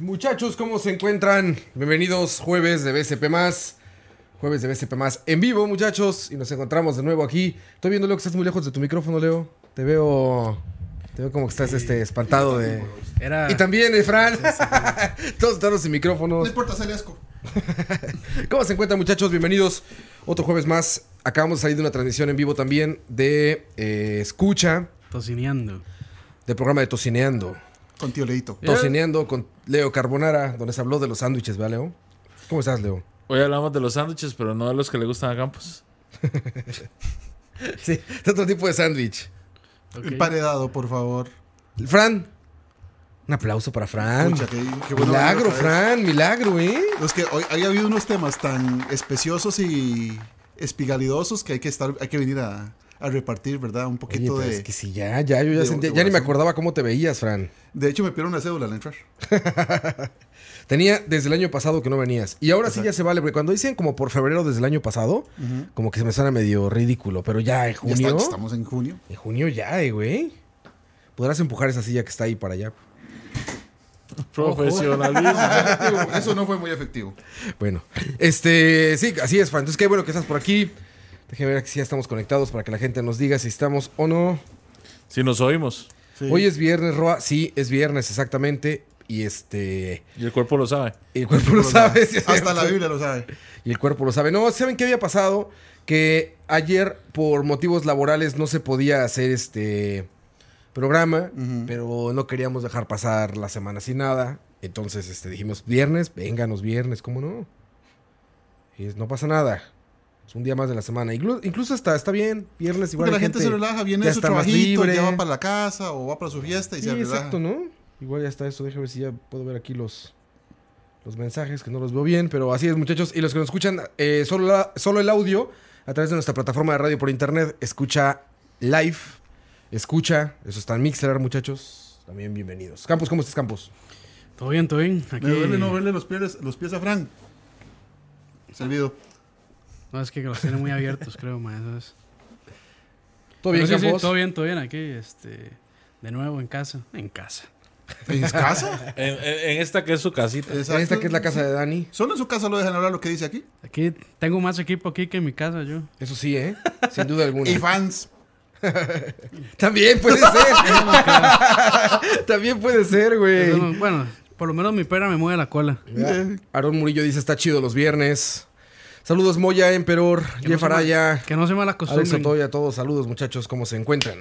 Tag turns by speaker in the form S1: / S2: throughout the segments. S1: Muchachos, ¿cómo se encuentran? Bienvenidos jueves de BCP más. Jueves de BCP más en vivo, muchachos. Y nos encontramos de nuevo aquí. Estoy viendo, Leo, que estás muy lejos de tu micrófono, Leo. Te veo. Te veo como que estás este, espantado de.
S2: Era...
S1: Y también, eh, Fran. Todos estamos sin micrófonos.
S3: No importa, sale asco.
S1: ¿Cómo se encuentran, muchachos? Bienvenidos otro jueves más. Acabamos de salir de una transmisión en vivo también de eh, Escucha,
S2: Tocineando.
S1: del programa de Tocineando.
S3: Con tío Leito.
S1: Tocineando con Leo Carbonara, donde se habló de los sándwiches, ¿verdad, Leo? ¿Cómo estás, Leo?
S4: Hoy hablamos de los sándwiches, pero no de los que le gustan a Campos.
S1: Sí, de otro tipo de sándwich.
S3: El paredado, por favor.
S1: Fran. Un aplauso para Fran.
S3: Pucha, qué- qué bueno
S1: Ah, milagro,
S3: verlo otra vez.
S1: Fran, milagro, ¿eh?
S3: Los que hoy había habido unos temas tan especiosos y espigalidosos que hay que estar, hay que venir a, a repartir, ¿verdad? Un
S1: Oye,
S3: poquito
S1: pues,
S3: de.
S1: es que sí, ya, ya, yo ya,
S3: de-
S1: sentía-
S3: de
S1: ya ni me
S3: corazón.
S1: acordaba cómo te veías, Fran.
S3: De hecho, me pidieron una cédula al entrar.
S1: Tenía desde el año pasado que no venías. Y ahora sí ya se vale, porque cuando dicen como por febrero desde el año pasado, como que se me suena medio ridículo. Pero ya en
S3: Ya
S1: junio.
S3: está, estamos en junio.
S1: En junio ya, eh, güey. Podrás empujar esa silla que está ahí para allá.
S4: Profesionalismo.
S3: Eso no fue muy efectivo.
S1: Bueno, este, sí, así es, Fran. Entonces, qué bueno que estás por aquí. Déjame ver si ya estamos conectados para que la gente nos diga si estamos o no.
S4: Si nos oímos.
S1: Hoy es viernes, Roa. Sí, es viernes, exactamente. Y este.
S4: Y el cuerpo lo sabe.
S1: El cuerpo lo sabe. sí, es
S3: Hasta la
S1: cierto.
S3: Biblia lo sabe.
S1: Y el cuerpo lo sabe. No, ¿saben qué había pasado? Que ayer, por motivos laborales, no se podía hacer este programa, pero no queríamos dejar pasar la semana sin nada. Entonces este, dijimos, viernes, vénganos viernes, ¿cómo no? Y es, no pasa nada. Es un día más de la semana. Inclu- incluso está, está bien, viernes igual.
S3: Porque la
S1: hay
S3: gente se relaja, viene
S1: ya
S3: de su
S1: está más
S3: trabajito,
S1: libre.
S3: ya va para la casa o va para su fiesta y
S1: Sí,
S3: se relaja.
S1: exacto, ¿no? Igual ya está eso. Déjame ver si ya puedo ver aquí los, los mensajes, que no los veo bien. Pero así es, muchachos. Y los que nos escuchan eh, solo, la- solo el audio a través de nuestra plataforma de radio por internet, escucha live, escucha. Eso está en Mixer, muchachos. También bienvenidos. Campos, ¿cómo estás, Campos?
S2: Todo bien, todo bien. Aquí...
S3: Me duele no verle los pies, los pies a Frank. Servido.
S2: No, es que los tiene muy abiertos, creo, ma, eso es.
S1: ¿Todo bien,
S2: Pero sí, sí,
S1: Campos?
S2: todo bien, todo bien. Aquí, este, de nuevo en casa. En casa.
S3: ¿En casa?
S4: En, en- en esta que es su casita.
S3: Exacto.
S1: Esta que es la casa de Dani.
S3: Solo en su casa lo dejan hablar lo que dice aquí.
S2: Aquí tengo más equipo aquí que en mi casa, yo.
S1: Eso sí, ¿eh? Sin duda alguna.
S3: Y fans.
S1: También puede ser. También puede ser, güey.
S2: Eso no- bueno, por lo menos mi perra me mueve la cola.
S1: Ya. Aaron Murillo dice está chido los viernes. Saludos Moya, Emperor,
S2: Que no
S1: Jeff
S2: se mal-
S1: Araya,
S2: Que no se mal
S1: Alex
S2: acostumbren.
S1: Otoya, todos saludos muchachos, ¿cómo se encuentran?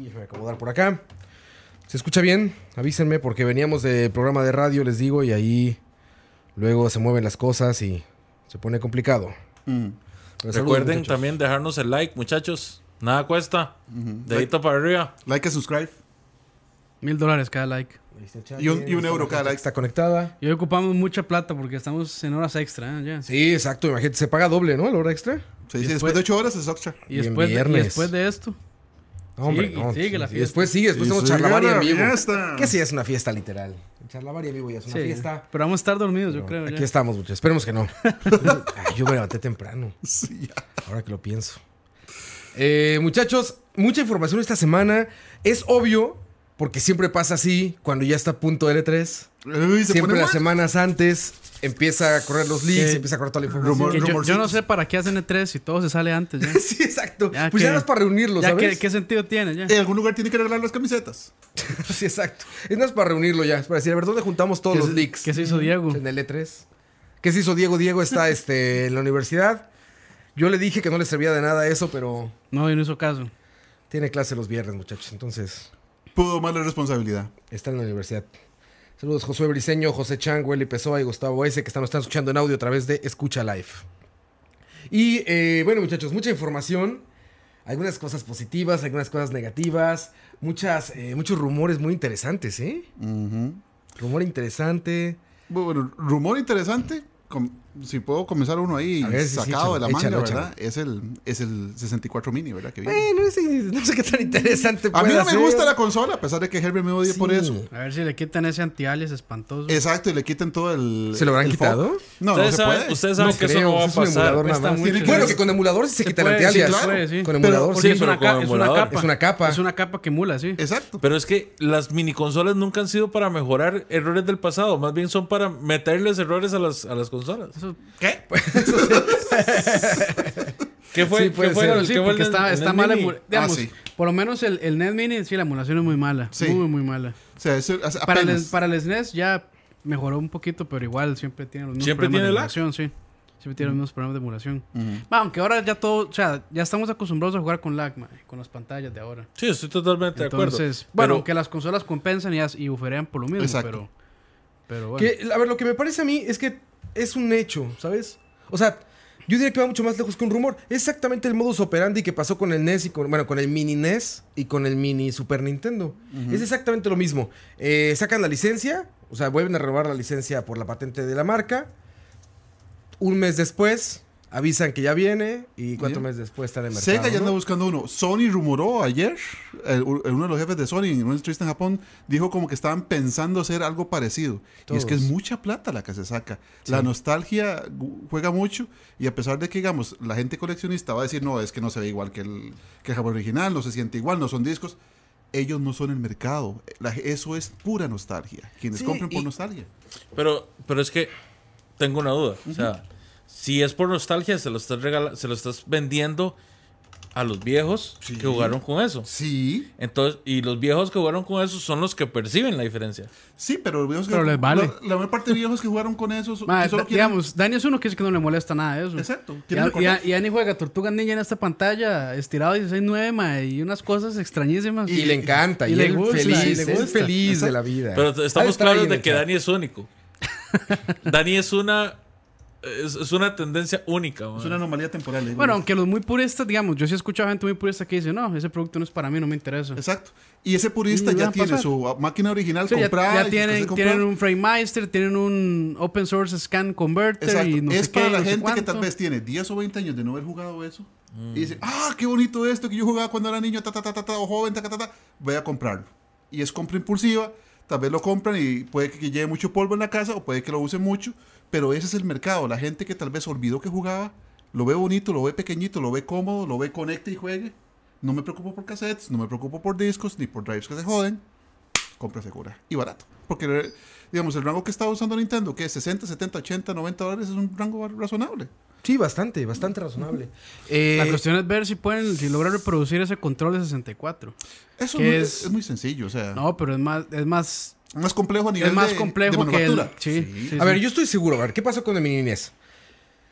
S1: Y déjame acomodar por acá. ¿Se escucha bien? Avísenme porque veníamos de programa de radio, les digo, y ahí luego se mueven las cosas y se pone complicado.
S2: Mm.
S1: Pero saludos,
S4: Recuerden
S1: muchachos.
S4: también dejarnos el like, muchachos. Nada cuesta. Dedito para arriba.
S3: Like and subscribe.
S2: Mil dólares cada like.
S1: Ahí está el chat,
S3: y un- y un
S1: está
S3: euro
S1: la
S3: cada
S1: gente
S3: like.
S1: que Está conectada.
S2: Y hoy ocupamos mucha plata porque estamos en horas extra, ¿eh? Ya.
S1: Sí, exacto, imagínate, se paga doble, ¿no? La hora extra.
S3: Sí, sí, después de 8 horas es Oxtra.
S2: Y,
S1: y en
S2: después de, y
S1: viernes.
S2: después de esto,
S1: No, Hombre,
S2: Sigue,
S1: no,
S2: sigue la
S1: sí,
S2: fiesta.
S1: Después sigue, después
S3: Y
S1: hacemos
S3: sigue
S1: charlavaria
S3: la
S1: en vivo.
S3: fiesta.
S1: Que sí es una fiesta literal. Charlavaria en vivo ya es una
S2: sí,
S1: fiesta.
S2: Pero vamos a estar dormidos, yo creo.
S1: Aquí
S2: ya.
S1: estamos, muchachos. Esperemos que no. Ay, yo me levanté temprano,
S3: Sí, ya.
S1: ahora que lo pienso. Eh, muchachos, mucha información esta semana. Es obvio, porque siempre pasa así, cuando ya está a punto L3.
S3: Uy, se
S1: Siempre
S3: pone
S1: las
S3: bueno.
S1: semanas antes empieza a correr los leaks,
S2: Que-
S1: empieza a correr toda la información.
S3: Rumor-
S2: Que yo, yo no
S3: rumorcitos.
S2: sé para qué hacen E3 si todo se sale antes, ya.
S1: Sí, exacto.
S2: Ya
S1: pues
S2: que-
S1: ya no es para reunirlos,
S2: ya
S1: ¿sabes?
S2: ¿qué, qué sentido tiene ya?
S3: En algún lugar tiene que arreglar las camisetas.
S1: Sí, exacto. Es más para reunirlo ya. Es para decir, a ver, ¿dónde juntamos todos
S2: ¿Qué
S1: los
S2: se-
S1: leaks?
S2: qué se hizo Diego?
S1: En el E3. ¿Qué se hizo Diego? Diego está este, en la universidad. Yo le dije que no le servía de nada eso, pero
S2: No, y no hizo caso.
S1: tiene clase los viernes, muchachos. Entonces,
S3: Pudo más la responsabilidad.
S1: está en la universidad. Saludos, Josué Briseño, José Chang, Welly Pessoa y Gustavo S, que están- nos están escuchando en audio a través de Escucha Live. Y eh, bueno, muchachos, mucha información. Algunas cosas positivas, algunas cosas negativas. Muchas, eh, muchos rumores muy interesantes, ¿eh? Rumor interesante.
S3: Bu- Bueno, rumor interesante. com- si puedo comenzar uno ahí
S1: A ver, sí, sí,
S3: sacado de la
S1: échalo,
S3: manga,
S1: échalo,
S3: ¿verdad? Es el, es el 64 mini, ¿verdad? Que viene.
S1: Bueno, ese- no sé qué tan interesante
S3: A mí
S1: pueda
S3: no me
S1: Eh, ser.
S3: gusta la consola, a pesar de que Herbie me odia por
S1: Sí.
S3: eso.
S2: A ver si le quitan ese antialias espantoso.
S3: Exacto, y le quitan todo el.
S1: Mm. ¿Se lo habrán
S3: el fo-
S1: quitado?
S3: No, no
S4: ustedes
S3: se
S4: saben,
S3: puede.
S4: ustedes saben
S1: No
S4: que
S1: creo,
S4: eso no va a
S1: es un
S4: pasar.
S1: emulador
S2: Cuesta
S1: nada más.
S2: mucho.
S1: Tiene- Bueno, que con emulador sí se,
S2: Se
S1: quitan
S2: puede,
S1: antialias.
S2: sí, claro. Sí.
S1: Con
S2: Pero-
S1: emulador
S4: Sí,
S2: Porque es,
S4: pero
S2: una
S4: con
S2: ca- es una
S4: emulador.
S2: capa.
S1: Es una capa.
S2: Es una capa que emula, sí.
S3: Exacto.
S4: Pero es que las mini consolas nunca han sido para mejorar errores del pasado, más bien son para meterles errores a las, a las consolas.
S2: Eso-
S3: ¿Qué?
S1: Pues,
S4: ¿Qué fue?
S1: Sí, puede
S4: ¿Qué fue
S1: ser.
S4: el-
S2: sí,
S4: qué fue
S2: porque
S4: el
S2: está,
S4: del-
S2: está
S4: del
S2: mal
S4: Mini?
S2: emu- digamos,
S3: sí.
S2: Por lo menos el, el NES Mini, sí, la emulación es muy mala.
S3: Sí.
S2: Muy, muy mala.
S3: O sea, eso hace
S2: Para el,
S3: apenas.
S2: para el SNES ya mejoró un poquito, pero igual siempre tiene los mismos
S4: Siempre
S2: problemas
S4: tiene
S2: de
S4: lag.
S2: emulación, sí. Siempre tiene los mismos problemas de emulación.
S3: Ujú.
S2: Ma, aunque ahora ya todo, o sea, ya estamos acostumbrados a jugar con lag, ma, con las pantallas de ahora.
S4: Sí, estoy totalmente de
S2: Entonces,
S4: acuerdo.
S2: bueno,
S4: Pero-
S2: que las consolas compensan y, as- y buferean por lo mismo,
S3: Exacto.
S2: pero pero bueno.
S1: Que, a ver, lo que me parece a mí es que es un hecho, ¿sabes? O sea, yo diría que va mucho más lejos que un rumor. Es exactamente el modus operandi que pasó con el NES y con, bueno, con el mini NES y con el mini Super Nintendo. Es exactamente lo mismo. Eh, sacan la licencia, o sea, vuelven a renovar la licencia por la patente de la marca. Un mes después, avisan que ya viene y cuatro
S3: Bien.
S1: meses después está en el mercado.
S3: Sega ya
S1: ¿no?
S3: anda buscando uno. Sony rumoró ayer, el- uno de los jefes de Sony en una entrevista en Japón, dijo como que estaban pensando hacer algo parecido. Y es que es
S1: Todos.
S3: mucha plata la que se saca. La nostalgia gu- juega mucho y a pesar de que, digamos, la gente coleccionista va a decir, no, es que no se ve igual que el, que el Japón original, no se siente igual, no son discos. Ellos no son el mercado. La- eso es pura nostalgia. Quienes
S1: Sí,
S3: compren por
S1: y-
S3: nostalgia.
S4: Pero, pero es que tengo una duda. O sea, si es por nostalgia, se lo estás regala- se lo estás vendiendo a los viejos
S3: Sí.
S4: que jugaron con eso.
S3: Sí,
S4: Entonces, y los viejos que jugaron con eso son los que perciben la diferencia.
S3: sí, pero los viejos que-
S2: Pero les vale.
S3: La, la mayor parte de viejos que jugaron con eso, so-
S2: Ma,
S3: que solo
S2: da-
S3: quieren-
S2: digamos, Dani es uno que es que no le molesta nada de eso.
S3: Exacto,
S2: Y,
S3: quieren
S2: a- y,
S3: recordar.
S2: a- y Dani juega Tortuga Ninja en esta pantalla, estirado 16-9, ma, y unas cosas extrañísimas.
S1: Y, le encanta, y,
S2: y le
S1: él
S2: gusta, y
S1: feliz,
S2: le
S1: él
S2: gusta.
S1: feliz de la vida.
S4: Pero
S1: Ha
S4: t-
S1: de
S4: estamos
S1: estar ahí
S4: claros
S1: en
S4: de
S1: el
S4: que
S1: chat.
S4: Dani es único. Dani es una es, es una tendencia única. man.
S3: Es una anomalía temporal. eh, digamos.
S2: Bueno, aunque los muy puristas, digamos, yo sí he escuchado gente muy purista que dice, no, ese producto no es para mí, no me interesa.
S3: Exacto. Y ese purista
S2: Y
S3: ya
S2: van a
S3: tiene
S2: pasar.
S3: su máquina original
S2: Sí, ya,
S3: comprada.
S2: ya
S3: y sus
S2: tienen,
S3: cosas
S2: tienen
S3: compradas.
S2: un FrameMeister, tienen un Open Source Scan Converter
S3: Exacto.
S2: y no
S3: es
S2: sé
S3: para
S2: qué,
S3: la
S2: no sé
S3: gente que tal
S2: cuánto.
S3: vez tiene 10 o 20 años de no haber jugado eso. Y dice, ah, qué bonito esto que yo jugaba cuando era niño, ta, ta, ta, ta, ta, o joven, ta, ta, ta, ta. Voy a comprarlo. Y es compra impulsiva. Tal vez lo compran y puede que lleve mucho polvo en la casa o puede que lo use mucho. Pero ese es el mercado. La gente que tal vez olvidó que jugaba, lo ve bonito, lo ve pequeñito, lo ve cómodo, lo ve conecta y juegue. No me preocupo por cassettes, no me preocupo por discos, ni por drives que se joden. compra segura y barato. Porque, eh, digamos, el rango que está usando Nintendo, que es 60, 70, 80, 90 dólares, es un rango razonable.
S1: Sí, bastante, bastante razonable. Eh,
S2: La cuestión es ver si pueden, si logran reproducir ese control de 64.
S3: Eso
S2: Que
S3: no-
S2: es-
S3: es, es muy sencillo, o sea,
S2: No, pero es más, es más,
S3: más complejo a nivel
S2: es más
S3: de-
S2: complejo
S3: de
S2: que el...
S3: manufactura.
S2: Sí, sí,
S1: A ver,
S2: sí.
S1: yo estoy seguro. A ver, ¿qué pasó con el mini NES?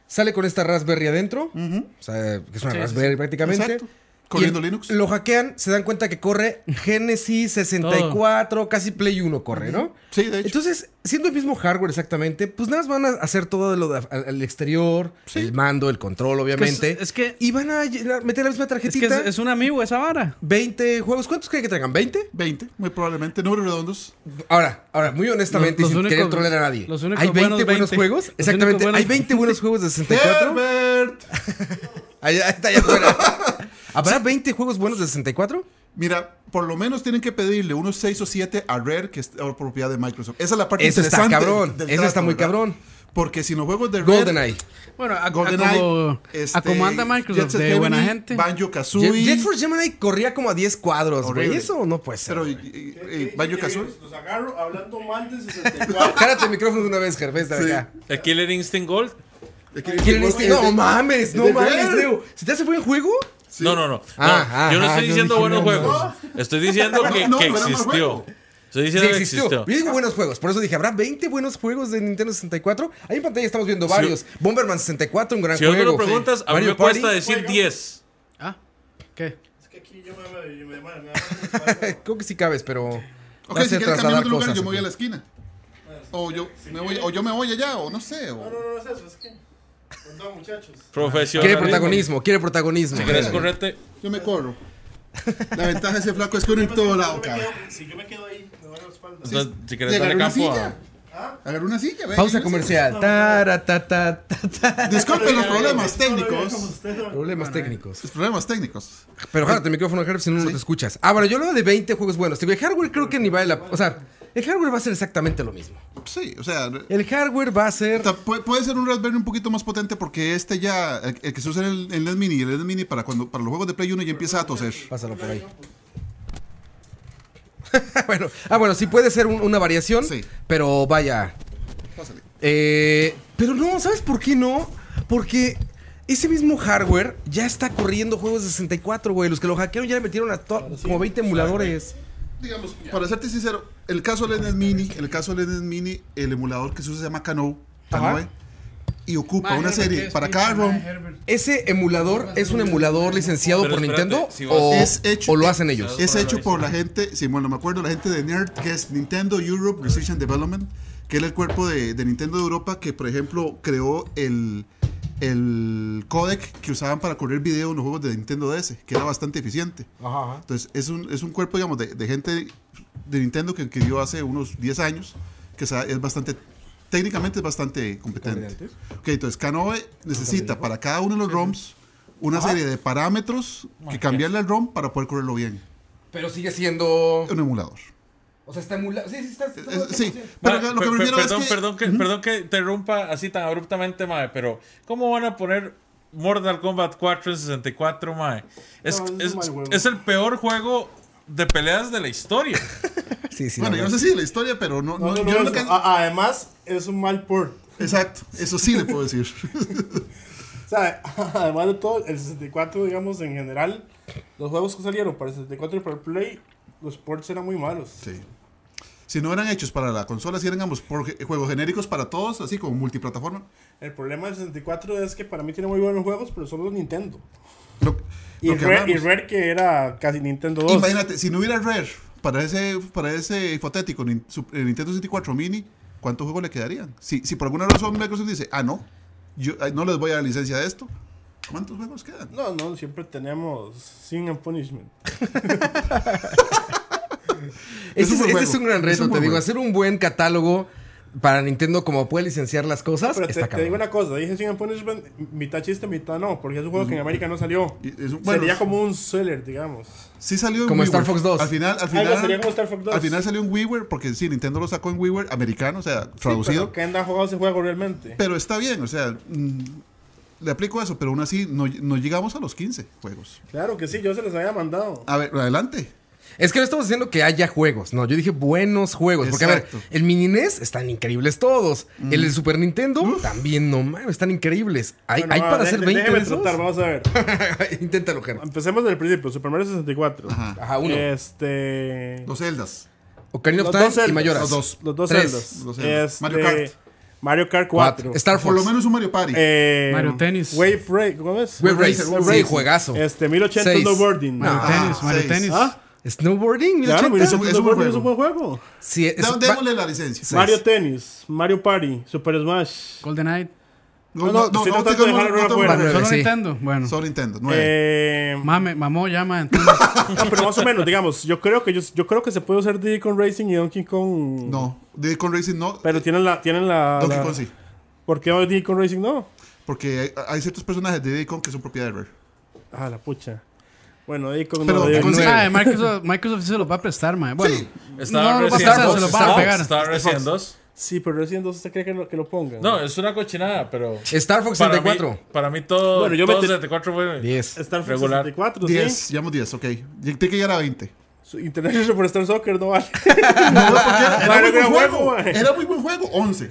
S1: Sale con esta Raspberry adentro. O sea, que es una
S2: Sí, sí,
S1: Raspberry prácticamente.
S3: Exacto.
S1: Y
S3: Corriendo
S1: el-
S3: Linux.
S1: Lo hackean, se dan cuenta que corre Genesis 64, casi Play 1 corre, ¿no?
S3: Sí, de hecho.
S1: Entonces, siendo el mismo hardware exactamente, pues nada más van a hacer todo lo de af- al, al exterior, el mando, el control, obviamente.
S2: es que-
S1: y van a llenar- meter la misma
S2: Es que
S1: tarjetita.
S2: es, es un amigo esa vara.
S1: 20 juegos. ¿Cuántos creen que traigan? ¿20?
S3: 20, muy probablemente, números redondos.
S1: Ahora, ahora, muy honestamente,
S2: Los-
S1: y sin
S2: los
S1: querer
S2: únicos-
S1: trolear a nadie.
S2: los únicos
S1: ¿Hay 20 buenos,
S2: buenos 20.
S1: juegos?
S2: Los
S1: Exactamente,
S2: únicos
S1: hay
S2: buenos-
S1: 20 buenos juegos de 64.
S3: ¡Herbert!
S1: Allá está allá afuera. ¿Habrá 20 juegos buenos de 64?
S3: Mira, por lo menos tienen que pedirle unos 6 o 7 a Rare, que es ahora propiedad de Microsoft. Esa es la parte
S1: Eso está
S3: interesante
S1: cabrón.
S3: del
S1: Eso
S3: trato,
S1: está muy
S3: ¿verdad?
S1: cabrón.
S3: Porque si los juegos de Rare...
S1: GoldenEye.
S2: Bueno, a, a
S3: GoldenEye,
S2: como,
S3: este,
S2: a como anda
S3: Jet
S2: Microsoft,
S3: Set
S2: de buena
S3: Gemini,
S2: gente.
S3: Banjo
S1: Jet,
S3: Kazooie.
S1: Jet Force Gemini corría como a 10 cuadros, güey.
S3: Horrible.
S1: Eso no puede ser.
S3: Pero
S1: güey.
S3: eh, eh, Banjo Kazooie.
S5: Los agarro hablando mal de 64.
S1: Cárate el micrófono de una vez, Gervais, de acá.
S4: El Killer Instinct Gold.
S1: ¿Quieren este? No mames, no
S3: de
S1: mames,
S3: ver.
S1: Leo. ¿Se te hace buen juego?
S4: No, no, no.
S1: Ah,
S4: No, yo no
S1: ajá,
S4: estoy
S1: yo
S4: diciendo
S1: dije,
S4: buenos
S1: no,
S4: juegos. Estoy diciendo que,
S3: No,
S4: que
S3: no era mal
S4: existió.
S3: juego.
S4: Estoy
S1: Sí,
S4: diciendo que
S1: existió.
S4: existió.
S1: Yo digo buenos juegos. Por eso dije, ¿habrá 20 buenos juegos de Nintendo 64? Ahí en pantalla estamos viendo varios. Bomberman 64, un gran
S4: Si vos
S1: juego.
S4: me lo preguntas, a mí
S1: Mario
S4: me cuesta
S1: Party.
S4: decir 10.
S2: Ah, ¿qué?
S5: es que aquí yo me me- me- me- me- me-
S1: Creo que sí cabes, pero...
S3: Ok,
S1: vas a
S3: si quieres cambiar de lugar,
S1: cosas
S3: yo me voy
S1: aquí.
S3: a la esquina. O yo, me voy, o yo me voy allá, o no sé.
S5: No,
S3: O...
S5: no, no es eso, es que. Perdón, muchachos.
S1: Quiere
S4: Profesional.
S1: protagonismo, quiere protagonismo.
S4: Si querés correrte,
S3: Yo me corro. La ventaja de ese flaco es que uno en todo lado,
S5: Yo me
S3: cabrón.
S5: quedo- Si yo me quedo ahí, me van a la espalda.
S4: entonces, si querés
S3: Llegar
S4: darle
S3: a una
S4: campo a,
S3: silla.
S5: ¿Ah?
S3: Agarró una silla, ve.
S1: Pausa
S3: ahí,
S1: comercial. Tara, ta, ta, ta, ta.
S3: no sé. Disculpen los problemas
S5: Como
S3: técnicos.
S5: usted, ¿no?
S1: Problemas técnicos.
S3: Los problemas técnicos.
S1: Pero jálate el micrófono, Herb, si no, no te escuchas. Ah, bueno, yo lo de 20 juegos buenos. Digo, el hardware creo que ni vale la... O sea, el hardware va a ser exactamente lo mismo.
S3: Sí, o sea, re-
S1: El hardware va a ser...
S3: o sea, puede, puede ser un Raspberry un poquito más potente porque este ya, el, el que se usa en el, en el Mini, el NES Mini para cuando para los juegos de Play 1 ya empieza a toser.
S1: Pásalo por ahí. bueno, ah, bueno, sí puede ser un- una variación,
S3: Sí.
S1: pero vaya.
S3: Pásale.
S1: Eh, pero no, ¿sabes por qué no? Porque ese mismo hardware ya está corriendo juegos de 64, güey. Los que lo hackearon ya le metieron a to- como 20 emuladores.
S3: Digamos, para serte sincero, el caso del NES Mini, el caso del NES Mini, el emulador que se usa se llama Canoe, Canoe, y ocupa una serie para cada ROM.
S1: ¿Ese emulador es un emulador licenciado
S4: Pero
S1: por
S4: espérate,
S1: Nintendo?
S4: si vas-
S1: o,
S3: Es hecho-
S1: o lo hacen ellos?
S3: Es hecho por la gente, si bueno, me acuerdo, la gente de NERD, que es Nintendo Europe Research and Development, que era el cuerpo de, de Nintendo de Europa que, por ejemplo, creó el, el codec que usaban para correr video en los juegos de Nintendo DS, que era bastante eficiente. Entonces, es un, es un cuerpo, digamos, de, de gente de Nintendo que, que dio hace unos 10 años, que sa- es bastante, técnicamente es bastante competente. Ok, entonces Canoe necesita para cada uno de los ROMs una serie de parámetros
S4: Ah,
S3: que cambiarle al ROM para poder correrlo bien.
S1: Pero sigue siendo...
S3: Un emulador.
S1: O sea, está emulado. Sí, sí, está... está-
S3: Es- es- Eh, sí, pero
S4: Ma,
S3: lo que
S4: Ah, per-
S3: me refiero
S4: per-
S3: es
S4: perdón,
S3: que...
S4: perdón que, perdón que te rompa así tan abruptamente, mae, pero ¿cómo van a poner Mortal Kombat 4 en 64, mae? Es,
S5: No, es un
S4: es,
S5: mal juego.
S4: es el peor juego de peleas de la historia.
S1: Sí, sí,
S3: Bueno,
S1: la
S3: yo no
S1: verdad.
S3: sé si la historia, pero no...
S5: No,
S3: no- yo
S5: no, no, Ah.
S3: no can-
S5: a- Además, es un mal port.
S3: Exacto, eso sí le puedo decir.
S5: O sea, además de todo, el 64, digamos, en general, los juegos que salieron para el 64 y para el Play, los ports eran muy malos.
S3: Sí. Si no eran hechos para la consola, si eran ambos por- juegos genéricos para todos, así como multiplataforma.
S5: El problema del 64 es que para mí tiene muy buenos juegos, pero solo Nintendo.
S3: Lo-
S5: Y
S3: lo que
S5: Rare, y
S3: hablamos.
S5: Rare, que era casi Nintendo 2.
S3: Imagínate, si no hubiera Rare para ese, para ese hipotético nin- su- eh, Nintendo 64 Mini, ¿cuántos juegos le quedarían? Si, si por alguna razón Microsoft dice, ah, no, yo eh, no les voy a dar licencia de esto, ¿cuántos juegos quedan?
S5: No, no, siempre tenemos Sin and Punishment.
S3: Es
S1: Ese
S3: un
S1: es, ese
S3: buen
S1: es
S3: juego.
S1: un gran
S3: Es
S1: reto,
S3: un
S1: te
S3: buen
S1: digo.
S3: juego.
S1: Hacer un buen catálogo para Nintendo como puede licenciar las cosas.
S5: Pero te,
S1: está
S5: te digo
S1: cabrón.
S5: una cosa, dije Sin and Punishment, mitad chiste, mitad no, porque es un juego que en América no salió.
S3: Y es un- bueno,
S5: sería como un seller, digamos.
S3: Sí salió en
S1: Como Star
S3: WiiWare.
S1: Fox 2.
S3: Al final, al
S5: Algo sería
S3: final,
S5: Ah, como Star Fox 2.
S3: al final salió en WiiWare, porque sí, Nintendo lo sacó en WiiWare americano, o sea, traducido.
S5: Que anda jugado ese juego realmente.
S3: Pero está bien, o sea, mm, le aplico eso, pero aún así no, no llegamos a los 15 juegos.
S5: Claro que sí, yo se los había mandado.
S3: A ver, adelante.
S1: Es que no estamos diciendo que haya juegos, no. Yo dije buenos juegos. Porque,
S3: Exacto.
S1: a ver, el mini NES están increíbles todos. El del Super Nintendo también, no mames, están increíbles. Hay,
S5: Bueno,
S1: hay
S5: va,
S1: para
S5: de-
S1: hacer
S5: de-
S1: 20
S5: déjeme
S1: de esos.
S5: tratar, vamos a ver.
S1: Inténtalo, Ger.
S5: Empecemos desde el principio, Super Mario 64.
S3: Ajá.
S1: Ajá, uno.
S5: Este...
S3: Los Zeldas.
S1: Ocarina of
S5: los dos
S1: Time y
S5: Zeldas.
S1: Mayoras.
S3: Los dos.
S5: Los dos
S1: Tres.
S5: Zeldas.
S3: Los Zeldas.
S5: Este,
S3: Mario Kart.
S5: Mario Kart
S1: Cuatro.
S5: 4.
S1: Star Fox.
S3: Por lo menos un Mario Party.
S5: Eh,
S2: Mario Tennis.
S5: Wave Race. ¿Cómo es?
S1: Wave Racer.
S3: Wave
S1: Sí,
S3: Racer.
S1: juegazo.
S5: Este, 1080
S1: Seis.
S5: snowboarding.
S2: Mario
S3: Ah,
S2: Tennis, Mario
S3: seis.
S2: Tennis.
S5: Ah,
S1: Snowboarding, 1080.
S5: claro, 1080
S3: es un- es un buen
S5: snowboarding es un buen juego.
S1: Sí, es-
S3: Da-
S1: va-
S3: démosle la licencia.
S1: Sí.
S5: Mario Tennis, Mario Party, Super Smash.
S2: Golden Knight.
S3: No, no,
S5: No, no,
S3: no, no,
S5: estoy tratando de
S3: tengo-
S5: dejarlo
S3: no tengo-
S5: afuera.
S1: Vale,
S2: Solo
S1: sí.
S2: Nintendo. Bueno.
S3: Solo Nintendo, 9.
S5: Eh,
S2: Mame, mamó ya, man. Entonces,
S5: no, pero más o menos, digamos, yo creo que yo, yo creo que se puede usar Diddy Kong Racing y Donkey Kong.
S3: No, Diddy Kong Racing no.
S5: Pero tienen la tienen la,
S3: Donkey
S5: la-
S3: Kong sí.
S5: ¿Por qué Diddy Kong Racing no?
S3: Porque hay, hay ciertos personajes de Diddy Kong que son propiedad de Rare.
S5: Ah, la pucha. Bueno, Diddy Kong
S3: Pero
S5: no.
S3: Donkey
S5: Diddy
S3: Kong
S5: Kong-
S3: sí.
S2: ah, Microsoft, Microsoft sí se los va a prestar, man. Bueno,
S3: Sí.
S4: Estaba
S2: no lo va a
S4: recién
S2: pasar,
S4: dos,
S2: se los van a
S4: estaba-
S2: pegar.
S4: estaba recién dos.
S5: Sí, pero recién entonces usted cree que lo, que lo pongan.
S4: No, es una cochinada, pero.
S1: Star Fox
S4: para mí-
S1: 64.
S4: Para mí, todo.
S5: Bueno, yo
S4: todo
S5: me te-
S4: 64 fue.
S1: 10.
S5: Star Fox
S4: Regular.
S5: 64,
S3: 10,
S5: sí.
S3: llevamos 10, ok. Tiene que llegar a 20.
S5: Su- International Superstar Soccer no vale.
S3: No, porque era, muy
S5: Mario
S3: buen
S5: era bueno,
S3: juego.
S5: mae.
S3: Era muy buen juego, 11.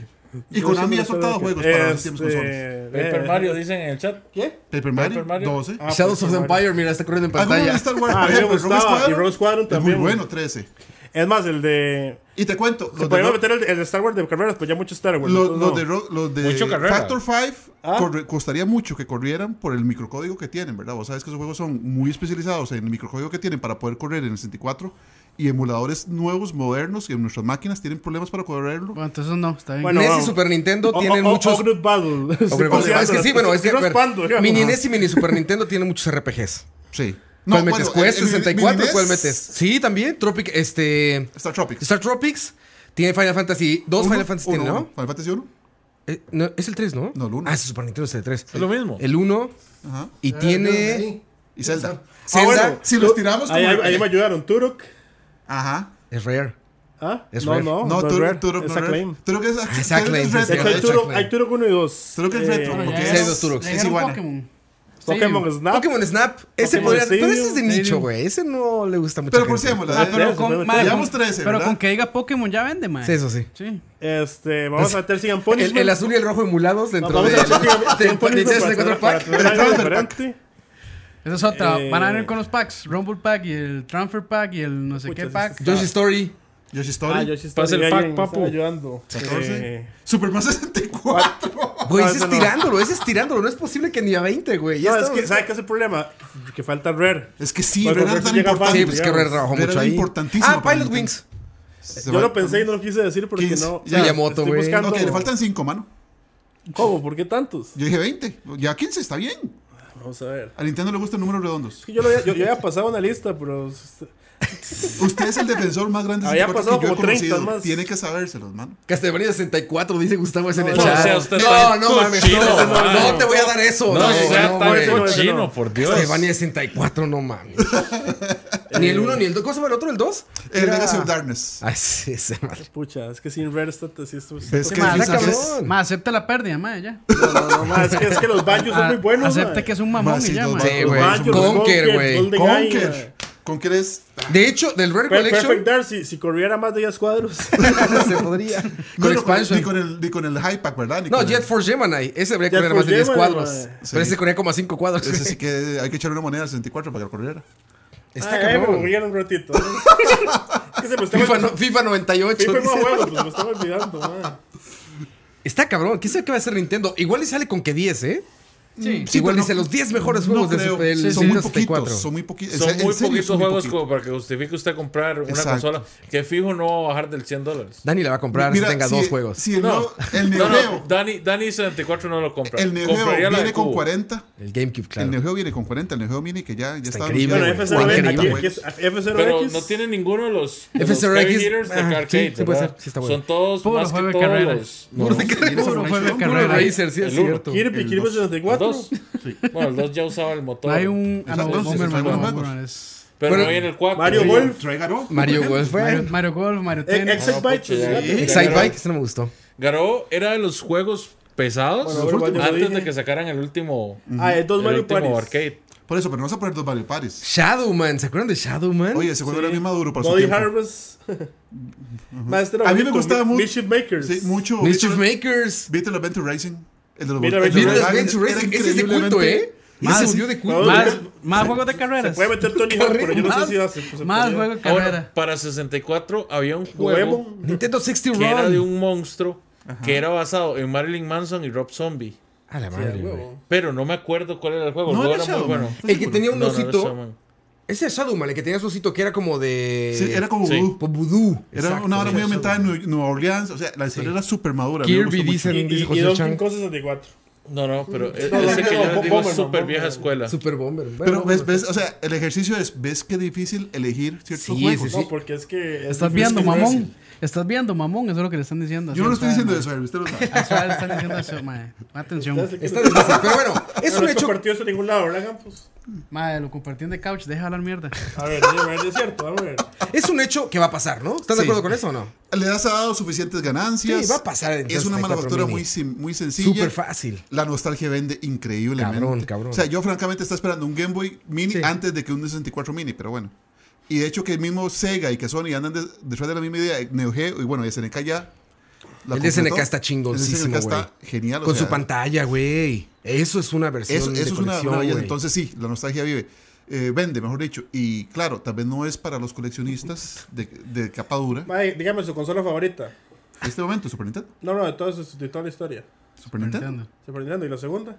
S3: Y Konami ha soltado juegos para los
S5: este,
S3: tiempos consolas.
S4: Paper Mario, dicen en el chat.
S5: ¿Qué?
S3: Paper Mario,
S4: Paper Mario.
S3: 12.
S5: Ah,
S1: Shadows of
S5: pues,
S1: the
S5: bueno.
S1: Empire, mira, está corriendo en
S3: Algunos de
S1: pantalla.
S3: Star Wars,
S5: Ah,
S3: por
S5: a mí me
S3: ejemplo, Rogue
S5: gustaba.
S3: Squadron.
S5: Y Rogue Squadron
S3: es
S5: también.
S3: Muy bueno, 13.
S5: Es más, el de.
S3: Y te cuento,
S5: Se
S3: los de,
S5: podrían
S3: Ro-
S5: meter el, el de Star Wars de carreras, pues ya mucho Star Wars.
S3: los- los
S5: entonces no.
S3: de, Ro- los de
S4: Mucho carrera.
S3: Factor 5
S5: Ah.
S3: corre- costaría mucho que corrieran por el microcódigo que tienen, ¿verdad? Vos sabes que esos juegos son muy especializados en el microcódigo que tienen para poder correr en el 64 y emuladores nuevos, modernos, y en nuestras máquinas tienen problemas para correrlo.
S2: bueno, entonces no, está bien.
S5: Bueno,
S1: NES y
S5: vamos.
S1: Super Nintendo
S5: O-
S1: tienen
S5: o- o-
S1: muchos.
S5: Ogre Battle. Estoy
S1: Ogre Battle. Ah, es que sí,
S5: paseando,
S1: bueno, es que.
S5: estoy raspando,
S1: ver,
S5: digamos.
S1: Mini NES y Mini Super Nintendo tienen muchos RPGs.
S3: Sí.
S1: ¿Cuál
S3: No,
S1: metes?
S3: bueno, el-
S1: ¿Quest
S3: el- el
S1: 64?
S3: Mini
S1: ¿Cuál
S3: NES
S1: metes? Sí, también. Tropic, este.
S3: Star Tropics.
S1: Star Tropics Tiene Final Fantasy. Dos
S3: Uno,
S1: Final Fantasy
S3: uno,
S1: tiene,
S3: uno.
S1: ¿no?
S3: Final Fantasy 1.
S1: Eh, no, Es el 3, ¿no?
S3: No, el uno.
S1: Ah, ese Super Nintendo es el 3.
S4: Es lo mismo.
S1: El 1.
S3: Ajá.
S1: Y tiene.
S6: Sí.
S3: Y Zelda.
S1: Zelda.
S3: bueno, si los tiramos
S5: Ahí,
S3: como-
S5: ahí- ahí me ayudaron. Turok.
S3: Ajá.
S1: Es Rare.
S5: ¿Ah?
S1: Es
S5: no,
S1: Rare.
S5: no,
S3: No,
S5: es
S3: tú
S5: Rare,
S3: Turok
S5: es
S3: no Rare.
S5: Acclaim.
S3: Turok es ac-
S1: Es
S3: Turok
S1: Acclaim,
S3: es
S1: sí,
S5: De
S3: retro.
S5: hecho, hay
S1: es
S5: Turok,
S1: Acclaim.
S5: hay Turok 1 y 2.
S3: Turok es retro,
S5: Eh,
S2: Pero
S3: porque
S2: ya
S1: es
S2: era-
S1: dos Turoks,
S2: ya
S3: es
S2: era un
S3: iguana.
S2: Pokémon.
S5: Pokémon
S2: Sí.
S5: Snap.
S1: Pokémon Snap. Ese
S5: Pokémon
S1: podría. Pero ese
S5: Stadium,
S1: es de nicho,
S2: Stadium.
S1: güey. Ese no le gusta mucho.
S3: Pero forcémosla,
S5: Ah,
S3: ¿eh?
S5: pero-
S2: madre,
S3: Llevamos
S2: con-
S3: 13,
S2: Pero
S3: ¿verdad?
S2: con que diga Pokémon ya vende, man.
S1: Sí, eso sí.
S2: Sí.
S5: Este, vamos a meter Sigan Punishment.
S1: El, el azul y el rojo emulados
S5: No,
S1: dentro
S5: vamos
S1: de
S5: a
S1: del
S5: meter Sigan-
S1: del
S5: Sigan Punishment
S1: Nintendo 64
S5: para- para
S1: Pack.
S5: tener algo
S3: Transfer pack.
S5: diferente.
S2: Esa es otra.
S5: Eh,
S2: Van a venir con los packs. Rumble Pack y el Transfer Pack y el no sé
S5: Pucha,
S2: qué
S5: sí,
S2: pack.
S5: sí,
S1: Yoshi Story.
S3: Yoshi
S5: Ah,
S3: Story.
S5: yo sí estoy
S4: Pasa el
S5: ahí,
S4: pack,
S5: me
S4: papu.
S5: estaba ayudando.
S3: 14.
S5: Eh,
S3: Superman 64.
S1: Güey,
S5: No,
S1: ese
S5: ese
S1: es
S5: no.
S1: tirándolo, ese es tirándolo. No es posible que ni a 20, güey. Ya
S5: no, es
S1: estamos-
S5: que, ¿sabes qué es el problema? Que falta Rare.
S3: Es que sí,
S5: Pues,
S3: pero era
S5: Roberto
S3: tan
S5: llega
S1: Sí,
S5: fácil,
S1: pues que
S3: importante.
S5: digamos.
S1: Red trabajó
S3: Pero
S1: mucho
S3: era
S1: ahí.
S3: importantísimo
S1: Ah,
S3: para
S1: Pilot
S3: Nintendo.
S1: Wings.
S3: Se
S5: Yo
S3: va-
S5: lo pensé y no lo quise decir porque
S3: 15.
S5: no.
S3: Ya,
S1: Miyamoto,
S5: estoy
S1: güey.
S5: buscando.
S3: Ok, le faltan 5, mano.
S5: ¿Cómo? ¿Por qué tantos?
S3: Yo dije 20. Ya 15, está bien.
S5: Vamos a ver.
S3: A Nintendo le gustan números redondos.
S5: Es que yo, lo había, yo, yo había pasado una lista, pero.
S3: Usted es el defensor más grande de
S5: Había
S3: 64
S5: pasado
S3: que yo he
S5: como 30
S3: conocido.
S5: más.
S3: Tiene que sabérselos, mano.
S1: Castlevania 64, dice Gustavo, es en el
S5: no,
S1: chat.
S5: o sea,
S4: usted
S1: no,
S4: está
S1: no mames.
S4: cochino,
S1: no, no,
S4: mano.
S1: no te voy a dar eso.
S4: No,
S1: No,
S4: o sea,
S1: no,
S4: tan
S1: güey.
S5: no,
S4: cochino,
S5: no.
S4: por Dios.
S1: Castlevania 64, no mames. ni el 1 ni el 2. ¿Cómo se llama el otro? ¿El 2?
S3: El Legacy of Darkness.
S1: Ah, sí, ese madre.
S5: Pucha, es que sin Rare está. Sí, esto es-
S3: Es que
S1: ma,
S3: difícil
S1: cabrón.
S3: es.
S2: Más acepta la pérdida, madre, ya.
S5: No, no, no, ma, es que, es que los baños son
S2: A-
S5: muy buenos.
S2: Acepta
S5: ma.
S2: que es un
S3: Ma,
S2: mamón
S3: sí,
S2: y ya,
S3: los
S2: ma.
S1: Sí,
S5: Los
S1: güey.
S5: baños, los
S1: Conquer, güey.
S5: Golden Eye,
S3: Conker. Conker es.
S1: De hecho, del Rare
S5: ma. Per- Perfect
S1: Collection
S5: Dark, si, si corriera más de 10 cuadros.
S1: se podría.
S3: No,
S1: Con
S3: no, con-
S1: expansion.
S3: Ni con el, ni con el High Pack, ¿verdad? Ni
S1: No,
S3: con el-
S1: Jet Force Gemini. Ese debería
S5: Jet
S1: correr más
S5: Force
S1: de 10
S5: Gemini,
S1: cuadros.
S5: güey.
S1: Pero ese corría como a 5 cuadros.
S3: Ese sí que hay que echarle una moneda al 64 para que lo corriera.
S1: Está
S4: Ah,
S5: Ay, me
S1: cabrón.
S5: movían un ratito. ¿eh? Es que se me estaba
S1: FIFA, no- FIFA 98.
S5: FIFA
S1: dice.
S5: no juego, pues me estaba olvidando. ma.
S1: Está cabrón. ¿Quién sabe qué va a hacer Niguel? Igual y sale con que 10, ¿eh?
S2: Sí.
S3: Sí,
S1: Igual
S3: pero
S1: dice
S3: no-
S1: los 10 mejores
S3: No
S1: juegos de
S3: creo.
S1: Super
S3: son, muy
S1: Nintendo 64.
S3: poquitos, son muy poquitos.
S4: Son
S3: En
S4: muy
S3: serio,
S4: poquitos
S3: son muy
S4: juegos
S3: poquitos.
S4: como para que justifique usted comprar una
S3: Exacto.
S4: consola que fijo no va a bajar del 100 dólares.
S1: Dani la va a comprar
S3: Mira,
S1: si tenga
S3: si-
S1: dos juegos.
S3: Si el,
S4: No.
S3: no. el Neo
S4: No, no,
S3: Geo-
S4: Dani, Dani 74 no lo compra.
S3: el Neo Geo
S4: Compraría la de
S3: viene con
S4: Cubo.
S3: 40.
S1: el GameCube, claro.
S3: El Neo Geo viene con 40. El Neo Geo Mini que ya, ya está.
S1: increíble,
S5: Bueno,
S1: güey.
S5: F0X,
S1: Juan
S5: aquí-
S1: Querido,
S5: aquí es F0X.
S4: Pero no tiene ninguno de los, de los
S1: FSRX,
S4: heavy hitters de
S1: ah,
S4: arcade,
S1: sí, sí puede
S4: ¿verdad?
S1: ser, sí está bueno.
S4: Son todos
S2: Puro
S4: más que
S2: juego de
S4: todos
S2: carreras.
S4: los-
S1: Puro de carrera.
S2: Puro juego de
S1: Puro
S2: carrera.
S1: Racer, sí, es
S4: El uno.
S1: cierto.
S5: Kirby,
S3: el
S5: Kirby
S3: dos.
S4: Los
S5: 64.
S4: dos. Bueno, el 2 ya usaba el motor.
S2: Hay un. Ah, no,
S3: Entonces,
S2: Bomberman,
S3: ¿algunos
S2: no,
S3: juegos?
S2: Bomberman es-
S4: Pero
S1: Bueno,
S4: no viene el 4.
S5: Mario Golf.
S3: Trégaro.
S1: Mario Golf,
S2: Mario,
S1: güey.
S2: Mario Golf, Mario
S5: Eh,
S2: Tennis.
S5: Excite Bike,
S4: pucha, Ah, pues, ya,
S5: ¿sí?
S4: ya.
S1: Side Bike, ese no me gustó.
S4: Garou era de los juegos pesados
S5: Bueno, bueno, bueno, yo
S4: antes
S5: dije.
S4: de que sacaran el último,
S5: Ah, es dos
S4: el
S5: Mario
S4: último
S5: Party.
S4: arcade.
S3: Por eso, pero no vas a poner dos Mario Paris.
S1: Shadowman, ¿se acuerdan de Shadowman?
S3: Oye, ese juego era bien maduro para su
S5: Body
S3: tiempo.
S5: Harvest. Master
S3: A mí me gustaba mucho.
S5: Mischief Makers.
S3: Sí, mucho.
S1: Mischief
S3: Beetle-
S1: Makers.
S3: Beetle Adventure Racing. El de los
S5: Beetle
S3: el de los
S1: Beatles
S5: Adventure
S3: Racing,
S1: Adventure
S3: era
S1: Racing. Ese es de culto, ¿eh?
S3: increíblemente-
S1: Ese se volvió de culto.
S5: Madre.
S2: Más, más juegos de carreras.
S5: Puede meter Tony Hawk, pero yo no sé si hace. pues, se
S2: Más
S5: podría.
S2: juegos de
S4: Ahora,
S2: carreras.
S4: para 64 había un juego
S5: Goemon.
S1: Nintendo 60
S4: que era de
S1: Run.
S4: un monstruo que era basado en Marilyn Manson y Rob Zombie.
S1: A la madre, güey.
S4: Pero no me acuerdo cuál era el juego.
S3: No,
S4: el juego
S3: era
S4: era muy
S3: Shadowman.
S4: bueno.
S1: El que tenía un
S4: No, no era
S1: osito.
S4: Shadowman.
S1: Ese es Shadowman, el que tenía su osito que era como de.
S3: Sí, era como
S4: Sí.
S3: vudú.
S1: Como vudú.
S3: Era
S1: Exacto.
S3: una hora muy aumentada en Nue- Nueva Orleans. O sea, la historia era súper madura. a mí me
S1: Kirby
S3: gustó mucho.
S1: dice,
S5: Y-
S1: dice
S5: Y y
S1: José
S5: Donkey
S1: Chan.
S5: Kong 64.
S4: No, no, pero e- ese que
S5: no,
S4: yo
S5: no,
S4: les digo es
S5: Bomberman,
S4: súper vieja
S5: Bomberman.
S4: escuela.
S1: Super Bomber. Bueno, pues".
S3: Pero ves, ves, o sea, el ejercicio es, ves qué difícil elegir ciertos
S1: Sí,
S3: juegos.
S1: sí, sí.
S5: No, porque es que.
S2: Estás
S5: es
S2: viendo,
S5: que-
S2: mamón. Estás viendo, mamón. Eso es lo que le están diciendo.
S3: Yo no lo estoy diciendo
S2: eso.
S3: eso, Harry, usted lo sabe.
S2: le están diciendo eso, mae. Atención.
S1: Está difícil, pero bueno, es
S5: No
S1: un
S5: lo he
S1: hecho.
S5: compartido eso en ningún lado, ¿verdad, Campos?
S2: Mae, lo compartí en The Couch. Deja de hablar mierda.
S5: A ver, a ver, es cierto, a ver.
S1: Es un hecho que va a pasar, ¿no? ¿Estás de
S3: Sí.
S1: acuerdo con eso o no?
S3: Le has dado suficientes ganancias.
S1: Sí, va a pasar el
S3: Es una
S1: 64
S3: manufactura
S1: mini.
S3: muy, sim- muy sencilla.
S1: Súper fácil.
S3: La nostalgia vende increíblemente.
S1: Cabrón, cabrón.
S3: O sea, yo francamente estaba esperando un Game Boy Mini
S1: Sí.
S3: antes de que un 64 Mini, pero bueno. Y de hecho que el mismo Sega y que Sony andan de- detrás de la misma idea, Neo Geo y bueno, y SNK ya. la
S1: El de SNK
S3: completó.
S1: está chingoncísimo,
S3: El SNK está genial. o
S1: Con
S3: sea,
S1: su pantalla, güey. Eso es una versión
S3: Eso,
S1: de
S3: eso es una,
S1: colección,
S3: una belleza.
S1: güey.
S3: Entonces sí, la nostalgia vive. Eh, vende, mejor dicho. Y claro, tal vez no es para los coleccionistas de, de capa dura.
S5: Mae, dígame su consola favorita.
S3: En este momento, Super Nintendo.
S5: No, no, de, todo eso- de toda la historia.
S3: Super Nintendo.
S5: Super Nintendo. ¿Y la segunda?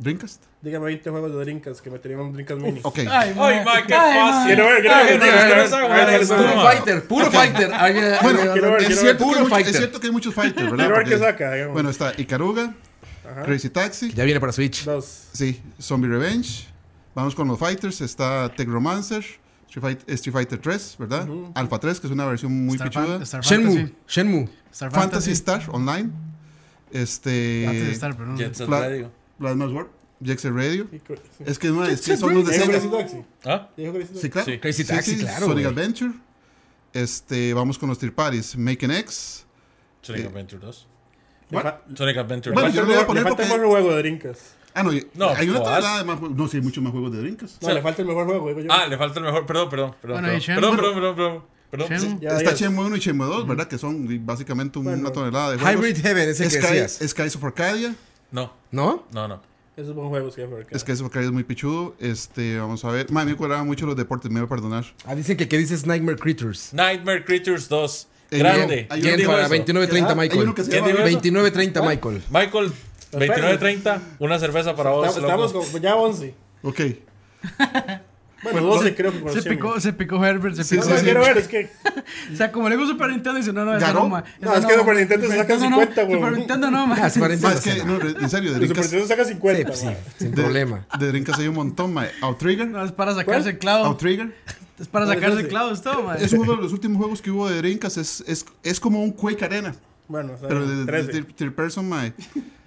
S3: Dreamcast.
S5: Dígame 20 juegos de Drinkas que me tenían un Drinkas Mini.
S3: Ok.
S4: Ay, ma, qué
S2: Ay, ma.
S4: fácil.
S5: Quiero ver, quiero
S4: Ay, Ah, no,
S5: ver, quiero
S4: no,
S5: ver,
S4: no,
S5: esa
S4: no,
S5: hueá,
S4: no,
S5: esa
S4: esa
S5: hueá.
S1: Puro
S4: hueá.
S1: fighter, puro fighter. Ahí viene- ahí
S3: Bueno,
S1: viene
S5: quiero ver,
S1: hablando.
S3: Es
S5: quiero
S3: cierto, que
S1: Puro
S3: hay mucho- es
S1: fighter.
S3: cierto que hay muchos fighters, ¿verdad?
S5: Quiero ver qué
S3: Porque-
S5: saca, digamos.
S3: Bueno, está Ikaruga,
S5: Ajá.
S3: Crazy Taxi,
S1: Ya viene para Switch.
S5: Dos.
S3: sí, Zombie Revenge. Vamos con los fighters, está Tech Romancer, Street Fight- eh, Street Fighter 3, ¿verdad? Alpha 3, que es una versión muy
S2: Star Fan-
S3: pichuda.
S2: Star
S1: Shenmue,
S2: Fantasy.
S1: Shenmue.
S2: Star
S3: Fantasy
S2: Fantasy.
S3: Star Online.
S2: Fantasy
S3: Este.
S2: Star, perdón.
S4: Jet Set
S3: Pla-
S4: Radio.
S3: Plasma's War. Jackson Radio.
S5: Y co- sí.
S3: Es que, no, es que son los de
S5: ¿Ya dijo
S3: Sega.
S5: Crazy Taxi?
S4: ¿Ah?
S5: ¿Ya dijo Crazy Taxi?
S3: Sí, claro.
S4: Sí.
S1: Crazy Taxi, claro,
S3: Sonic
S1: güey.
S3: Adventure. Este, vamos con los Tier Parties. Make an X.
S4: Sonic
S3: Sí.
S4: Adventure 2.
S5: Le fa- le
S4: Sonic Adventure
S3: Bueno,
S4: 2.
S3: yo lo
S5: falta
S3: voy a
S5: el-
S3: poner
S5: Le falta
S3: porque-
S5: el mejor juego de Drinkas.
S3: Ah, no,
S4: No,
S3: hay una
S4: jodas.
S3: tonelada de más juegos. No, sí, hay muchos más juegos de drinkas.
S5: No,
S4: Sí.
S5: le falta el mejor juego, digo yo.
S4: Ah, le falta el mejor. Perdón, perdón, perdón.
S2: Bueno, y
S4: perdón,
S2: Shenmue.
S4: perdón, perdón, perdón, perdón, perdón.
S2: Shenmue.
S5: Ya,
S3: Está
S5: ya.
S3: Shenmue 1 y Shenmue 2, ¿verdad? Que son y, básicamente un-
S5: Bueno.
S3: una tonelada de juegos.
S1: Hybrid Heaven, ese que decías.
S3: Sky, Skies of Arcadia.
S4: No,
S1: ¿No?
S4: no, no.
S5: Esos buenos juegos que hay por acá.
S3: Skies of Arcadia es muy pichudo. Este, vamos a ver. Madre, me cuadraban mucho los deportes, me voy a perdonar.
S1: Ah, dicen que, que dices Nightmare Creatures.
S4: Nightmare Creatures 2.
S3: Eh,
S4: Grande.
S3: hay
S1: Bien
S3: dijo
S1: para
S3: eso?
S1: 29.30
S3: Ah, hay
S1: Michael.
S3: uno que se
S4: ¿Quién
S3: llama-
S4: dijo eso?
S1: 29.30 Michael.
S4: Michael, 29.30, una cerveza para vos.
S5: Estamos- Estamos
S4: loco.
S5: como- ya 11.
S3: Ok.
S5: Bueno,
S3: Pues,
S5: 12 creo que
S2: Se
S5: conocíamos.
S2: picó, se picó Herbert, se
S3: Sí,
S5: No,
S2: picó.
S5: no,
S3: sí,
S5: quiero ver, es que.
S2: O sea, como le digo Super Nintendo, dice, no, no, esa
S3: ¿Ganó?
S2: no, ma.
S5: No,
S2: esa
S5: es que Super Nintendo se
S2: Super
S5: saca
S2: Nintendo
S5: 50,
S2: no.
S5: güey.
S2: Super Nintendo no, ma.
S1: Ah, es para
S3: Madre, es que,
S1: entonces,
S3: no, re- en serio, de
S5: El Super
S3: drinkas.
S5: Nintendo saca
S1: Sí,
S5: 50.
S1: pues, sí,
S5: ma.
S1: sin
S3: de-
S1: problema.
S3: De drinkas hay un montón, mae. Outrigger.
S2: No, es para sacarse el clavo.
S3: Outrigger.
S2: Es para
S5: ¿Cuál es
S2: sacarse
S5: ese?
S2: clavos, todo, ma.
S3: Es uno de los últimos juegos que hubo de drinkas. Es, es, es como un Quake Arena.
S5: Bueno, o sea,
S3: Pero de, de-
S5: 13.
S3: de- third person, mae.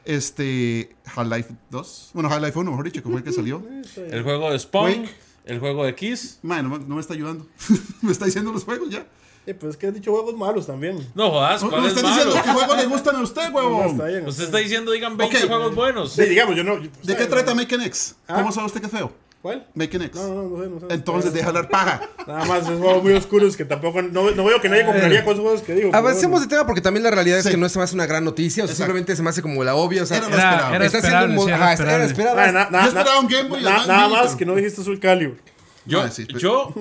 S3: Este. Half-Life 2. Bueno, Half-Life 1, mejor dicho, que fue el que salió.
S4: El juego de Spawn,
S3: Wake.
S4: el juego de Kiss.
S3: Mae, no, me- no me está ayudando. me está diciendo los juegos ya.
S5: Eh, pues es que has dicho juegos malos también.
S4: No jodas,
S3: No, no
S4: ¿cuál
S3: me
S4: es
S3: está
S4: malo?
S3: diciendo qué juegos le gustan a usted,
S5: No,
S3: huevón.
S5: está bien.
S4: Usted está diciendo, digan 20
S3: Ok.
S4: juegos buenos.
S5: Sí, digamos, yo no. yo-
S3: Pues, ¿De qué trata Make an X? ¿Cómo sabe usted que es feo?
S5: ¿Cuál?
S3: Make an X.
S5: No, no, no sé, no sé.
S3: Entonces deja hablar paja.
S5: Nada más esos juegos muy oscuros que tampoco. No, no veo que nadie compraría con esos juegos que digo.
S1: Eh. Avancemos de
S5: pero
S1: tema porque también la realidad es
S3: Sí.
S1: que no se me hace una gran noticia, o sea,
S3: Exacto.
S1: simplemente se me hace como la obvia, o sea,
S3: Era-
S2: Era, era
S1: está haciendo un
S2: esperable,
S1: mod-
S2: sí, era
S1: ajá, era
S2: esperable.
S5: bueno.
S1: esperada.
S5: Ah, na- na-
S3: Yo esperaba un Game Boy
S5: na-
S3: Advance
S5: Nada
S3: Mini,
S5: más
S3: pero-
S5: que no dijiste Soul Calibur.
S4: Yo,
S1: Ah,
S3: Mae, sí, pero-
S4: yo,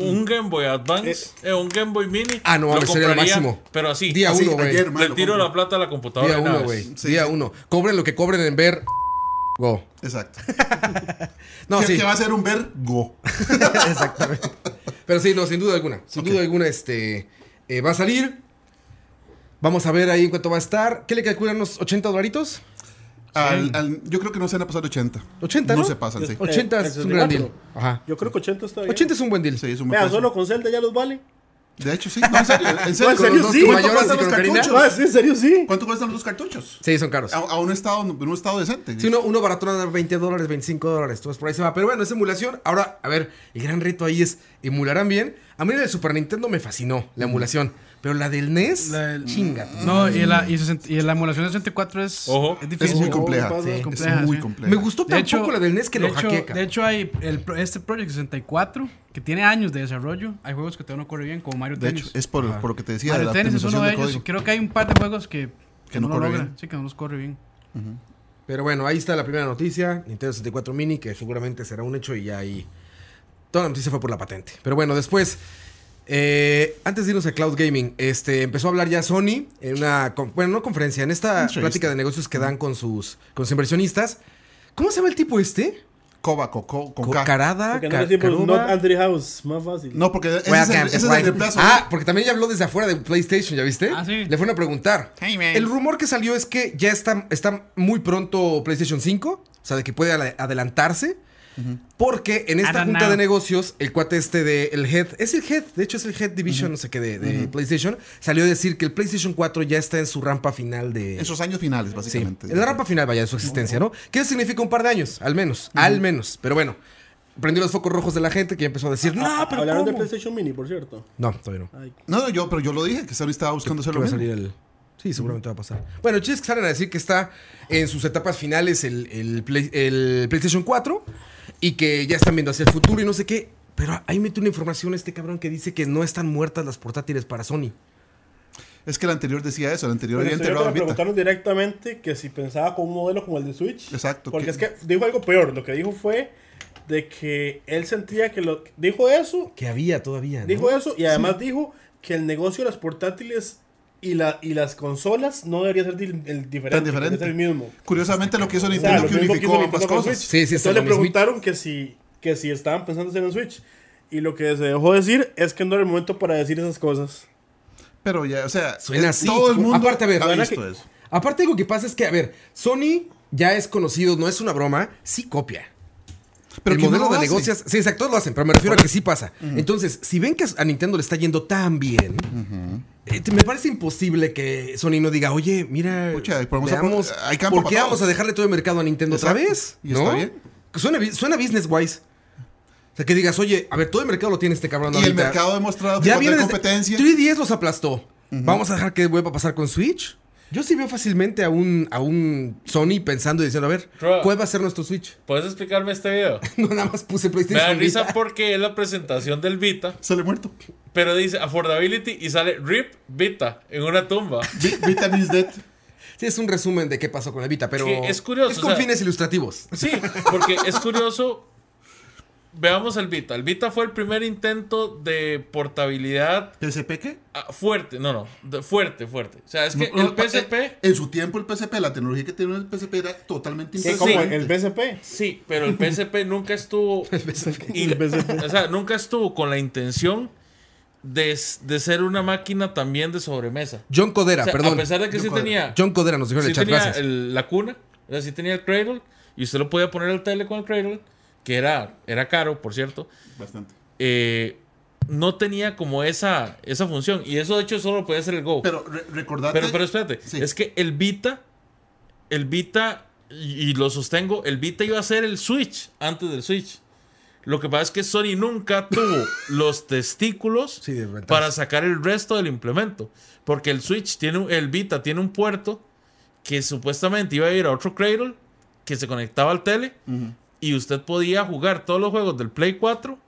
S4: un Game Boy Advance, eh, un Game Boy Mini.
S1: Ah, no,
S4: lo
S1: mames, sería lo
S4: compraría,
S1: máximo.
S4: Pero así.
S1: Día
S3: Así,
S1: uno, güey.
S3: ayer, mae,
S4: Le
S3: lo
S4: tiro
S3: compro.
S4: la plata a la computadora.
S1: Día
S4: de una
S1: uno,
S4: vez.
S1: güey.
S3: Sí,
S1: Día
S3: sí.
S1: uno. Cobren lo que cobren en ver. Go.
S3: Exacto.
S1: No,
S3: que,
S1: sí.
S3: que va a ser un vergo.
S1: Exactamente. Pero sí, no, sin duda alguna. Sin duda alguna, este. eh, va a salir. Vamos a ver ahí en cuánto va a estar. ¿Qué le calculan unos 80 dolaritos?
S3: Al- al- yo creo que no se van a pasar 80.
S1: 80,
S3: No
S1: ¿no?
S3: se pasan, sí.
S1: 80
S5: Eh,
S1: es un gran deal.
S5: 64.
S1: Ajá.
S5: Yo creo que 80 está bien.
S1: 80 es un buen deal.
S3: Sí, es un buen
S5: Vea,
S3: precio.
S5: solo con Zelda ya los vale.
S3: De hecho, sí. No, en serio. En serio,
S5: en serio,
S3: ¿Cuánto
S5: sí.
S3: cuestan
S1: Mayores y
S3: los
S1: con Karina.
S3: cartuchos?
S5: Ah, sí, en serio, sí.
S3: ¿Cuánto cuestan los cartuchos?
S1: Sí, son caros.
S3: A, a un, estado, en un estado decente.
S1: Si uno, uno baratón a dar 20 dólares, 25 dólares, todo es por ahí se va. Pero bueno, es emulación. Ahora, a ver, el gran reto ahí es, ¿emularán bien? A mí la del Super Nintendo me fascinó, la emulación. Pero la del NES,
S2: La del-
S1: chinga. tú.
S2: No, y la, y, sesenta- y la emulación de 64 es,
S4: Ojo.
S2: es
S3: es
S2: difícil.
S3: muy
S5: sí.
S3: compleja.
S5: Sí.
S3: Es
S2: Compleja,
S3: muy
S2: sí.
S3: compleja.
S1: Me gustó
S2: De
S1: tan
S2: hecho-
S1: poco la del NES que
S2: de
S1: lo
S2: hecho,
S1: hackeca.
S2: de hecho, hay el, pro- este Project 64 que tiene años de desarrollo. Hay juegos que todavía no corre bien, como Mario
S3: De
S2: Tennis.
S3: hecho, es por,
S4: Ah.
S3: por lo que te decía. de
S2: Mario
S3: la
S2: Tennis es uno
S3: optimización
S2: de
S3: de
S2: ellos.
S3: código.
S2: Creo que hay un par de juegos que,
S3: Que
S2: que
S3: no
S2: no, lo
S3: corre
S2: logran.
S3: bien.
S2: Sí, que no los corre bien.
S1: Pero bueno, ahí está la primera noticia. Nintendo 64 Mini, que seguramente será un hecho y ya ahí... Toda la noticia fue por la patente. Pero bueno, después... eh, antes de irnos a Cloud Gaming, este, empezó a hablar ya Sony en una, con- bueno, no conferencia, en esta
S3: Entrevista.
S1: plática de negocios que dan con sus, con sus inversionistas. ¿Cómo se llama el tipo este?
S3: Coba, co- co- con
S1: Co-
S3: K.
S1: Carada,
S5: Porque no
S1: Ca-
S5: es tipo
S1: Caruba.
S5: Not Andrew House, más fácil.
S3: No, porque ese es el,
S1: Welcome
S3: ese
S1: to
S3: es el
S1: Prime.
S3: reemplazo.
S1: Ah, porque también ya habló desde afuera de PlayStation, ¿ya viste?
S2: Ah, sí.
S1: Le fueron a preguntar.
S3: Hey, man.
S1: el rumor que salió es que ya está, está muy pronto PlayStation 5, o sea, de que puede ala- adelantarse. Porque en
S2: I
S1: esta
S2: don't
S1: junta
S2: know.
S1: de negocios, el cuate este de el head, es el head, de hecho es el head division, no sé qué, de, de PlayStation, salió a decir que el PlayStation 4 ya está en su rampa final de.
S3: En sus años finales,
S1: Sí,
S3: básicamente.
S1: en la rampa final, vaya, de su existencia, ¿no? Que eso significa un par de años, al menos, al menos. Pero bueno, prendió los focos rojos de la gente que empezó a decir, no, Ah, pero.
S5: Ah, Hablaron de
S1: ¿cómo?".
S5: PlayStation Mini, por cierto.
S1: No, todavía no.
S5: Ay,
S3: No, no, yo, pero yo lo dije, que Sony estaba buscando hacer
S1: que
S3: lo
S1: Ah, va a
S3: mismo.
S1: salir el. Sí, seguramente va a pasar. Bueno, chistes que salen a decir que está en sus etapas finales el, el Play- el PlayStation 4 y que ya están viendo hacia el futuro y no sé qué. Pero ahí mete una información este cabrón que dice que no están muertas las portátiles para Sony.
S3: Es que el anterior decía eso, el anterior
S5: Bueno,
S3: había
S5: esto yo
S3: enterrado
S5: creo
S3: el
S5: que le
S3: Vita.
S5: preguntaron directamente que si pensaba con un modelo como el de Switch.
S3: Exacto,
S5: Porque
S3: que-
S5: es que dijo algo peor. Lo que dijo fue de que él sentía que lo. Dijo eso,
S1: Que había todavía. ¿no?
S5: dijo eso, y además dijo que el negocio de las portátiles y, la, y las consolas no debería ser dil- el diferente.
S3: Tan diferente.
S5: debería ser el mismo.
S3: Curiosamente, lo que hizo
S5: O sea,
S3: Nintendo
S5: lo
S3: que
S5: mismo que hizo
S3: unificó ambas
S5: Nintendo con Switch.
S3: cosas.
S1: Sí, sí, está
S5: Entonces le
S1: lo mismo.
S5: preguntaron que si, que si estaban pensando hacer un Switch. Y lo que se dejó decir es que no era el momento para decir esas cosas.
S3: Pero ya, o sea,
S1: Suena
S3: es-
S1: así.
S3: todo el mundo
S1: Aparte, a ver,
S3: ha
S1: suena
S3: visto
S1: que-
S3: eso.
S1: Aparte, algo que pasa es que, a ver, Sony ya es conocido, no es una broma, sí copia.
S3: Pero
S1: el
S3: ¿quién no
S1: modelo
S3: lo
S1: de
S3: hace?
S1: negocios. Sí, exacto, todos lo hacen, pero me refiero a que sí pasa. Entonces, si ven que a Nintendo le está yendo tan bien, eh, te- me parece imposible que Sony no diga, oye, mira,
S3: Pucha, podemos-
S1: veamos,
S3: hay campo
S1: ¿por
S3: para
S1: qué
S3: todos?"
S1: vamos a dejarle todo el mercado a Nintendo otra
S3: Exacto.
S1: vez?
S3: Y está
S1: ¿No?
S3: bien.
S1: Suena, bi- suena business wise. O sea, que digas, oye, a ver, todo el mercado lo tiene este cabrón
S3: Y el
S1: ahorita.
S3: mercado ha demostrado que
S1: Ya
S3: cuando
S1: viene
S3: hay
S1: desde-
S3: competencia.
S1: 3DS los aplastó. Vamos a dejar que vuelva a pasar con Switch. Yo sí veo fácilmente a un, a un Sony pensando y diciendo, a ver,
S4: Bro.
S1: ¿cuál va a ser nuestro Switch?
S4: ¿Puedes explicarme este video?
S1: No, nada más puse
S4: Me da
S1: PlayStation
S4: risa
S1: Vita.
S4: porque es la presentación del Vita,
S3: Sale muerto.
S4: pero dice affordability y sale RIP Vita en una tumba.
S3: Vi- Vitamins Dead.
S1: Sí, es un resumen de qué pasó con la Vita, pero...
S4: Que es curioso,
S1: Es
S4: o
S1: con
S4: sea-
S1: fines ilustrativos.
S4: Sí, porque es curioso. Veamos el Vita. El Vita fue el primer intento de portabilidad
S3: ¿PSP qué?
S4: ah, fuerte. No, no, de- fuerte, fuerte. O sea, es que
S3: No, no,
S4: el PSP,
S3: eh, En su tiempo el PSP, la tecnología que tenía el PSP era totalmente
S5: Que
S4: Sí.
S5: como
S3: impresionante.
S5: el BCP.
S4: sí, pero el PSP nunca estuvo. in- o sea, nunca estuvo con la intención de, s- de ser una máquina también de sobremesa.
S1: John Codera,
S4: O sea,
S1: perdón.
S4: a pesar de que sí
S3: Codera.
S4: tenía,
S1: John Codera nos dijo en
S4: sí
S1: el chat,
S4: tenía
S1: gracias.
S4: el- la cuna, o sea, sí tenía el cradle, y usted lo podía poner al tele con el cradle, que era, era caro, por cierto.
S3: Bastante.
S4: eh, no tenía como esa, esa función. Y eso, de hecho, solo podía hacer el Go. Pero,
S3: Pero re- recordate.
S4: pero, espérate,
S3: Sí.
S4: es que el Vita, el Vita, y, y lo sostengo, el Vita iba a ser el Switch antes del Switch. Lo que pasa es que Sony nunca tuvo los testículos
S1: Sí, de ventaja.
S4: para sacar el resto del implemento. Porque el Switch tiene, un- el Vita tiene un puerto que supuestamente iba a ir a otro cradle que se conectaba al tele
S3: Ujú.
S4: y usted podía jugar todos los juegos del Play 4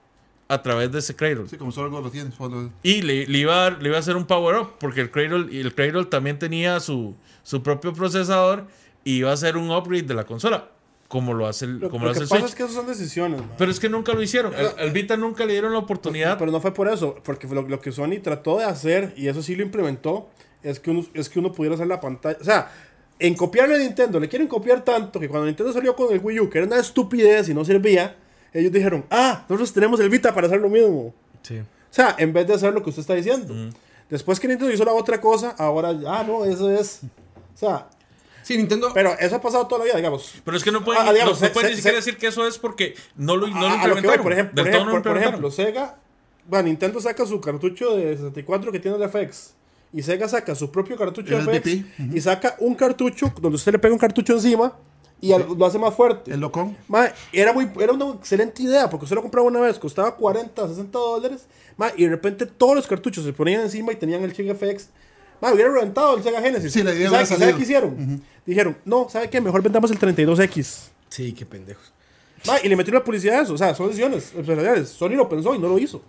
S4: a través de ese Cradle.
S3: Sí, como solo algo lo tienes. solo-
S4: Y le, le iba a, dar- le iba a hacer un power up porque el Cradle, y el Cradle también tenía su, su propio procesador y iba a hacer un upgrade de la consola, como lo hace el,
S5: Lo,
S4: como
S5: lo
S4: lo hace
S5: que
S4: el
S5: pasa
S4: Switch.
S5: es que esas son decisiones, man.
S4: Pero es que nunca lo hicieron. Al, al Vita nunca le dieron la oportunidad.
S5: Ah, Pero no fue por eso, porque lo, lo que Sony trató de hacer, y eso sí lo implementó, es que uno, es que uno pudiera hacer la pantalla. O sea, en copiarle a Nintendo, le quieren copiar tanto que cuando Nintendo salió con el Wii U, que era una estupidez y no servía, ellos dijeron, ah, nosotros tenemos el Vita para hacer lo mismo.
S1: Sí.
S5: O sea, en vez de hacer lo que usted está diciendo. Después que Nintendo hizo la otra cosa, ahora, ah, no, eso es. O sea,
S1: Sí, Nintendo...
S5: pero eso ha pasado toda la vida, digamos.
S4: Pero es que no pueden,
S5: Ah, digamos,
S4: no- no
S5: se-
S4: pueden
S5: se-
S4: ni siquiera
S5: se-
S4: decir que eso es porque no lo, no lo
S5: Ah, a, a lo que voy,
S4: implementaron.
S5: por ejemplo, por
S4: Del todo no
S5: ejemplo,
S4: lo
S5: por
S4: implementaron.
S5: ejemplo, Sega, bueno, Nintendo saca su cartucho de 64 que tiene el FX. Y Sega saca su propio cartucho
S3: El
S5: de FX
S3: SDP,
S5: y saca un cartucho donde usted le pega un cartucho encima y al- lo hace más fuerte.
S3: El locón.
S5: Mae, era, muy, era una excelente idea porque usted lo compraba una vez, costaba 40, 60 dólares. mae, y de repente todos los cartuchos se ponían encima y tenían el Sega FX. Mae, hubiera reventado el Sega Genesis.
S3: Sí, la idea
S5: ¿Y
S3: hubiera
S5: sabe- sabe
S3: salido.
S5: qué hicieron? Dijeron, no, ¿sabe qué? Mejor vendamos el 32X.
S1: Sí, qué pendejos.
S5: Ma, y le metió la publicidad a eso. O sea, son decisiones eh, empresariales. Sony lo pensó y no lo hizo.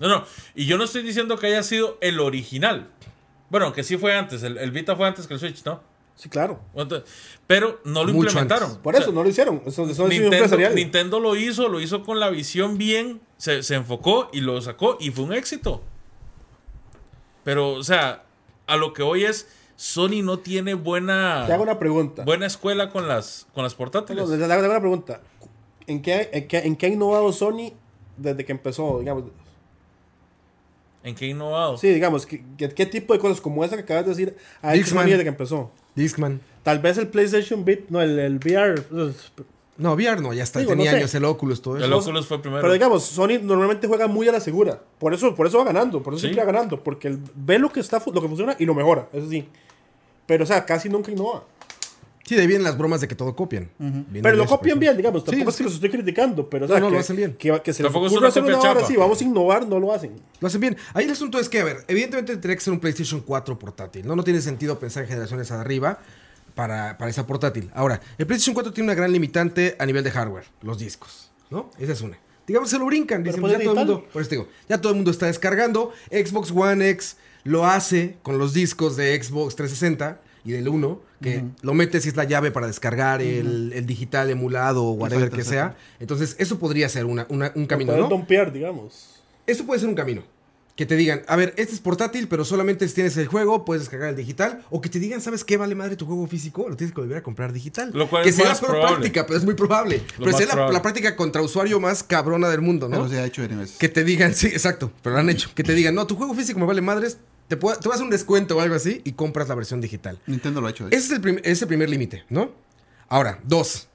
S4: No, no. Y yo no estoy diciendo que haya sido el original. Bueno, que sí fue antes. El, el Vita fue antes que el Switch, ¿no?
S5: Sí, claro.
S4: Ento- Pero no lo
S1: Mucho
S4: implementaron.
S5: Por
S4: O sea,
S5: eso no lo hicieron. Son, son decisiones
S4: Nintendo,
S5: empresariales.
S4: Nintendo lo hizo, lo hizo con la visión bien, se, se enfocó y lo sacó y fue un éxito. Pero, o sea, a lo que hoy es, Sony no tiene buena,
S5: Te hago una pregunta.
S4: buena escuela con las, con las
S5: No,
S4: portátiles.
S5: te hago te hago una pregunta. ¿En qué, en, qué, en qué ha innovado Sony desde que empezó? Digamos,
S4: ¿En qué ha innovado?
S5: sí, digamos, ¿qué, qué, qué tipo de cosas como esa que acabas de decir ha hecho
S1: Dixman.
S5: Sony desde que empezó?
S1: Discman.
S5: Tal vez el PlayStation Beat, no, el, pues, el VR.
S1: No, VR no, ya está.
S5: Digo,
S1: Tenía
S5: no sé.
S1: años el Oculus, todo eso.
S4: el Oculus fue primero.
S5: Pero digamos, Sony normalmente juega muy a la segura. Por eso, por eso va ganando, por eso
S4: Sí.
S5: siempre va ganando. Porque él ve lo que, está, fu- lo que funciona y lo mejora, eso sí. Pero, o sea, casi nunca innova.
S1: Sí, de ahí vienen las bromas de que todo copian. Viene
S5: Pero
S1: de
S5: lo
S1: eso,
S5: copian
S1: por
S5: bien, digamos.
S1: Sí,
S5: Tampoco es que los estoy criticando, pero o
S1: No,
S5: sea,
S1: no,
S5: que,
S1: lo hacen bien.
S5: Que, que se les
S4: Tampoco es
S5: ocurra
S4: una
S5: hacer
S4: copia
S5: una hora
S4: chafa.
S5: así, vamos a innovar, no lo hacen.
S1: Lo hacen bien. Ahí el asunto es que, a ver, evidentemente tendría que ser un PlayStation 4 portátil, ¿no? No tiene sentido pensar en generaciones arriba para, para esa portátil. Ahora, el PlayStation 4 tiene una gran limitante a nivel de hardware, los discos, ¿no? Esa es una. Digamos, se lo brincan, dicen,
S5: puede
S1: ya todo el
S5: editarlo.
S1: mundo, por eso te digo, ya todo el mundo está descargando. Xbox One X lo hace con los discos de Xbox 360 y del 1, que lo metes y es la llave para descargar el, el digital emulado o whatever
S3: Exacto,
S1: que sea. Entonces, eso podría ser una, una- un camino,
S5: Poder
S1: ¿no?
S5: dompear, digamos.
S1: Eso puede ser un camino. Que te digan, a ver, este es portátil, pero solamente si tienes el juego, puedes descargar el digital. O que te digan, ¿sabes qué vale madre tu juego físico? Lo tienes que volver a comprar digital.
S4: Lo cual
S1: que
S4: es
S1: sea la
S4: más
S1: peor
S4: probable.
S1: práctica, pero es muy probable. pero
S4: más
S1: sería la,
S4: probable.
S1: la práctica contra usuario más cabrona del mundo, ¿no?
S3: Pero se ha hecho en veces.
S1: Que te digan, sí, exacto, pero lo han hecho. Que te digan, no, tu juego físico me vale madres, te, puedo- te vas a hacer un descuento o algo así y compras la versión digital.
S3: Nintendo lo ha hecho. de hecho.
S1: Ese es el, prim- ese primer límite, ¿no? Ahora, dos.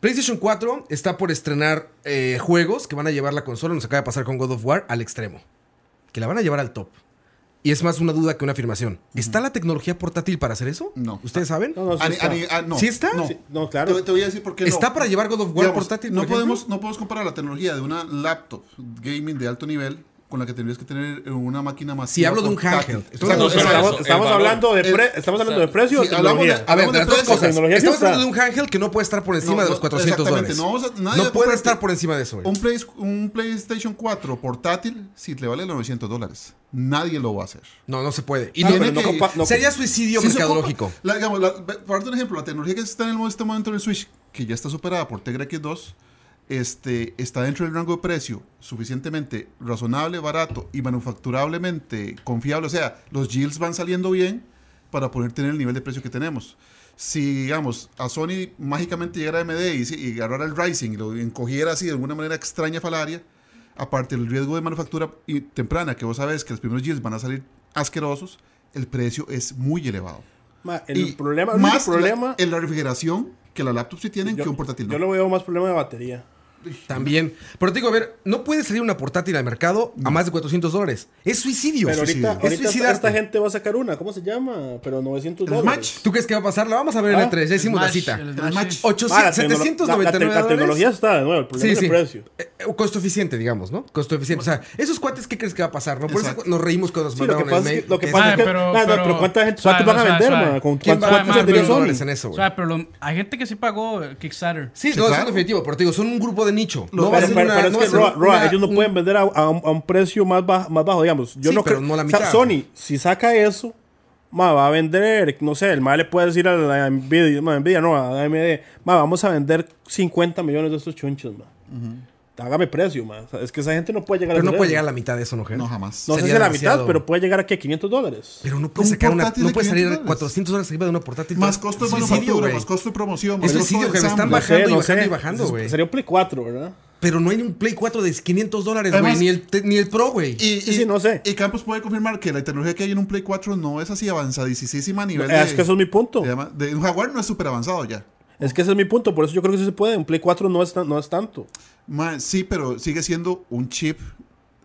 S1: PlayStation 4 está por estrenar eh, juegos que van a llevar la consola, nos acaba de pasar con God of War, al extremo. Que la van a llevar al top. Y es más una duda que una afirmación. ¿Está la tecnología portátil para hacer eso?
S3: No.
S1: ¿Ustedes saben?
S5: No, no, sí
S3: Ani-
S5: está.
S3: ani- ah, no,
S1: ¿Sí está?
S3: No,
S5: Sí, no, claro.
S3: Te, te voy a decir por qué no.
S1: ¿Está para llevar God of War
S3: Digamos,
S1: portátil?
S3: No
S1: por ejemplo?
S3: podemos, no podemos comparar la tecnología de una laptop gaming de alto nivel con la que tendrías que tener en una máquina más.
S1: Si hablo de un handheld, estoy hablando
S5: Estamos,
S4: Entonces,
S5: estamos-
S4: eso, el
S5: estamos
S4: valor.
S5: hablando de
S3: El-
S5: pre- estamos hablando de precio
S3: sí,
S5: o
S3: hablamos de-
S5: tecnología. Ah,
S1: A ver, de
S3: Hablamos
S1: las dos
S3: precios,
S1: cosas.
S5: tecnología sí
S1: Estamos
S5: está.
S1: hablando de un ángel que no puede estar por encima
S3: No,
S1: de los
S3: no,
S1: 400
S3: exactamente,
S1: dólares.
S3: no vamos a- nadie
S1: No puede
S3: puede-
S1: estar por encima de eso. güey.
S3: Un, Play- un PlayStation 4 portátil, si te vale 900 dólares, nadie lo va a hacer.
S1: No, no se puede. Y
S3: Ah,
S1: no-
S3: pero no
S1: no-
S3: compa-
S5: no-
S1: sería suicidio
S3: Sí se
S1: mercadológico.
S3: ocupa. La- digamos, la- ve- para darte un ejemplo, la tecnología que está en el mo- este momento en el Switch, que ya está superada por Tegra X2, este, está dentro del rango de precio suficientemente razonable, barato y manufacturablemente confiable. O sea, los yields van saliendo bien para poder tener el nivel de precio que tenemos. Si, digamos, a Sony mágicamente llegara AMD y, si- y agarrara el Rising y lo encogiera así de alguna manera extraña falaria, aparte del riesgo de manufactura y temprana, que vos sabes que los primeros yields van a salir asquerosos, el precio es muy elevado.
S5: Ma, el
S3: Y
S5: problema, el
S3: más
S5: único problema,
S3: la, en la refrigeración que la laptop sí tienen que un portátil. no.
S5: yo lo veo más problema de batería.
S1: También. Pero te digo, a ver, no puede salir una portátil al mercado a más de 400 dólares. Es suicidio.
S5: Pero
S3: suicidio.
S5: ahorita,
S1: Es
S5: ahorita esta,
S1: suicidarte.
S5: esta gente va a sacar una, ¿cómo se llama? Pero 900
S3: el
S5: dólares.
S3: match.
S1: ¿Tú crees que va a pasar? La vamos a ver en
S5: Ah,
S1: el 3. Ya hicimos la
S2: Smash,
S1: cita.
S2: el
S3: El
S2: Smash,
S3: match.
S2: sí.
S5: Ah, la tecnolo-
S1: 799
S5: la- la- La tecnología
S1: dólares.
S5: está de nuevo, el problema
S1: Sí,
S5: es
S1: sí.
S5: el precio.
S1: Eh, eh, costo eficiente, digamos, ¿no? Costo eficiente. O sea, esos cuates, ¿qué crees que va a pasar? ¿no? Por eso
S3: Exacto.
S1: nos reímos cuando nos
S5: Sí, lo que
S1: mandaron el
S5: pasa es
S1: mail.
S5: que, lo que
S1: Es-
S5: pasa
S2: Ah,
S5: es que-
S2: pero-
S5: no, no,
S2: pero-
S5: pero ¿cuánta gente,
S2: suave,
S5: ¿cuántos van a
S2: suave,
S5: vender,
S2: suave.
S5: ma? ¿Con
S1: ¿Quién
S5: cuántos,
S1: va a
S5: cuántos
S1: ganar
S5: vendería
S1: mil dólares
S5: Sony?
S1: en eso,
S2: O
S1: güey?
S2: sea, pero lo- hay gente que sí pagó eh, Kickstarter.
S1: Sí,
S3: Sí,
S1: no, eso es
S3: claro.
S1: definitivo, pero te digo, son un grupo de nicho.
S5: Pero,
S1: No va a ser
S5: pero-
S1: una-
S5: pero
S1: no va
S5: es
S1: a
S5: que
S1: ser
S5: Roa, Roa,
S1: una-
S5: ellos no
S1: un-
S5: pueden vender a, a un, a un precio más bajo, más bajo, digamos. Yo
S1: Sí,
S5: no
S1: pero
S5: creo.
S1: no la
S5: o sea,
S1: mitad.
S5: Sony, si saca eso, ma, va a vender, no sé, el ma le puede decir a la Nvidia, ma, Nvidia no, a AMD, ma, vamos a vender 50 millones de estos chunchos, ma. Hágame precio, ma. O sea, es que esa gente no puede llegar
S1: Pero
S5: a
S1: no
S5: hacer
S1: puede
S5: eso.
S1: llegar a la mitad de eso, ¿no, Ger?
S3: No, jamás.
S5: No sé si
S1: sería
S5: a la
S1: demasiado.
S5: mitad, pero puede llegar aquí a 500 dólares.
S1: Pero no puede
S3: Un
S1: sacar una.
S3: portátil
S1: No
S3: de
S1: puede salir
S3: 500
S1: 400 dólares arriba de una portátil.
S3: Más costo de
S1: Suicidio,
S3: manufactura,
S1: güey.
S3: más costo de promoción, más
S1: Es
S3: costo
S1: suicidio,
S3: de
S1: que me están
S3: ensamble.
S1: bajando y bajando y bajando,
S5: Entonces,
S1: güey.
S5: Sería un Play 4, ¿verdad?
S1: Pero no hay un Play 4 de 500 dólares, güey.
S3: Además-
S1: Ni el, te- ni el Pro, güey.
S3: Y,
S5: Sí,
S3: y-
S5: sí, no sé.
S3: y Campos puede confirmar que la tecnología que hay en un Play 4 no es así avanzadísima a nivel
S5: Eh,
S3: de,
S5: es que eso es mi punto.
S3: de llama- de- un Jaguar no es súper avanzado ya.
S5: Es que ese es mi punto. Por eso yo creo que sí se puede. Un Play 4 no es, tan- no es tanto.
S3: Ma, sí, pero sigue siendo un chip,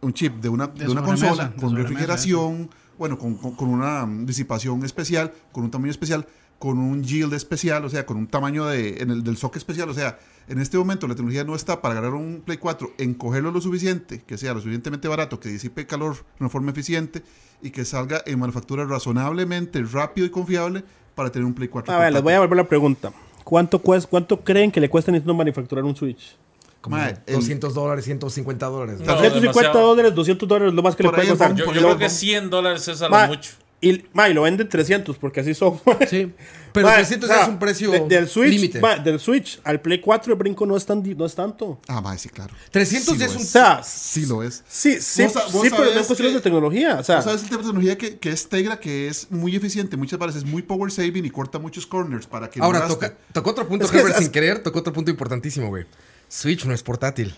S3: un chip de una, de una
S2: sobremesa,
S3: consola
S2: de
S3: con
S2: sobremesa,
S3: refrigeración, bueno, con, con- con una mm, disipación especial, con un tamaño especial, con un yield especial, o sea, con un tamaño de, en el, del socket especial. O sea, en este momento la tecnología no está para agarrar un Play 4, encogerlo lo suficiente, que sea lo suficientemente barato, que disipe calor de una forma eficiente y que salga en manufactura razonablemente rápido y confiable para tener un Play 4.
S5: A ver, les voy a volver la pregunta. ¿Cuánto, cues- ¿Cuánto creen que le cuesta a Nintendo manufacturar un Switch?
S1: Como
S3: Mae, el-
S1: 200 dólares, 150 dólares. güey.
S4: No,
S5: 150
S4: demasiado.
S5: dólares, 200 dólares, lo más que le
S3: Por
S5: puede
S3: ahí
S5: costar.
S3: vamos,
S4: Yo,
S3: por
S4: yo
S3: ahí
S4: creo
S3: vamos.
S4: que 100 dólares es a lo
S5: Ma,
S4: mucho.
S5: Y, ma, y lo venden 300 porque así son.
S1: Sí. Pero
S5: Ma,
S1: 300
S5: o sea,
S1: es un precio
S5: de- del Switch,
S1: límite.
S5: ma, del Switch al Play 4 el brinco no es, tan, di- no es tanto.
S3: Ah, ma, sí, claro.
S1: 300
S3: Sí
S1: ya
S3: lo
S1: es un.
S5: O sea,
S3: Sí lo es.
S5: sí, sí,
S3: Vos sa- vos
S5: sí pero no
S3: sabés
S5: es cuestión
S3: que-
S5: de tecnología. O sea,
S3: Tú ¿Sabes el tema de tecnología que, que es Tegra, que es muy eficiente muchas veces, es muy power saving y corta muchos corners para que no
S1: Ahora,
S3: gaste.
S1: toca, tocó otro punto,
S5: Es que
S1: Herbert,
S5: es-
S1: sin querer, tocó otro punto importantísimo, güey. Switch no es portátil.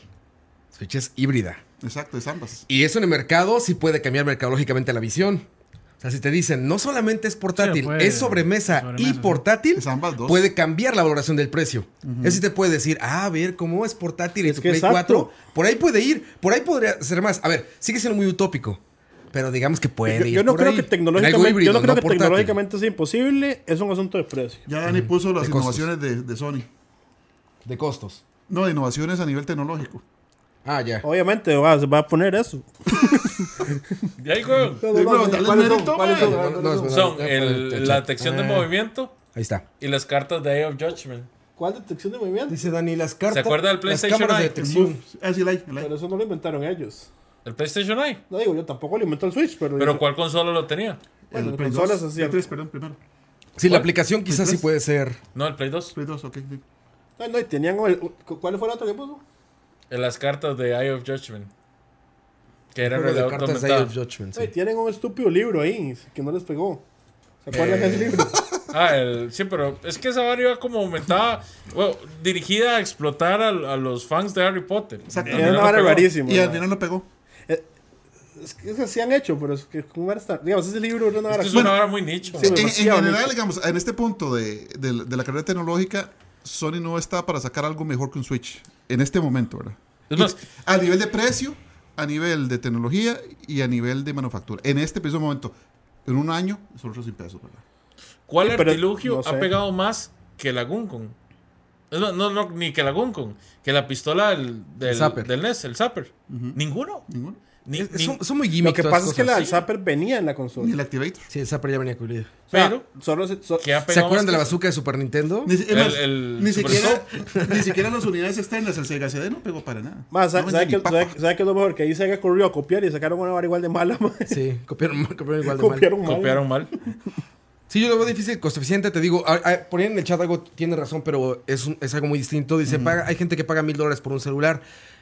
S1: Switch es híbrida.
S3: Exacto, es ambas.
S1: Y eso en el mercado sí puede cambiar mercadológicamente la visión. O sea, si te dicen, no solamente es portátil,
S2: Sí, puede,
S1: es sobremesa,
S2: sobremesa,
S1: y
S2: sí.
S1: portátil,
S3: Es ambas dos.
S1: puede cambiar la valoración del precio. Eso sí te puede decir, ah, a ver, ¿cómo es portátil en
S5: Es
S1: tu
S5: que
S1: Play
S5: exacto.
S1: 4? Por ahí puede ir, por ahí podría ser más. A ver, sigue siendo muy utópico, pero digamos que puede
S5: yo,
S1: ir.
S5: yo no
S1: por
S5: creo
S1: ahí.
S5: que
S1: En algo
S5: tecnológicamente,
S1: híbrido,
S5: yo no
S1: no
S5: creo que
S1: portátil.
S5: tecnológicamente sea imposible. Es un asunto de precio.
S3: Ya Dani puso las
S1: De costos.
S3: innovaciones de, de Sony.
S1: De costos.
S3: No, de innovaciones a nivel tecnológico.
S1: Ah, ya.
S5: Obviamente va, se va a poner eso.
S4: Ya, ahí, güey.
S3: no, no, dale
S5: ¿Cuáles son?
S3: mérito,
S5: ¿Cuáles son?
S1: No, no, no, no, no,
S4: Son
S1: no,
S4: el-
S1: no, no,
S4: la
S1: no.
S4: detección
S5: Eh.
S4: de
S1: Ah,
S4: movimiento
S1: Ahí está.
S4: y las cartas de Day of Judgment.
S5: ¿Cuál detección de movimiento?
S1: Dice Dani, las cartas.
S4: acuerda del
S1: las
S4: PlayStation
S1: cámaras de
S4: Eye?
S3: El
S1: detección.
S3: Move. Ah, sí, el Eye, el Eye.
S5: Pero eso no lo inventaron ellos.
S4: El PlayStation Eye.
S5: No digo, yo tampoco lo inventé el Switch, pero.
S4: Pero ¿cuál consola lo tenía?
S5: Bueno,
S3: El Play
S5: consolas
S3: 2.
S5: así.
S3: El 3, perdón, primero.
S1: Sí, la aplicación quizás sí
S3: Entonces-
S1: puede ser.
S4: No, el Play 2.
S3: Play 2, ok. sí.
S5: Ah, no, y tenían. el- ¿Cuál fue el otro que puso?
S4: En las cartas de Eye of Judgment. Que era
S1: Juego de
S4: realidad
S1: cartas de Eye
S4: aumentada.
S1: of Judgment. sí.
S5: Ay, tienen un estúpido libro ahí que no les pegó. ¿Se acuerdan de ese libro?
S4: Ah, el, sí, pero es que esa vara iba como aumentada, bueno, dirigida a explotar a, a los fans de Harry Potter.
S3: Exacto.
S4: Y al
S5: Era una
S4: final
S5: vara
S4: pegó.
S5: rarísima.
S3: Y al
S5: ¿no?
S3: final lo pegó.
S5: Es que se sí han hecho, pero es que. ¿Cómo era esta? Digamos, ese libro era una
S4: Es
S5: vara.
S4: que es
S5: Bueno,
S4: una vara muy nicho.
S5: Sí,
S4: man.
S3: En, en
S5: demasiado
S3: general,
S5: nicho.
S3: digamos, en este punto de, de- de la carrera tecnológica, Sony no está para sacar algo mejor que un Switch. En este momento, ¿verdad?
S4: Es más,
S3: A nivel de precio, a nivel de tecnología y a nivel de manufactura. En este preciso momento, en un año, son otros sin pesos, ¿verdad?
S4: ¿Cuál
S5: Sí, pero
S4: artilugio
S5: no sé.
S4: ha pegado más que la Guncon? Es más, No, no, ni que la Guncon, que la pistola del, del,
S1: Zapper.
S4: del NES, el Zapper. Ninguno.
S3: Ninguno.
S4: Ni-
S1: Es-
S4: ni-
S1: son, son muy
S5: Lo
S1: gimmicks.
S5: que pasa es que la del
S4: sí.
S5: Zapper venía en la consola.
S3: Ni el Activator.
S1: Sí, esa pero ya venía incluida.
S5: O sea,
S4: Pero-
S5: solo se- so-
S4: que ha
S1: ¿Se
S4: pegado
S1: acuerdan
S4: más
S1: de la
S4: que-
S1: bazooka de Super Nintendo?
S3: Ni, si- es
S4: El-
S3: más,
S4: el
S3: ni
S4: Super
S3: siquiera, ni siquiera las unidades externas, el Sega CD no pegó para nada.
S5: Más,
S3: No
S5: ¿sabe,
S3: vendía
S5: sabe
S3: ni
S5: que,
S3: papa.
S5: sabe- sabe que es lo mejor? Que ahí Sega corrió a copiar y sacaron una vara igual de mala. ma.
S1: Sí, copiaron, mal, copiaron igual de mal.
S5: copiaron mal.
S4: Copiaron mal.
S1: Sí, yo lo veo difícil, costo eficiente, te digo, a- a- ponían en el chat algo, tiene razón, pero es, un- es algo muy distinto. Dice, paga, hay gente que paga mil dólares por un celular.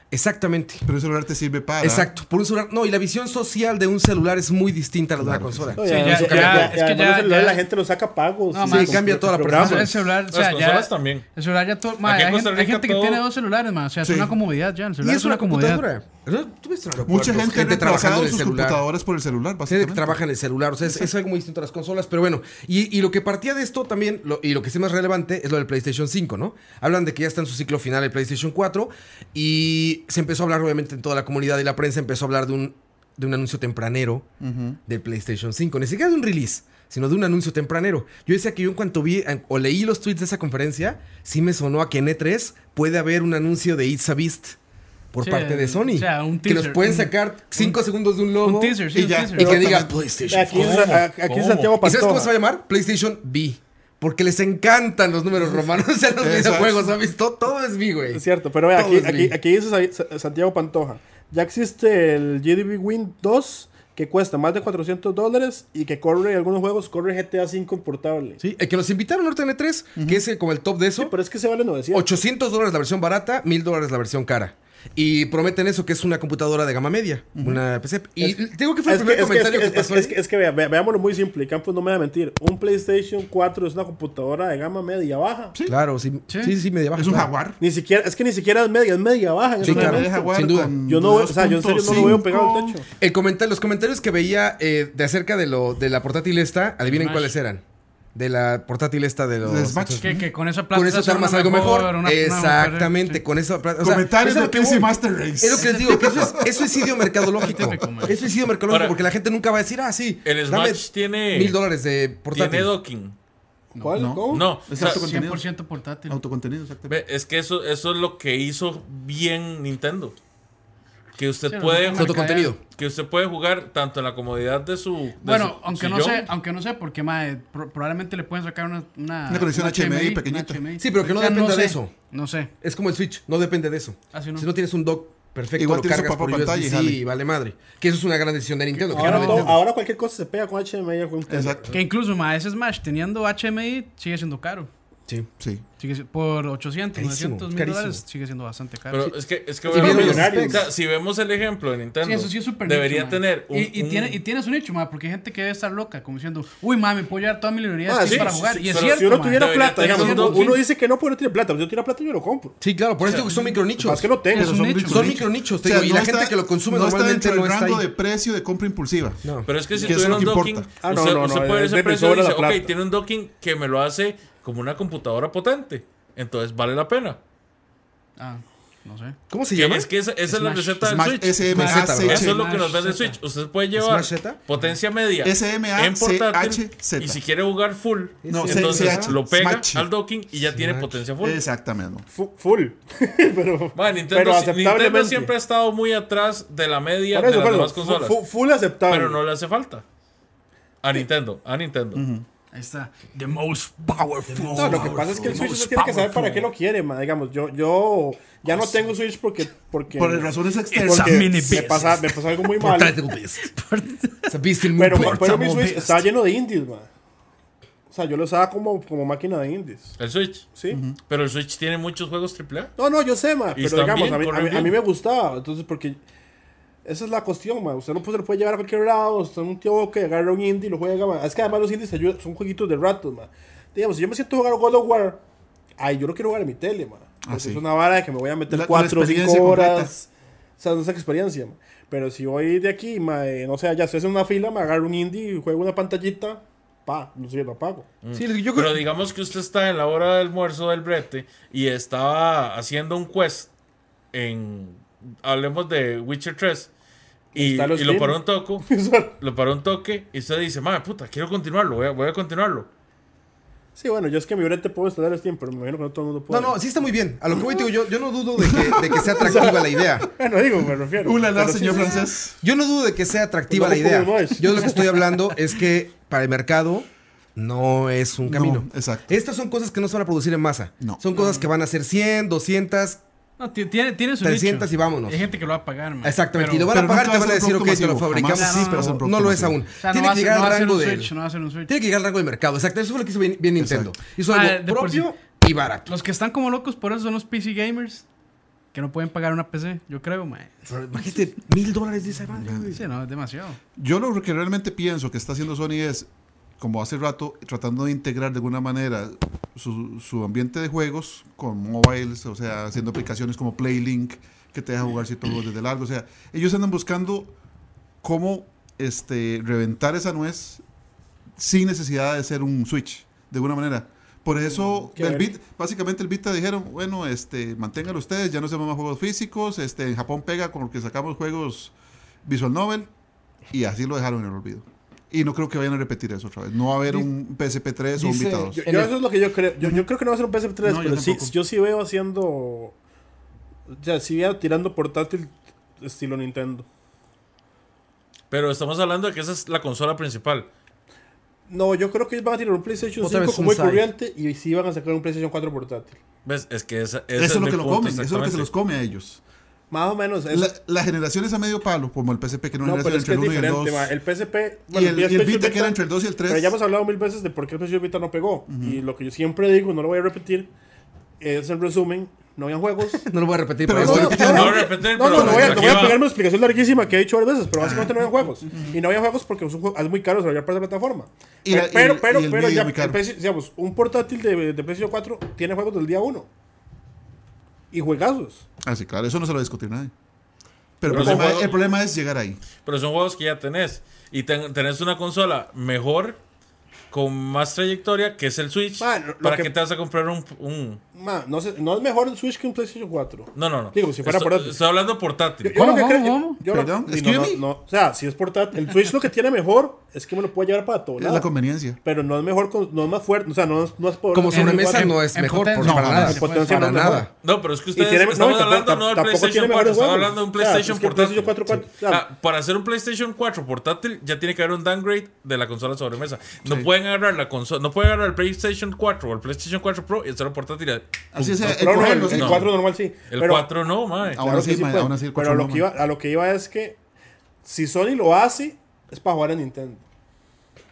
S1: Exactamente.
S3: Pero el celular te sirve para.
S1: Exacto, por un celular. No, y la visión social de un celular es muy distinta a la de una consola.
S5: No,
S2: Sí, ya-
S5: eso
S2: ya-
S5: cambió.
S2: es que
S5: además
S2: ya-
S5: los celulares
S2: ya-
S5: la gente lo saca pagos.
S2: No,
S5: y
S2: ma,
S5: los-
S1: sí, cambia
S5: los
S1: toda la
S5: programas.
S1: persona.
S2: el celular, o
S4: Las
S2: sea, ya.
S4: consolas también.
S2: El celular ya todo. ma,
S4: Aquí en
S2: hay,
S4: Costa
S2: gente, hay
S4: Rica
S2: gente que
S4: todo-
S2: tiene dos celulares, man. O sea,
S3: Sí.
S2: es una comodidad ya. El
S1: Y
S2: celular
S1: es una
S2: comodidad.
S1: computadora. ¿Tú viste en aeropuertos?
S3: Mucha gente, ha trabajando
S1: trabajando
S3: en sus computadoras por el celular,
S1: Gente que
S3: básicamente.
S1: trabaja en el celular, o sea, es, es algo muy distinto a las consolas, pero bueno, y, y lo que partía de esto también, lo- y lo que sí es más relevante, es lo del PlayStation 5, ¿no? Hablan de que ya está en su ciclo final el PlayStation 4, y se empezó a hablar, obviamente, en toda la comunidad y la prensa empezó a hablar de un, de un anuncio tempranero
S3: Ujú.
S1: del PlayStation 5, ni siquiera de un release, sino de un anuncio tempranero. Yo decía que yo en cuanto vi en- o leí los tweets de esa conferencia, sí me sonó a que en E3 puede haber un anuncio de It's a Beast por
S2: Sí,
S1: parte de Sony,
S2: o sea, un
S1: que nos
S2: teaser,
S1: pueden
S2: un-
S1: sacar 5 segundos de un logo
S2: Un teaser, sí,
S3: Y
S2: un
S3: ya.
S2: teaser.
S1: y que diga
S3: Exactamente.
S1: PlayStation.
S5: Aquí,
S4: ¿Cómo?
S5: es- a- aquí
S4: ¿Cómo?
S5: es Santiago
S1: ¿Y sabes cómo se va a
S5: Pantoja.
S1: llamar? PlayStation B. Porque les encantan los números romanos en los
S3: Exacto.
S1: videojuegos, ¿sabes? Todo, todo es B, güey.
S5: Es cierto, pero vea,
S1: Todo
S5: aquí,
S1: es
S5: aquí,
S1: B.
S5: aquí dice Sa- Santiago Pantoja. Ya existe el GDB Win 2 que cuesta más de 400 dólares y que corre algunos juegos, corre GTA 5 en portable.
S1: Sí, el que nos invitaron ahorita en E3, que es eh, como el top de eso.
S5: Sí, pero es que se vale 900.
S1: 800 dólares la versión barata, 1000 dólares la versión cara. Y prometen eso, que es una computadora de gama media, una PC. Y te digo que fue el
S5: Es
S1: primer
S5: que, es que- es que-
S1: comentario que,
S5: es-
S1: pasó.
S5: es
S1: ahí.
S5: que- es que vea, vea- veámoslo muy simple, y Campos no me va a mentir. Un PlayStation 4 es una computadora de gama media baja.
S1: Claro, sí, sí,
S2: Sí.
S1: sí, media baja.
S3: Es un
S1: claro.
S3: jaguar.
S5: Ni siquiera, es que ni siquiera es media, es media baja. en
S1: Sí,
S5: ese
S1: claro.
S5: momento.
S3: Jaguar
S1: sin duda.
S3: con
S5: Yo no veo, o sea, yo en serio no lo veo pegado al
S3: 2.5.
S5: techo.
S1: El comenta- los comentarios que veía eh, de acerca de lo de la portátil esta, adivinen
S2: Smash.
S1: cuáles eran. De la portátil esta de los...
S3: De Smash.
S2: Que, que con esa plata.
S1: con eso te
S2: haces
S1: armas
S2: una
S1: algo mejor.
S2: una- una
S1: Exactamente,
S2: mujer,
S1: con eso. plata- o sea,
S3: Comentarios
S1: es a
S3: de
S1: lo que
S3: PC
S1: voy.
S3: Master Race.
S1: Es lo que les digo, que eso es, eso es idio mercadológico.
S2: Típico, man.
S1: Eso es idio mercadológico
S4: Ahora,
S1: porque la gente nunca va a decir, ah, sí,
S4: El
S1: dame
S4: Smash tiene.
S1: mil dólares de
S4: Tiene
S1: portátil.
S4: docking.
S5: ¿Cuál?
S3: no.
S5: ¿Cómo?
S4: No, o
S3: Es
S4: sea,
S2: sí.
S3: autocontenido.
S2: 100% portátil.
S3: Autocontenido, exactamente.
S4: ve, es que eso, eso es lo que hizo bien Nintendo. Que usted
S2: Sí,
S4: puede
S2: no,
S1: Su autocontenido.
S4: que usted puede jugar tanto en la comodidad de su de
S2: Bueno,
S4: su
S2: aunque no,
S4: sillón.
S2: sé, aunque no sé por qué, mae, pro- probablemente le pueden sacar una... Una,
S3: Una conexión HMI pequeñita.
S1: Sí, pero que no dependa de
S2: sé,
S1: eso.
S2: No sé.
S1: Es como el Switch, no depende de eso.
S2: Ah, sí, no.
S1: Si no tienes un dock perfecto,
S3: Igual
S1: lo
S3: tiene su
S1: cargas
S3: papá
S1: por USB,
S3: pantalla y
S1: sí,
S3: jale.
S1: vale madre. Que eso es una gran decisión de Nintendo. que
S5: Ahora,
S1: no
S5: todo-
S1: vendió.
S5: ahora cualquier cosa se pega con HDMI. Con
S3: Exacto.
S2: Que incluso, mae, ese Smash teniendo HMI sigue siendo caro.
S1: Sí.
S3: Sí.
S2: Sigue, si- por 800,
S1: Carísimo,
S2: 900 mil
S1: carísimo.
S2: dólares sigue siendo bastante caro.
S4: Pero
S2: Sí.
S4: es que, es
S1: Sí,
S4: que bueno,
S1: vieron
S4: amigos,
S5: millonarios.
S4: o sea, si vemos el ejemplo de Nintendo,
S2: Sí, eso sí es súper nicho,
S4: debería
S2: mae.
S4: tener un,
S2: y, y
S4: un-
S2: tiene, y tiene su nicho, mae, porque hay gente que debe estar loca, como diciendo, uy, mae, me puedo llevar toda mi librería
S5: Ah,
S2: de Steam
S5: sí,
S2: para
S5: sí,
S2: jugar.
S4: sí,
S2: y es
S4: pero
S2: cierto,
S5: Si uno
S2: mae.
S5: tuviera
S4: Debería
S5: plata,
S4: tener
S5: digamos,
S4: un
S5: uno,
S4: docking.
S5: uno dice que no, porque no tiene plata. Pero yo tuviera plata, yo lo compro.
S1: Sí, claro, por eso digo que son micronichos.
S5: Más que no tengo.
S2: Es un
S3: son
S2: nicho.
S1: Son
S3: micronichos.
S1: micronichos, te
S3: O sea,
S1: digo, y
S3: no
S1: la
S3: está-
S1: gente que lo consume
S3: no
S1: normalmente
S3: está dentro
S1: no
S3: del
S1: está
S3: rango
S1: ahí.
S3: de precio de compra impulsiva.
S1: No.
S4: Pero es que si
S3: Que eso es
S4: tuviera
S3: lo
S4: un
S3: que
S4: docking,
S3: importa.
S5: Ah, no,
S4: usted,
S5: no,
S4: usted
S5: no,
S4: puede
S5: es
S4: irse
S5: de
S4: a precio
S5: sobra
S4: y dice,
S5: la plata.
S4: ok, tiene un docking que me lo hace como una computadora potente. Entonces vale la pena.
S2: Ah, no sé.
S1: ¿Cómo se
S4: Que
S1: llama?
S4: es que esa, esa es la
S2: Smash.
S4: receta del
S3: Smash
S4: Switch.
S1: Smash.
S4: Eso es
S3: SMACH.
S4: lo que nos vende el
S2: Smash
S4: Switch. Usted puede llevar
S1: ¿Smash Z?
S4: potencia media
S3: SMACH.
S4: en portátil y si quiere jugar full,
S1: No,
S4: entonces
S1: SMACH.
S4: lo pega
S3: Smash.
S4: al docking y ya tiene
S1: Smash.
S4: potencia full.
S3: Exactamente.
S5: Fu- Full.
S4: Bueno,
S5: pero,
S4: Nintendo,
S5: pero
S4: Nintendo
S5: aceptablemente.
S4: siempre ha estado muy atrás de la media
S5: Por
S4: de
S5: eso,
S4: las
S5: pero,
S4: demás
S5: fu-
S4: consolas.
S5: fu- full aceptable.
S4: Pero no le hace falta. A Nintendo, a Nintendo.
S2: Ahí está. The most powerful.
S5: No, lo que pasa es que el Switch usted tiene que saber para qué lo quiere, ma. Digamos, yo, yo ya no tengo Switch porque. porque
S3: Por razones externas.
S5: porque
S2: Esa mini
S5: me,
S2: beast.
S5: pasa, me pasa algo muy mal.
S1: It's a beast in
S5: Pero,
S1: moon.
S5: pero mi
S2: Portable
S5: Switch
S2: beast.
S5: estaba lleno de indies, ma. O sea, yo lo usaba como, como máquina de indies.
S4: El Switch.
S5: ¿Sí?
S4: Pero el Switch tiene muchos juegos AAA.
S5: No, no, yo sé, ma.
S4: Y
S5: Pero
S4: están
S5: digamos,
S4: bien,
S5: a, mí, a,
S4: corren
S5: mí, a mí
S4: bien.
S5: me gustaba. Entonces, porque. Esa es la cuestión, ma. Usted no puede, se lo puede llevar a cualquier lado. Usted es un tío que agarra un indie y lo juega, ma. Es que además los indies te ayudan- son jueguitos de ratos, ma. Digamos, si yo me siento a jugar God of War, ay, yo lo quiero jugar en mi tele, ma. Porque
S3: Ah, sí.
S5: Es una vara de que me voy a
S3: La-
S5: meter
S3: la
S5: 4 o 5
S3: experiencia
S5: horas. O sea, no es experiencia, ma. Pero si voy de aquí, ma, eh, no sé, ya estoy en una fila, me agarro un indie y juego una pantallita. pa, no sé, la pago.
S4: Mm.
S1: Sí, yo
S4: Pero
S1: creo.
S4: digamos que usted está en la hora del almuerzo del brete y estaba haciendo un quest en. Hablemos de Witcher 3. Y,
S5: Está los
S4: y lo
S5: Steam.
S4: paró un toco. Lo paró un toque. Y usted dice, madre puta, quiero continuarlo. Voy a, voy a continuarlo.
S5: sí, bueno, yo es que mi brete puedo instalar Steam, pero me imagino que no todo el mundo
S1: No,
S5: puede.
S1: no, sí está muy bien. A lo
S3: Ah.
S1: que voy, te digo, yo, yo no dudo de que, de que sea atractiva la idea.
S5: Bueno, Ah, digo, me refiero.
S3: Ula, la
S5: Pero sí,
S3: señor
S5: sí, sí.
S3: francés.
S1: Yo no dudo de que sea atractiva
S5: No,
S1: la idea.
S5: ¿cómo ves?
S1: Yo de lo que estoy hablando es que para el mercado no es un camino.
S3: No, exacto.
S1: Estas son cosas que no se van a producir en masa.
S3: No.
S1: Son cosas que van a ser 100, 200.
S2: No, ti- tiene, tiene su
S1: 300
S2: nicho.
S1: y vámonos.
S2: Hay gente que lo va a pagar, man.
S1: Exactamente. y lo
S2: Pero-
S1: van a
S3: pero
S1: pagar y te
S3: nunca va
S1: van a
S3: a ser
S1: decir,
S3: un
S1: ok,
S3: producto
S1: te lo
S3: masivo,
S1: fabricamos.
S3: jamás.
S1: sí,
S2: No,
S1: pero
S2: no, no,
S1: no,
S3: no,
S1: lo
S3: no,
S1: es
S3: no,
S1: aún.
S2: O sea,
S1: Tiene
S2: no va a
S1: que
S2: ser-
S1: llegar al
S2: no va a ser
S1: rango
S2: un
S1: de.
S2: Switch, no va a ser un Switch.
S1: Tiene que llegar al rango de mercado. Exacto. Eso fue lo que hizo ben- bien Nintendo.
S3: Exacto.
S1: Hizo
S2: Ah,
S1: algo
S2: de por
S1: propio y barato.
S2: Los que están como locos por eso son los PC gamers. Que no pueden pagar una PC, yo creo, man.
S1: Pero Imagínate mil dólares de esa madre. güey.
S2: Sí, no, es demasiado.
S3: Yo lo que realmente pienso que está haciendo Sony es, como hace rato, tratando de integrar de alguna manera su, su ambiente de juegos con mobiles, o sea, haciendo aplicaciones como PlayLink, que te deja jugar ciertos juegos desde largo. O sea, ellos andan buscando cómo este, reventar esa nuez sin necesidad de ser un Switch, de alguna manera. Por eso,
S5: qué
S3: el
S5: ver.
S3: Vita- básicamente el Vita dijeron, bueno, este, manténgalo ustedes, ya no hacemos más juegos físicos, este, en Japón pega con lo que sacamos juegos Visual Novel, y así lo dejaron en el olvido. Y no creo que vayan a repetir eso otra vez. No va a haber un PSP3 o un
S1: dice-
S3: Vita 2.
S5: Yo,
S1: En
S5: yo
S1: el-
S5: eso es lo que yo creo. Yo, yo creo que no va a ser un PS3,
S3: No, yo
S5: pero sí,
S3: tampoco.
S5: yo sí veo haciendo. O sea, sí veo tirando portátil estilo Nintendo.
S4: Pero estamos hablando de que esa es la consola principal.
S5: No, yo creo que ellos van a tirar un PlayStation
S1: Otra
S5: 5
S1: vez un
S5: como el
S1: side.
S5: corriente y sí van a sacar un PlayStation 4 portátil.
S4: ¿Ves? Es que esa, ese
S3: Eso es lo
S4: mi
S3: que lo
S4: punto,
S3: comen, eso es lo que se
S4: exactamente.
S3: los come a ellos.
S5: Más o menos. es-
S3: La, la generación es a medio palo, como el PSP que no,
S5: no,
S3: era
S5: pero es que
S3: entre
S5: es
S3: el 1 y el
S5: diferente.
S3: 2.
S5: ma. El PSP.
S3: y
S5: bueno,
S3: el, y el
S5: PSP
S3: Vita que era entre el 2 y el 3.
S5: Pero ya hemos hablado mil veces de por qué el PlayStation Vita no pegó. Y lo que yo siempre digo, no lo voy a repetir, es el resumen. No habían juegos.
S1: No lo voy a repetir,
S3: Pero
S1: pero, estoy
S3: no, no,
S1: repitiendo.
S4: No voy a repetir,
S5: No, no,
S4: pero
S5: no voy a, no
S4: aquí
S5: voy a
S4: va.
S5: pegar una explicación larguísima que he dicho varias veces, pero básicamente no había juegos. Y no había juegos porque son juegos- es muy caro desarrollar para esa plataforma.
S3: Y
S5: pero,
S3: la- y-
S5: pero,
S3: y
S5: pero,
S3: el
S5: pero
S3: medio
S5: ya,
S3: es muy caro.
S5: el precio- digamos, un portátil de, de PlayStation 4 tiene juegos del día 1. Y juegazos.
S3: Ah, sí, claro, eso no se lo va a discutir nadie. Pero, el,
S4: Pero
S3: problema,
S4: son juegos-
S3: el problema es llegar ahí.
S4: Pero son juegos que ya tenés. Y ten- tenés una consola mejor, con más trayectoria, que es el Switch.
S5: Ma, lo- lo
S4: ¿Para
S5: que-
S4: qué te vas a comprar un- un
S5: Ma, no, sé, no es mejor el Switch que un PlayStation 4.
S4: No, no, no.
S5: Digo, si fuera
S4: estoy,
S5: portátil.
S4: Estoy hablando portátil.
S5: Yo lo que
S2: ¿Cómo,
S5: creo-
S2: cómo,
S5: yo lo-
S3: cómo? Perdón,
S5: sí, no, no,
S3: excuse me.
S5: no, o sea, si es portátil, el Switch lo que tiene mejor es que me lo puede llevar para todo
S3: Es la
S5: lado.
S3: conveniencia.
S5: Pero no es mejor, con- no es más fuerte, o sea, no es, no es poder-
S1: Como
S5: en-
S1: sobremesa
S5: en-
S1: no es
S2: en
S1: mejor, por-
S2: potencia.
S1: para
S3: No,
S1: nada.
S5: en potencia
S1: Para
S5: no es mejor.
S1: nada.
S4: No, pero es que ustedes
S5: tiene- no,
S4: estamos
S5: y tampoco-
S4: hablando no del
S5: tampoco tiene
S4: PlayStation 4,
S5: mejores
S4: estamos
S5: juegos.
S4: hablando de un
S5: O sea,
S4: PlayStation
S5: es que el
S4: portátil.
S5: PlayStation 4, cuatro-
S4: Sí.
S5: claro.
S4: Ah, para hacer un PlayStation 4 portátil ya tiene que haber un downgrade de la consola sobremesa. No pueden agarrar la consola, no pueden agarrar el PlayStation 4 o el PlayStation 4 Pro y hacerlo portátil. y-
S3: Así es, eh,
S4: Punto.
S3: el
S5: No, no, el,
S3: cogerlos,
S5: el
S3: no.
S5: 4 normal sí.
S4: El
S5: pero-
S4: 4 no, madre.
S3: Aún
S5: claro
S3: así,
S5: que sí
S3: ma-
S5: puede.
S3: aún así el
S5: pero
S3: 4
S5: lo
S3: no,
S5: que iba, a lo que iba es que si Sony lo hace, es para jugar a Nintendo.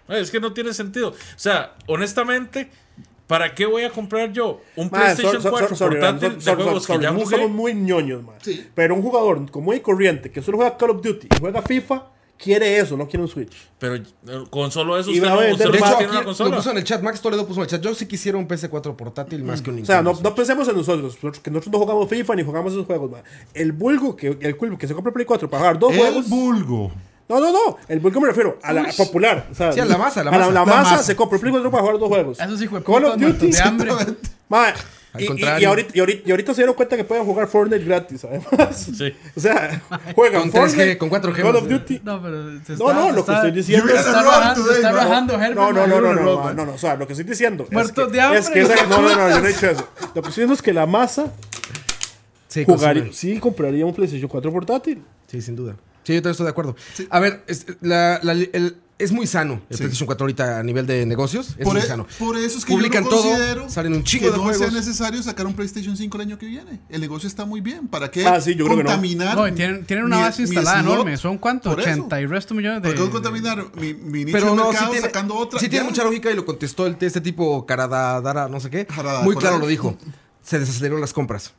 S4: Ay, Es que no tiene sentido. O sea, honestamente, ¿para qué voy a comprar yo un
S5: Ma,
S4: PlayStation
S5: so- so-
S4: 4
S5: so- sorry,
S4: portátil
S5: man,
S4: de
S5: so- so-
S4: juegos
S5: sorry,
S4: que ya
S5: nosotros
S4: jugué?
S5: somos muy ñoños, man. Pero un jugador como muy corriente que solo juega Call of Duty y juega FIFA, quiere eso, no quiere un Switch.
S4: Pero eh, con solo eso
S5: Y
S4: usted
S5: va a
S4: no
S5: vender
S4: usted
S1: De
S4: no
S5: más.
S1: hecho,
S4: tiene
S1: aquí
S4: una
S1: lo
S4: consola.
S1: puso en el chat. Max Toledo puso en el chat. Yo sí quisiera un PS4
S3: Mm.
S1: portátil más que un
S5: O sea,
S1: Nintendo.
S5: no, no pensemos en nosotros, porque nosotros no jugamos FIFA ni jugamos esos juegos, man. El vulgo que, el culpo que se compra el Play 4 para jugar dos
S3: El
S5: juegos.
S3: vulgo.
S5: No, no, no. El vulgo me refiero a la popular. O sea,
S1: Sí, a la masa, a la
S5: a
S1: masa.
S5: la
S1: La
S5: masa
S3: masa.
S5: se compra el Play 4 para jugar dos juegos.
S2: Eso sí, fue
S5: Call
S2: puta,
S5: of Duty.
S2: de hambre.
S5: Mae,
S1: Al
S5: y, y-
S1: contrario.
S5: y ahorita, y ahorita- y ahorita se dieron cuenta que pueden jugar Fortnite gratis, además.
S4: Sí.
S5: O sea, juegan
S1: Con 3G,
S5: Fortnite,
S1: con 4G,
S5: Call of
S1: no sé.
S5: Duty.
S2: No, pero. se
S5: No, no, lo que
S2: se
S5: estoy diciendo
S2: se
S5: es-
S2: Está rajando, se está rajando, Herbert.
S5: No, no,
S2: man.
S5: no, no, no,
S3: Bruno
S5: no,
S3: Rothman.
S5: no, no, o sea, lo que estoy diciendo es
S2: Muertos
S5: que,
S2: de hambre.
S5: es que esa- no, no, no, yo no he dicho eso. Lo que estoy diciendo es que la masa
S1: Sí,
S5: jugaría,
S1: consume.
S5: sí compraría un PlayStation 4 portátil.
S1: Sí, sin duda. Sí, yo también estoy de acuerdo. A ver, es, la- la- el- es muy sano el
S3: Sí.
S1: PlayStation 4 ahorita a nivel de negocios. Es
S3: Por,
S1: muy
S3: e-
S1: sano.
S3: por eso es que
S1: Publican
S3: yo no
S1: todo,
S3: considero
S1: salen un chingo
S3: que
S1: de
S3: no sea
S1: juegos.
S3: necesario sacar un PlayStation 5 el año que viene. El negocio está muy bien. ¿Para qué
S5: Ah, sí, yo creo que no.
S3: contaminar?
S2: No, y tienen, tienen una
S3: mi-
S2: base
S3: mi
S2: instalada
S3: slot?
S2: enorme. ¿Son cuántos?
S3: Por eso.
S2: 80 y resto millones de.
S3: ¿Por qué contaminar mi, mi nicho
S1: Pero
S3: de
S1: no, sí
S3: mercado
S1: tiene,
S3: sacando otra?
S1: sí tiene
S3: Ya.
S1: mucha lógica y lo contestó el, este tipo Caradadara, no sé qué.
S3: Jarada,
S1: muy
S3: por
S1: claro
S3: ahí.
S1: lo dijo. Se desaceleraron las compras.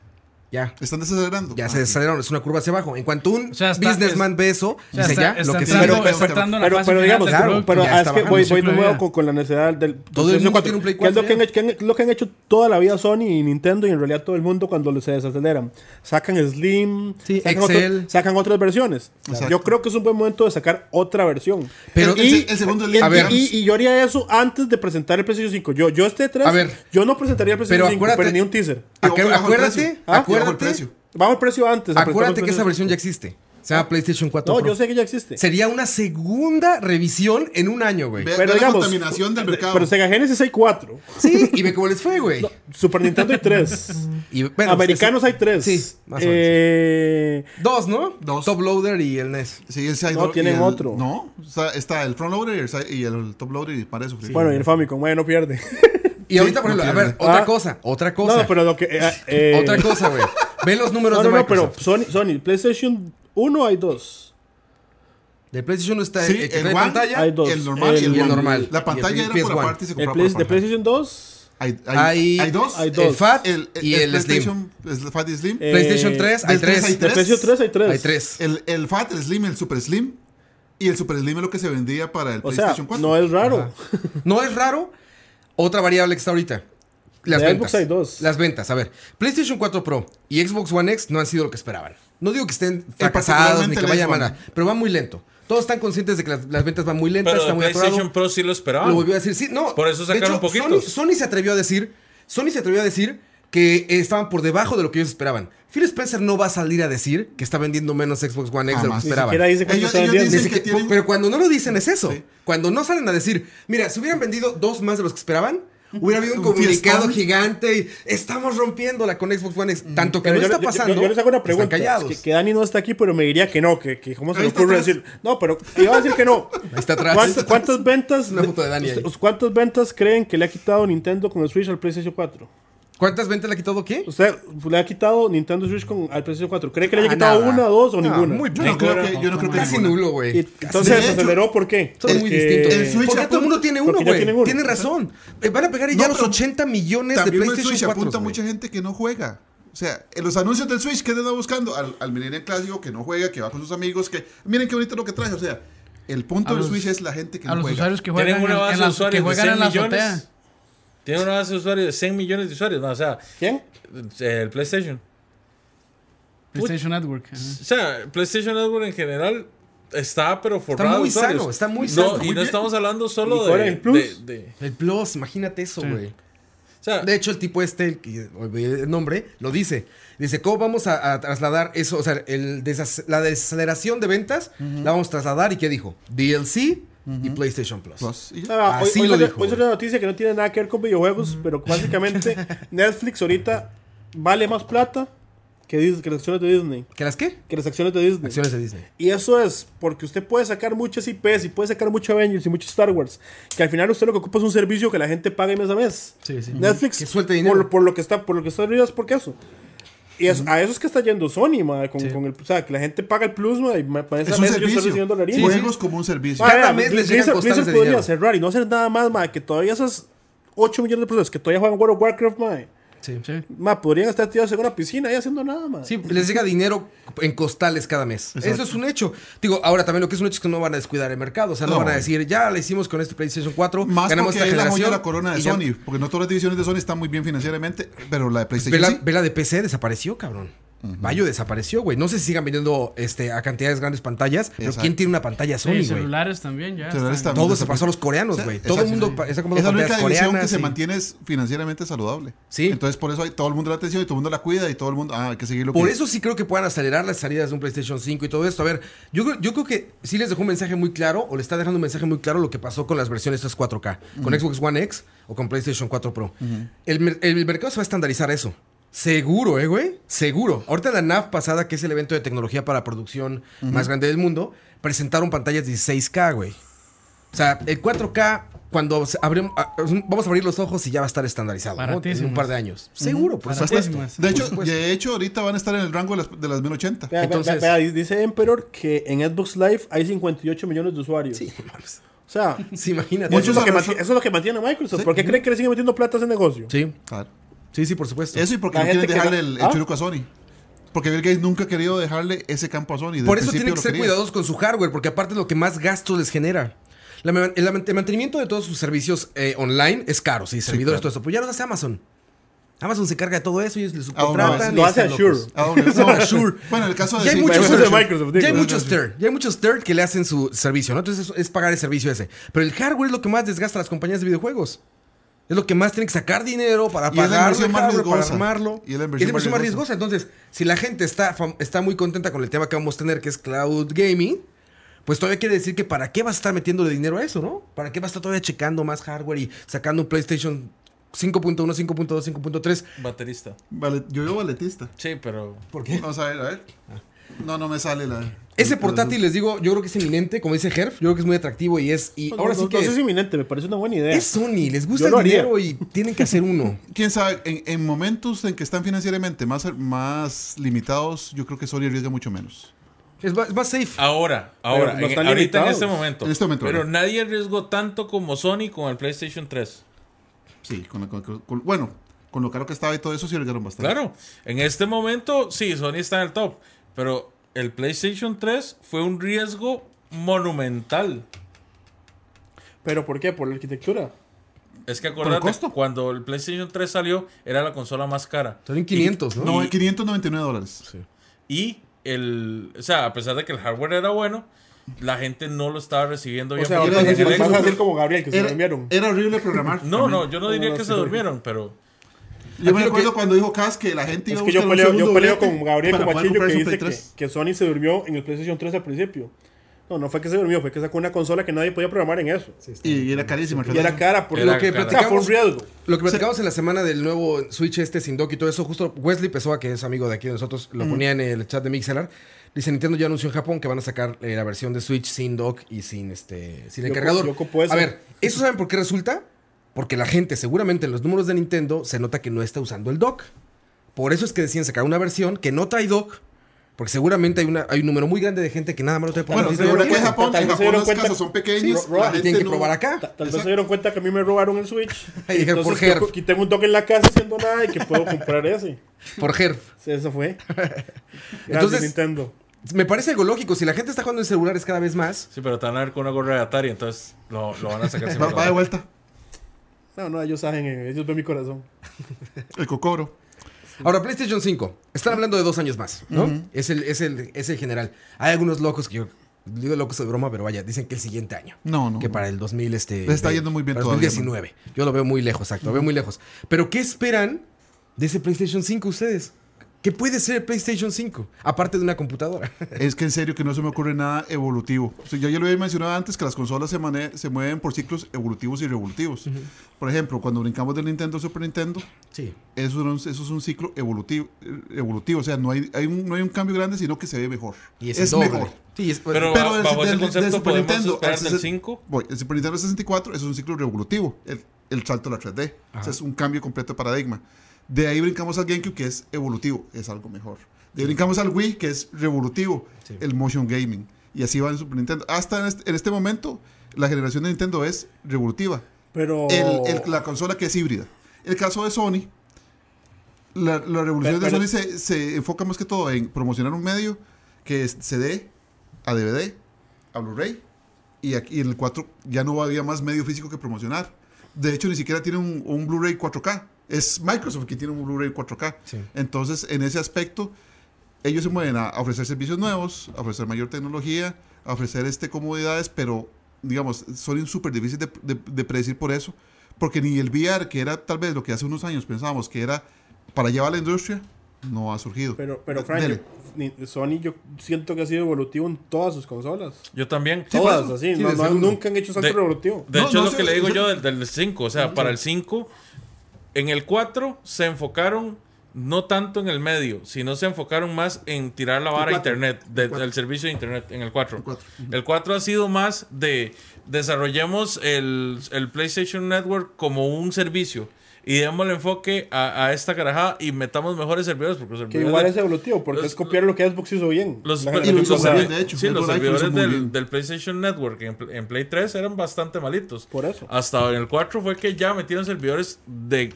S1: Ya.
S3: Están desacelerando.
S1: Ya
S3: Ah,
S1: se
S3: sí.
S1: desaceleraron, es una curva hacia abajo. En cuanto un
S2: O sea, está-
S1: businessman ve eso,
S2: O sea,
S1: dice
S2: está,
S1: ya,
S2: está
S1: lo que
S2: entrando,
S1: sigue.
S3: pero-
S2: está entrando en la
S5: Pero,
S2: fase
S5: pero
S2: final
S5: digamos,
S2: del
S1: claro,
S5: pero-
S2: producto.
S5: pero
S1: ya
S5: ah, es
S1: está
S5: que
S1: bajando
S5: voy,
S2: el
S5: voy
S2: ciclo
S5: de
S2: de
S5: nuevo
S2: vida.
S5: con, con la necesidad del
S1: Todo
S5: del
S1: el mundo tiene un Play
S5: que es lo que, han,
S1: 4
S5: hecho- que han- lo que han hecho toda la vida Sony y Nintendo y en realidad todo el mundo cuando se desaceleran. Sacan Slim,
S1: Sí,
S5: sacan,
S1: Excel.
S5: otro- sacan otras versiones.
S3: Exacto.
S5: Yo creo que es un buen momento de sacar otra versión.
S1: Pero-
S5: y,
S3: el, se- el segundo es
S5: y-
S1: A ver.
S3: digamos.
S5: y- y yo haría eso antes de presentar el PlayStation 5. Yo, yo este 3,
S1: A ver.
S5: yo no presentaría el PlayStation
S1: Pero
S5: 5,
S1: acuérdate-
S5: pero ni un teaser.
S1: Acu-
S3: Bajo el
S1: Acuérdate,
S3: precio. Ah, bajo el
S1: acuérdate,
S3: precio.
S5: Vamos el precio antes. de presentar
S1: acuérdate
S5: el
S1: que esa versión
S5: PlayStation
S1: ya existe. Se llama PlayStation 4
S5: No,
S1: Pro.
S5: yo sé que ya existe.
S1: Sería una segunda revisión en un año, güey.
S3: Ve-
S5: pero
S3: ve la
S5: digamos,
S3: contaminación del
S5: de-
S3: mercado.
S5: Pero Sega Genesis hay 4,
S1: Sí, y ve cómo les fue, güey.
S5: Super Nintendo hay 3.
S1: Y, bueno, pues,
S5: Americanos hay 3.
S1: Sí, más o menos.
S5: eh,
S1: es- Dos, ¿no?
S3: Dos.
S1: Top Loader y el E NES.
S3: Sí, el side
S5: No,
S3: load y
S5: tienen
S3: el-
S5: otro.
S3: No, está, está el front loader y el, side- y el top loader y para eso. creo.
S5: Bueno, y el Famicom, bueno, no pierde.
S1: Y ahorita, por
S3: no
S1: ejemplo, a
S3: pierde.
S1: ver, otra
S5: Ah.
S1: cosa, otra cosa.
S5: No, pero lo que. eh, eh,
S1: Otra cosa, güey. Ve los números
S5: No, no,
S1: de
S5: no, pero
S1: Microsoft.
S5: Sony, Sony, PlayStation 1 hay 2.
S1: De PlayStation no está
S3: Sí,
S1: el, que
S3: el
S1: trae
S3: One,
S1: pantalla.
S5: hay dos.
S3: el normal y
S5: El-
S3: el,
S1: y el
S3: one.
S1: normal. Y el
S3: La pantalla era por
S1: PS1.
S3: aparte y se
S5: El
S3: compraba
S5: Play-
S3: por
S5: de
S3: aparte.
S5: PlayStation 2.
S3: Hay,
S1: hay,
S3: hay, hay dos.
S5: hay
S1: El
S5: dos.
S1: Fat
S3: El, el-
S1: y el, Slim.
S3: el PlayStation el Fat y Slim.
S5: Eh,
S1: PlayStation 3, hay
S3: del tres hay
S1: tres.
S5: De PlayStation 3 hay 3.
S1: Hay tres.
S3: el, el Fat, el Slim, el Super Slim. Y el Super Slim es lo que se vendía para el
S5: O sea,
S3: PlayStation 4.
S5: no es raro.
S1: No es raro. Otra variable que está ahorita. Las
S5: De Xbox
S1: ventas.
S5: hay dos.
S1: Las ventas. A ver, PlayStation 4 Pro y Xbox One X no han sido lo que esperaban. No digo que estén fracasados ni
S3: particularmente
S1: que
S3: el
S1: vayan
S3: Xbox.
S1: mal, pero va muy lento. Todos están conscientes de que las, las ventas van muy lentas,
S4: Pero
S1: está
S4: de
S1: muy
S4: PlayStation
S1: atorado.
S4: Pro sí lo esperaban.
S1: Lo volvió a decir, sí, no.
S4: Por eso
S1: de
S4: sacaron
S1: hecho,
S4: poquitos.
S1: Sony, Sony se atrevió a decir, Sony se atrevió a decir que eh, estaban por debajo de lo que ellos esperaban. Phil Spencer no va a salir a decir que está vendiendo menos Xbox One X de lo que
S3: Jamás. Ni
S1: esperaban.
S5: Siquiera dice cuánto
S3: Ellos-
S5: está
S3: ellos
S5: vendiendo.
S3: dicen
S1: Ni
S3: que
S1: siquiera-
S3: tienen-
S1: Pero cuando no lo dicen es eso.
S3: Sí.
S1: Cuando no salen a decir, mira, si hubieran vendido dos más de los que esperaban, hubiera habido un
S3: Un
S1: comunicado
S3: fiestón.
S1: gigante y estamos rompiéndola con Xbox One X. Tanto que
S5: Pero
S1: no
S5: yo-
S1: está
S5: yo- yo-
S1: pasando.
S5: Yo, les hago una pregunta.
S1: Están callados.
S5: Que, que Dani no está aquí, pero me diría que no. Que, que ¿Cómo se
S3: Ahí
S5: le
S3: está
S5: ocurre
S3: atrás.
S5: decir? No, pero iba a decir que no.
S1: está atrás.
S5: ¿Cuántas, cuántas ventas?
S1: Una foto de Dani ahí.
S5: ustedes- ¿Cuántas ventas creen que le ha quitado Nintendo con el Switch al PlayStation 4?
S1: ¿Cuántas ventas le ha quitado qué?
S5: ¿Usted le ha quitado Nintendo Switch con, al PlayStation 4? ¿Cree que le haya
S1: Ah,
S5: quitado
S1: nada.
S5: una, dos o
S1: No,
S5: ninguna?
S1: muy
S3: yo no creo que, yo no creo que
S1: Casi
S3: ninguna.
S1: nulo, güey.
S5: Y- Entonces
S3: De hecho,
S5: aceleró, ¿por qué?
S1: Son muy
S5: Porque-
S1: distintos.
S3: el Switch
S1: Porque todo el
S3: apunta-
S1: mundo tiene uno,
S5: porque ya tienen
S1: güey.
S5: uno.
S1: Tiene razón. Eh, Van a pegar y
S3: No,
S1: ya los
S3: pero
S1: 80 millones de
S3: También el
S1: PlayStation
S3: Switch
S1: 4.
S3: apunta a mucha gente que no juega. O sea, en los anuncios del Switch, ¿qué te anda buscando? Al, al Millennial Clásico que no juega, que va con sus amigos, que miren qué bonito lo que trae. O sea, el punto
S2: A
S3: del
S2: los-
S3: Switch es la gente que
S2: A
S3: no
S2: los
S3: juega.
S2: usuarios que juegan
S4: Tienen
S2: en,
S4: una base
S2: en
S4: de
S2: la, que
S4: usuarios de
S2: juegan
S4: 100
S2: en la
S4: millones.
S2: azotea.
S4: Tienen una base de usuarios de 100 millones de usuarios. No, o sea,
S5: ¿Quién?
S4: el PlayStation.
S2: PlayStation Network. ajá.
S4: O sea, PlayStation Network en general está pero forrado
S1: muy
S4: de usuarios.
S1: sano, está muy
S4: No,
S1: sano, muy
S4: Y no
S1: bien.
S4: estamos hablando
S5: ¿Y
S4: solo
S5: cuál
S4: de,
S5: es el plus?
S4: de- de-
S1: El Plus, imagínate eso,
S2: Sí.
S1: güey.
S4: O sea,
S1: De hecho, el tipo este, el, que- olvidé el nombre, lo dice. Dice, ¿cómo vamos a, a trasladar eso? O sea, el desac- la desaceleración de ventas la vamos a trasladar. ¿Y qué dijo? DLC y PlayStation Plus.
S3: Plus, Pues, y ya.
S5: Ah, hoy,
S1: Así
S5: hoy
S1: lo
S5: salió-
S1: dijo,
S5: hoy salió
S1: güey.
S5: una noticia que no tiene nada que ver con videojuegos, pero básicamente Netflix ahorita vale más plata que, Dis- que las acciones de Disney.
S1: ¿Qué las qué?
S5: Que las acciones de Disney.
S1: Acciones de Disney.
S5: Y eso es porque usted puede sacar muchas IPs y puede sacar mucho Avengers y mucho Star Wars. Que al final usted lo que ocupa es un servicio que la gente pague mes a mes.
S1: Sí, sí.
S5: Netflix,
S1: Que suelte dinero.
S5: por, lo- por lo que está, por lo que está arriba es porque eso. Y eso- a eso es que está yendo Sony, madre, con, con el, o sea, que la gente paga el plus, madre, y ma- para esa
S3: Es un
S5: mes yo estoy
S3: servicio.
S5: recibiendo la harina.
S3: Juegos como un servicio.
S1: Cada
S5: Madre,
S1: mes les llegan
S5: Blizzard,
S1: costales
S5: Blizzard
S1: de
S5: podría
S1: dinero.
S5: cerrar y no hacer nada más, madre, que todavía esas 8 millones de personas que todavía juegan World of Warcraft, madre,
S1: Sí.
S2: Sí.
S5: madre, podrían estar tirados en una piscina y haciendo nada, madre.
S1: Sí, les llega dinero en costales cada mes. Eso es un hecho. Digo, ahora también lo que es un hecho es que no van a descuidar el mercado. O sea, no,
S3: No.
S1: van a decir, ya le hicimos con este PlayStation 4,
S3: Más
S1: ganamos esta
S3: porque es la joya de
S1: generación.
S3: la corona de
S1: y ya-
S3: Sony. Porque no todas las divisiones de Sony están muy bien financieramente, pero la de PlayStation
S1: Vela,
S3: sí.
S1: vela de PC desapareció, cabrón. Bayo desapareció, güey. No sé si sigan vendiendo este, a cantidades grandes pantallas, pero
S3: Exacto.
S1: ¿quién tiene una pantalla
S2: Sí,
S1: Sony, güey?
S2: celulares también, ya.
S3: Celulares
S2: están-
S1: Todo se
S3: Desapareció.
S1: pasó a los coreanos,
S3: Sí,
S1: güey. Todo el
S3: exacto,
S1: mundo
S3: sí.
S1: pa- está
S3: Es
S1: comprando
S3: la única
S1: pantallas
S3: división que
S1: coreanas.
S3: se
S1: y-
S3: mantiene es financieramente saludable.
S1: Sí.
S3: Entonces, por eso hay, todo el mundo la atención y todo el mundo la cuida y todo el mundo. Ah, hay que seguir lo
S1: Por
S3: que-
S1: eso sí creo que puedan acelerar las salidas de un PlayStation 5 y todo esto. A ver, yo, creo- yo creo que sí les dejó un mensaje muy claro, o le está dejando un mensaje muy claro lo que pasó con las versiones estas 4K, con Xbox One X o con PlayStation 4 Pro. el, mer- el mercado se va a estandarizar eso. Seguro, ¿eh, güey? Seguro. Ahorita la NAV pasada, que es el evento de tecnología para producción más grande del mundo, presentaron pantallas 16K, güey. O sea, el 4K, cuando se- abrem- a- vamos a abrir los ojos y ya va a estar estandarizado ¿no? en un
S2: Baratísimas.
S1: par de años. Seguro, pues, por supuesto.
S2: Baratísimas.
S3: De hecho, de hecho, ahorita van a estar en el rango de las, de las 1080.
S5: Vea, vea,
S1: Entonces-
S5: vea, vea, dice Emperor que en Xbox Live hay 58 millones de usuarios.
S1: Sí, no mames.
S5: O sea,
S1: Sí, imagínate.
S5: eso es, lo que
S3: desarrollo-
S5: manti- eso es lo que mantiene a Microsoft. ¿Por qué creen que le siguen metiendo plata a ese negocio?
S1: Sí,
S3: Claro.
S1: sí, sí, por supuesto.
S3: Eso y porque
S5: La
S3: no quieren
S5: gente que
S3: dejarle
S5: no-
S3: el, el
S5: ¿Ah?
S3: churuco a Sony. Porque Bill Gates nunca ha querido dejarle ese campo a Sony. desde
S1: Por
S3: el
S1: eso tienen
S3: principio
S1: que
S3: lo
S1: ser
S3: quería.
S1: cuidadosos con su hardware, porque aparte es lo que más gastos les genera. La man- el, man- el mantenimiento de todos sus servicios eh, online es caro, sí, servidores,
S3: claro.
S1: todo eso. Pues ya lo hace Amazon. Amazon se carga de todo eso y ellos le
S3: Ah, no,
S1: subcontratan.
S5: Lo
S1: y
S5: hace
S1: están
S5: Azure.
S1: locos.
S3: ¿A dónde? No, sure. Bueno, el caso de
S1: Ya hay
S3: sí,
S1: muchos
S5: pero eso es de
S1: third.
S5: Microsoft, digo.
S1: ya hay
S5: No,
S1: muchos third, ya hay muchos third que le hacen su servicio, ¿no? Entonces es, es pagar el servicio ese. Pero el hardware es lo que más desgasta a las compañías de videojuegos. Es lo que más tienen que sacar dinero para
S3: Y es la
S1: pagar
S3: inversión más
S1: para
S3: riesgosa.
S1: armarlo.
S3: Y es la
S1: más
S3: inversión más
S1: riesgosa. Entonces, si la gente está, fam- está muy contenta con el tema que vamos a tener, que es cloud gaming, pues todavía quiere decir que para qué vas a estar metiéndole dinero a eso, ¿no? ¿Para qué vas a estar todavía checando más hardware y sacando un PlayStation 5.1, 5.2, 5.3?
S4: Baterista.
S3: Vale, yo veo balletista.
S4: Sí, pero.
S1: ¿Por qué?
S3: Vamos a ver, a ver. No, no me sale la.
S1: Ese
S3: la-
S1: portátil, les digo, yo creo que es eminente, como dice Herf, yo creo que es muy atractivo y es. Y ahora sí que.
S5: es inminente, me parece una buena idea.
S1: es Sony, les gusta
S5: Yo lo
S1: el
S5: haría.
S1: dinero y tienen que hacer uno.
S3: Quién sabe, en, en momentos en que están financieramente más, más limitados, yo creo que Sony arriesga mucho menos.
S1: Es más, es más safe.
S4: Ahora, ahora,
S5: Pero no
S4: en-
S5: están
S4: ahorita en
S5: limitados.
S4: este momento.
S3: En este momento,
S4: Pero
S3: ahora.
S4: nadie arriesgó tanto como Sony con el PlayStation 3.
S3: Sí, con, la- con- con- bueno, con lo caro que estaba y todo eso, sí arriesgaron bastante.
S4: Claro, en este momento sí, Sony está en el top, pero el PlayStation 3 fue un riesgo monumental.
S5: ¿Pero por qué? Por la arquitectura.
S4: Es que
S3: el
S4: acordate,
S3: costo?
S4: cuando el PlayStation 3 salió, era la consola más cara.
S1: Son en 500, ¿no?
S3: No, 599 dólares.
S4: Y el, o sea, a pesar de que el hardware era bueno, la gente no lo estaba recibiendo
S5: O
S4: bien.
S5: sea,
S4: porque
S5: vas
S3: ahora
S5: a
S4: tenía
S3: sí
S5: decir,
S3: vas
S4: el
S5: vas
S4: Xbox.
S5: a decir como Gabriel, que se
S3: Era,
S5: lo enviaron.
S3: era horrible programar.
S4: No, no, yo no diría
S5: no,
S4: que
S5: sí,
S4: se
S5: sí.
S4: durmieron, pero
S3: Yo
S1: Aquí
S3: me
S1: lo
S3: acuerdo
S1: que-
S3: cuando dijo Cas que la gente iba
S5: Es
S3: a
S5: que yo
S3: buscar un
S5: peleo, yo
S3: segundo
S5: peleo
S3: doblete
S5: con Gabriel
S3: para
S5: como
S3: poder
S5: Machillo que
S3: comprarse un
S5: dice
S3: Play
S5: que,
S3: 3.
S5: que Sony se durmió en el PlayStation 3 al principio. No, no fue que se durmió, fue que sacó una consola que nadie podía programar en eso.
S3: Y era carísima.
S5: Y era cara, por
S4: Era
S5: lo que
S4: cara.
S5: platicamos. Fue un riesgo.
S1: Lo que platicamos en la semana del nuevo Switch este sin dock y todo eso, justo Wesley Pessoa, que es amigo de aquí de nosotros, lo ponía en el chat de Mixelar. Dice, Nintendo ya anunció en Japón que van a sacar eh, la versión de Switch sin dock y sin este sin el
S5: Yo co-
S1: cargador.
S5: yo copo eso.
S1: A ver, ¿eso saben por qué resulta? Porque la gente, seguramente en los números de Nintendo, se nota que no está usando el dock. Por eso es que deciden sacar una versión que no trae dock. Porque seguramente hay, una, hay un número muy grande de gente que nada más lo trae por
S3: Bueno,
S1: el
S3: se
S1: video.
S3: que en
S5: Tal-
S3: Japón,
S5: tal
S3: en
S5: vez
S3: Japón
S5: se dieron
S3: las
S5: cuenta-
S3: casas son pequeñas.
S1: Ro-
S3: la
S1: Ro- tienen
S3: gente
S1: que
S3: no-
S1: probar
S5: Ta-
S1: acá.
S5: Tal vez se dieron cuenta que a mí me robaron el Switch.
S1: Y dije,
S5: Entonces,
S1: por Herf.
S5: yo quité un toque en la casa haciendo nada y que puedo comprar ese.
S1: Por Herf.
S5: Sí, Eso fue.
S1: Entonces-
S5: Entonces, Nintendo.
S1: Me parece algo lógico. Si la gente está jugando en celulares cada vez más,
S4: sí, pero te van a ver con una gorra de Atari, entonces lo, lo van a sacar sin
S3: Va, va de
S4: problema.
S3: vuelta.
S5: No, no, ellos saben, eh, ellos ven mi corazón.
S3: El cocoro.
S1: Ahora, PlayStation 5. Están hablando de dos años más, ¿no? es, el, es, el, es el general. Hay algunos locos que yo... Digo locos de broma, pero vaya, dicen que el siguiente año.
S3: No, no,
S1: Que
S3: no.
S1: para el 2000, este...
S3: Le está
S1: ve-
S3: yendo muy bien
S1: para el
S3: todavía,
S1: 2019. Yo lo veo muy lejos, exacto. Lo veo muy lejos. Pero, ¿qué esperan de ese PlayStation 5 ustedes? ¿Qué puede ser el PlayStation 5? Aparte de una computadora.
S3: Es que en serio que no se me ocurre nada evolutivo. O sea, yo ya lo había mencionado antes que las consolas se, mane- se mueven por ciclos evolutivos y revolutivos. Por ejemplo, cuando brincamos del Nintendo al Super Nintendo,
S1: Sí.
S3: eso, no- eso es un ciclo evolutivo. eh, evolutivo. O sea, no hay, hay un, no hay un cambio grande, sino que se ve mejor.
S1: Y es,
S3: es
S1: el doble.
S3: mejor.
S1: Sí, es-
S4: Pero,
S3: Pero
S4: ba-
S3: del-
S4: bajo ese
S3: del- del
S4: concepto
S3: Super
S4: podemos
S3: Nintendo
S4: esperar
S3: al
S4: del
S3: 60
S4: 5.
S3: Voy, el Super Nintendo 64 es un ciclo revolutivo. El, el salto a la 3D. O sea, es un cambio completo de paradigma. De ahí brincamos al GameCube, que es evolutivo, es algo mejor. De ahí brincamos al Wii, que es revolutivo, el motion gaming. Y así va el Super Nintendo. Hasta en este, en este momento, la generación de Nintendo es revolutiva.
S5: Pero.
S3: El- el- la consola que es híbrida. El caso de Sony, la, la revolución
S5: Pero-
S3: de Sony se, se enfoca más que todo en promocionar un medio que es CD, a DVD, a Blu-ray, y, aquí- y en el 4 ya no había más medio físico que promocionar. De hecho, ni siquiera tiene un, un Blu-ray 4K. Es Microsoft que tiene un Blu-ray 4K.
S1: Sí.
S3: Entonces, en ese aspecto, ellos se mueven a a ofrecer servicios nuevos, a ofrecer mayor tecnología, a ofrecer este, comodidades, pero digamos, son súper difíciles de, de- de predecir por eso, porque ni el VR, que era tal vez lo que hace unos años pensábamos que era para llevar a la industria, no ha surgido.
S5: Pero, pero Frank,
S3: Dele.
S5: yo- ni- Sony yo siento que ha sido evolutivo en todas sus consolas.
S4: Yo también.
S5: todas,
S3: por eso.
S5: así.
S1: Sí,
S5: no,
S1: de
S5: no han-
S1: seguro.
S5: nunca han hecho salto
S4: De-
S5: revolutivo.
S4: De
S3: No,
S4: hecho,
S3: no,
S4: es lo
S3: sí,
S4: que le
S3: sí,
S4: digo
S3: sí.
S4: yo del, del 5. O sea, para el 5, en el 4 se enfocaron no tanto en el medio, sino se enfocaron más en tirar la vara a
S3: cuatro.
S4: internet, de- del servicio de internet en el 4. El 4 ha sido más de desarrollemos el, el PlayStation Network como un servicio. Y demos el enfoque a, a esta carajada y metamos mejores servidores. Porque los
S5: Que
S4: servidores
S5: igual
S4: de-
S5: es evolutivo, porque
S4: los-
S5: es copiar lo que Xbox hizo bien.
S4: los,
S5: La
S4: los-
S5: generación
S3: y lo hizo
S5: pasada.
S3: muy bien, de hecho.
S4: sí,
S3: El
S4: los
S3: Live lo hizo
S4: servidores
S3: muy
S4: del,
S3: bien.
S4: del PlayStation Network en, en Play 3 eran bastante malitos.
S5: Por eso.
S4: Hasta en el 4 fue que ya metieron servidores de.